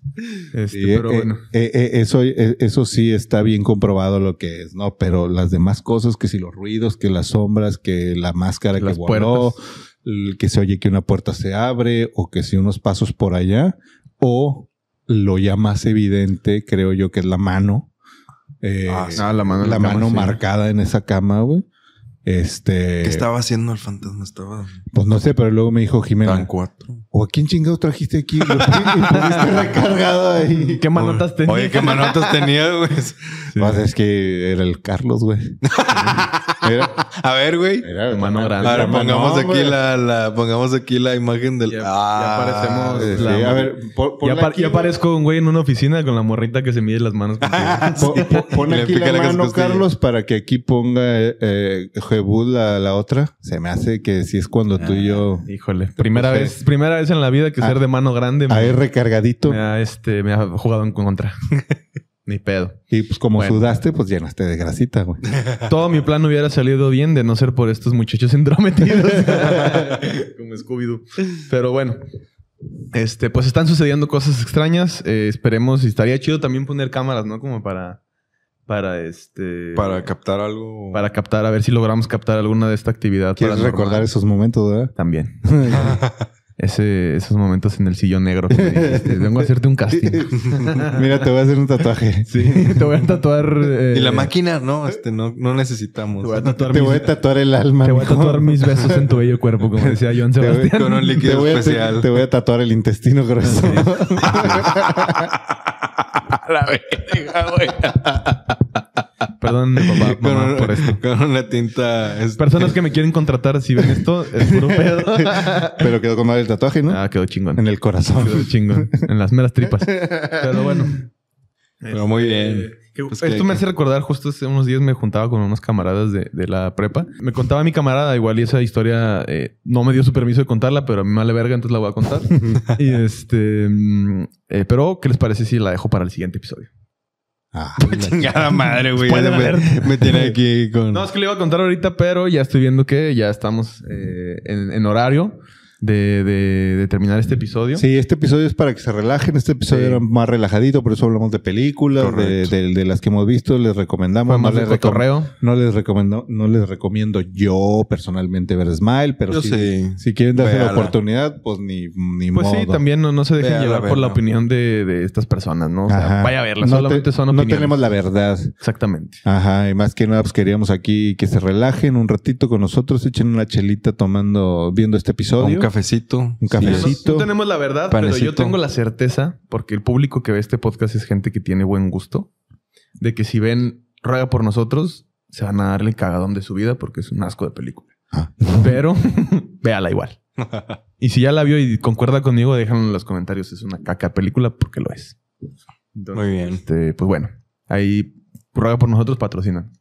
Speaker 2: Este,
Speaker 1: Sí,
Speaker 2: pero
Speaker 1: eh,
Speaker 2: bueno.
Speaker 1: eh, eh, eso, eh, eso sí está bien comprobado lo que es, ¿no? Pero las demás cosas, que si los ruidos, que las sombras, que la máscara
Speaker 2: Las
Speaker 1: que voló, l- que se oye que una puerta se abre, o que si unos pasos por allá, o lo ya más evidente, creo yo, que es la mano. eh,
Speaker 3: Ah, sí.
Speaker 2: Ah, la mano, en
Speaker 1: la
Speaker 2: cama,
Speaker 1: mano
Speaker 2: sí.
Speaker 1: marcada en esa cama, güey. Este.
Speaker 3: ¿Qué estaba haciendo el fantasma? Estaba...
Speaker 1: Pues no sé, pero luego me dijo
Speaker 3: Estaban
Speaker 1: Jimena.
Speaker 3: cuatro.
Speaker 1: ¿O a quién chingado trajiste aquí? *laughs* Y lo- y pusiste recargado ahí.
Speaker 2: ¿Qué manotas tenía?
Speaker 3: Oye, ¿qué manotas tenía, güey?
Speaker 1: Pues es que era el Carlos,
Speaker 2: *laughs*
Speaker 1: güey. Era,
Speaker 3: A ver, güey.
Speaker 1: era
Speaker 2: Mano grande.
Speaker 3: Ahora pongamos
Speaker 1: No,
Speaker 3: aquí
Speaker 1: güey.
Speaker 3: la, la- pongamos aquí la imagen del.
Speaker 2: Ya- ya
Speaker 3: Ah,
Speaker 2: aparecemos.
Speaker 1: Sí,
Speaker 2: La-
Speaker 1: Este, a ver, pon,
Speaker 2: Y
Speaker 1: ponle aquí,
Speaker 2: aparezco un güey en una oficina con la morrita que se mide las *laughs* manos. contigo.
Speaker 1: pon- pon- pon
Speaker 3: Le
Speaker 1: aquí la
Speaker 3: pica la
Speaker 1: mano,
Speaker 3: costilla.
Speaker 1: Carlos, para que aquí ponga eh, Jebud la, la otra. Se me hace que si es cuando tú y yo
Speaker 2: Híjole, primera
Speaker 1: puse-
Speaker 2: vez, primera vez en la vida que
Speaker 1: Ah.
Speaker 2: ser de mano grande me,
Speaker 1: ahí recargadito.
Speaker 2: me ha, este, me ha jugado en contra. *laughs* Ni pedo.
Speaker 1: Y pues como
Speaker 2: Bueno.
Speaker 1: sudaste, pues llenaste de grasita, güey.
Speaker 2: Todo mi plan hubiera salido bien de no ser por estos muchachos entrometidos. *laughs* Como Scooby-Doo. Pero bueno. Este, pues están sucediendo cosas extrañas. eh, esperemos. Y estaría chido también poner cámaras, ¿no? Como para. Para este.
Speaker 3: Para captar algo.
Speaker 2: para captar, a ver si logramos captar alguna de esta actividad.
Speaker 1: Quieres
Speaker 2: paranormal.
Speaker 1: recordar esos momentos, ¿verdad? *laughs*
Speaker 2: También. Ese, esos momentos en el sillón negro. que me dijiste. Vengo a hacerte un casting.
Speaker 1: *laughs* Mira, te voy a hacer un tatuaje.
Speaker 2: *laughs* Sí, te voy a tatuar. eh,
Speaker 3: Y la máquina, no, este, no, no necesitamos.
Speaker 2: Te voy a tatuar,
Speaker 1: Te
Speaker 2: mis,
Speaker 1: voy a tatuar el alma.
Speaker 2: te voy a
Speaker 1: mijo.
Speaker 2: tatuar mis besos en tu bello cuerpo, como decía Joan
Speaker 1: Te voy-
Speaker 2: Sebastián.
Speaker 3: Con un líquido
Speaker 1: Te voy, a,
Speaker 3: especial.
Speaker 1: te voy a tatuar el intestino grueso.
Speaker 3: la verga, güey.
Speaker 1: *laughs*
Speaker 2: Perdón, papá,
Speaker 3: Con,
Speaker 2: mamá,
Speaker 3: un-
Speaker 2: por esto.
Speaker 3: con una tinta. este,
Speaker 2: Personas que me quieren contratar, si ven esto, es
Speaker 1: *laughs*
Speaker 2: puro pedo.
Speaker 1: Pero quedó con mal el tatuaje, ¿no?
Speaker 2: Ah, quedó chingón.
Speaker 1: en el corazón.
Speaker 2: Quedó chingón. En las meras tripas. Pero bueno.
Speaker 3: Pero muy bien.
Speaker 2: Que-
Speaker 3: Pues
Speaker 2: Esto
Speaker 3: que-
Speaker 2: me hace recordar, justo hace unos días me juntaba con unos camaradas de, de la prepa. Me contaba mi camarada, igual y esa historia eh, no me dio su permiso de contarla, pero a mí me vale verga, entonces la voy
Speaker 1: *laughs*
Speaker 2: a contar. y este, mm, eh, pero, ¿qué les parece si la dejo para el siguiente episodio?
Speaker 1: Ah.
Speaker 2: pues,
Speaker 3: Chingada madre, güey.
Speaker 2: Spoiler
Speaker 3: Me,
Speaker 2: alert.
Speaker 3: *laughs* me tiene aquí con.
Speaker 2: No, es que le iba a contar ahorita, pero ya estoy viendo que ya estamos eh, en, en horario de, de- de terminar este episodio.
Speaker 1: Sí, este episodio es para que se relajen. Este episodio
Speaker 2: Sí.
Speaker 1: era más relajadito, por eso hablamos de películas, de,
Speaker 3: Correcto.
Speaker 1: de- de las que hemos visto, les recomendamos.
Speaker 2: Fue más
Speaker 1: no,
Speaker 2: de
Speaker 1: les recom-
Speaker 2: cotorreo.
Speaker 1: no les recomiendo, no les recomiendo yo personalmente ver Smile, pero
Speaker 3: Yo
Speaker 1: sí-
Speaker 3: sí.
Speaker 1: si quieren darse la
Speaker 3: Véala.
Speaker 1: oportunidad, pues ni, ni
Speaker 2: Pues
Speaker 1: modo.
Speaker 2: sí, también no, no se dejen
Speaker 3: Véala,
Speaker 2: llevar por
Speaker 3: véala.
Speaker 2: la opinión de, de estas personas, ¿no? O sea,
Speaker 1: Ajá.
Speaker 2: vaya a verla,
Speaker 1: No te-
Speaker 2: solamente son
Speaker 1: No
Speaker 2: opiniones.
Speaker 1: tenemos la verdad.
Speaker 2: Exactamente.
Speaker 1: Ajá, y más que nada, pues queríamos aquí que se relajen un ratito con nosotros, echen una chelita tomando, viendo este
Speaker 3: Un
Speaker 1: episodio.
Speaker 3: cafecito.
Speaker 1: Un cafecito.
Speaker 2: No, no tenemos la verdad, pero
Speaker 3: Panecito.
Speaker 2: yo tengo la certeza, porque el público que ve este podcast es gente que tiene buen gusto, de que si ven Ruega por nosotros, se van a darle el cagadón de su vida porque es un asco de película.
Speaker 1: Ah.
Speaker 2: Pero *laughs* véala igual. Y si ya la vio y concuerda conmigo, déjalo en los comentarios. Es una caca de película porque lo es. Entonces,
Speaker 3: Muy bien.
Speaker 2: este, pues bueno, ahí ruega por nosotros, patrocinan.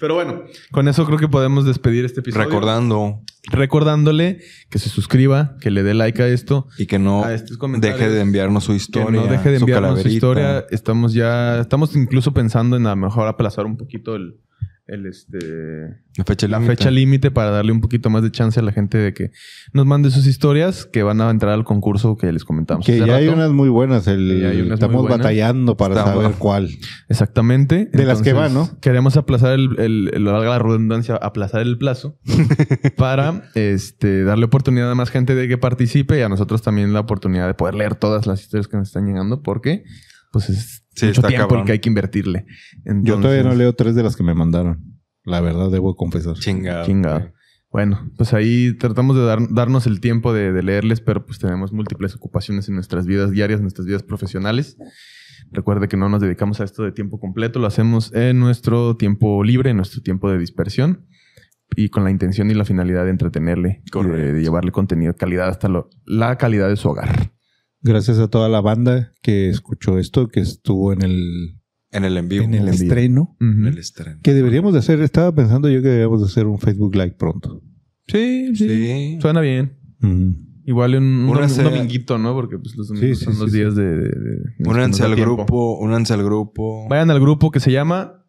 Speaker 2: Pero bueno, con eso creo que podemos despedir este episodio.
Speaker 3: Recordando
Speaker 2: Recordándole que se suscriba, que le dé like a esto,
Speaker 3: y que no
Speaker 2: a estos comentarios.
Speaker 3: deje de enviarnos su
Speaker 2: que
Speaker 3: historia.
Speaker 2: no deje de
Speaker 3: su
Speaker 2: enviarnos su
Speaker 3: calaverita.
Speaker 2: historia. Estamos ya, estamos incluso pensando en a lo mejor aplazar un poquito el, el, este,
Speaker 3: La fecha
Speaker 2: la
Speaker 3: límite.
Speaker 2: fecha límite para darle un poquito más de chance a la gente de que nos mande sus historias que van a entrar al concurso que les comentamos.
Speaker 1: Que
Speaker 2: hace
Speaker 1: ya hay
Speaker 2: rato.
Speaker 1: unas muy buenas. El,
Speaker 2: Que ya hay unas muy
Speaker 1: estamos
Speaker 2: buenas.
Speaker 1: batallando para
Speaker 3: Estamos-
Speaker 1: saber cuál.
Speaker 2: Exactamente.
Speaker 1: De las que va, ¿no?
Speaker 2: Queremos aplazar el, el, el- valga la redundancia, aplazar
Speaker 1: *laughs*
Speaker 2: el plazo para este, darle oportunidad a más gente de que participe y a nosotros también la oportunidad de poder leer todas las historias que nos están llegando porque pues es
Speaker 3: Sí,
Speaker 2: mucho
Speaker 3: está
Speaker 2: tiempo
Speaker 3: cabrón.
Speaker 2: el que hay que invertirle.
Speaker 1: Yo
Speaker 2: Entonces,
Speaker 1: todavía no leo tres de las que me mandaron. La verdad, debo confesar.
Speaker 3: Chingado.
Speaker 2: Chingado. Bueno, pues ahí tratamos de dar- darnos el tiempo de, de leerles, pero pues tenemos múltiples ocupaciones en nuestras vidas diarias, nuestras vidas profesionales. Recuerde que no nos dedicamos a esto de tiempo completo, lo hacemos en nuestro tiempo libre, en nuestro tiempo de dispersión y con la intención y la finalidad de entretenerle, y de- de,
Speaker 3: Correcto.
Speaker 2: llevarle contenido de calidad hasta lo- la calidad de su hogar.
Speaker 1: Gracias a toda la banda que escuchó esto, que estuvo en el,
Speaker 3: En el en vivo.
Speaker 1: en el
Speaker 2: envío.
Speaker 1: estreno.
Speaker 2: Ujú.
Speaker 3: En el estreno.
Speaker 1: Que deberíamos de hacer, estaba pensando yo que deberíamos de hacer un Facebook Live pronto.
Speaker 2: Sí, sí,
Speaker 3: Sí.
Speaker 2: Suena bien.
Speaker 1: Mm.
Speaker 2: Igual en un, dom-
Speaker 3: Únanse
Speaker 2: un
Speaker 3: a-
Speaker 2: dominguito, ¿no? Porque pues, los domingos
Speaker 1: sí,
Speaker 2: son
Speaker 1: sí,
Speaker 2: los
Speaker 1: sí.
Speaker 2: días de... de- de- nos- nos
Speaker 3: Únanse
Speaker 2: da
Speaker 3: al
Speaker 2: tiempo.
Speaker 3: grupo. Únanse al grupo.
Speaker 2: Vayan al grupo que se llama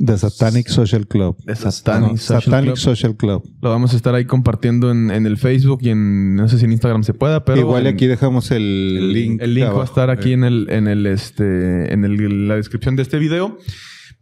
Speaker 1: The Satanic Social Club.
Speaker 2: The Satanic,
Speaker 1: No,
Speaker 2: Social
Speaker 1: Satanic
Speaker 2: Club.
Speaker 1: Social Club.
Speaker 2: Lo vamos a estar ahí compartiendo en, en el Facebook y en, no sé si en Instagram se pueda, pero...
Speaker 1: Igual
Speaker 2: en-
Speaker 1: aquí dejamos el,
Speaker 3: el
Speaker 1: link.
Speaker 2: El link va a
Speaker 1: abajo.
Speaker 2: estar aquí en el, en el este, en el- la descripción de este video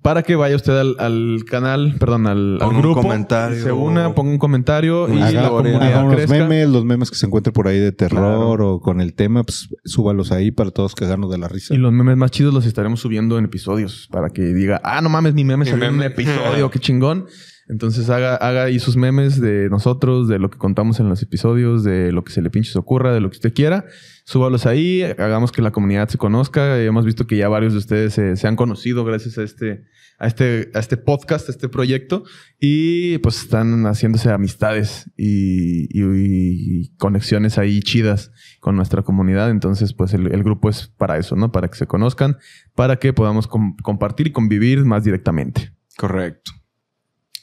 Speaker 2: para que vaya usted al, al canal, perdón, al, al
Speaker 3: Ponga un
Speaker 2: grupo.
Speaker 3: comentario.
Speaker 2: Se una, ponga un comentario y
Speaker 3: Haga-
Speaker 2: la
Speaker 1: Haga, haga
Speaker 2: comunidad
Speaker 1: unos
Speaker 2: crezca.
Speaker 1: memes, los memes que se encuentren por ahí de terror
Speaker 2: Claro.
Speaker 1: o con el tema, pues súbalos ahí para todos cagarnos de la risa.
Speaker 2: Y los memes más chidos los estaremos subiendo en episodios para que diga, ah, no mames, mi meme
Speaker 3: Mi
Speaker 2: salió en un
Speaker 3: meme".
Speaker 2: episodio, qué chingón. Entonces haga, haga ahí sus memes de nosotros, de lo que contamos en los episodios, de lo que se le pinche se ocurra, de lo que usted quiera. Súbalos ahí, hagamos que la comunidad se conozca. Hemos visto que ya varios de ustedes se, se han conocido gracias a este, a este, a este podcast, a este proyecto. Y pues están haciéndose amistades y, y- y conexiones ahí chidas con nuestra comunidad. Entonces, pues el, el grupo es para eso, ¿no? Para que se conozcan, para que podamos com- compartir y convivir más directamente.
Speaker 3: Correcto.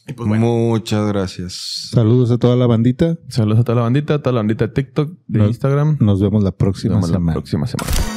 Speaker 2: Y pues bueno,
Speaker 3: Muchas gracias.
Speaker 1: Saludos a toda la bandita.
Speaker 2: saludos a toda la bandita, a toda la bandita de TikTok, de
Speaker 1: Nos-
Speaker 2: Instagram.
Speaker 1: Nos vemos la
Speaker 2: Nos
Speaker 1: próxima
Speaker 2: vemos la
Speaker 1: semana.
Speaker 2: próxima semana.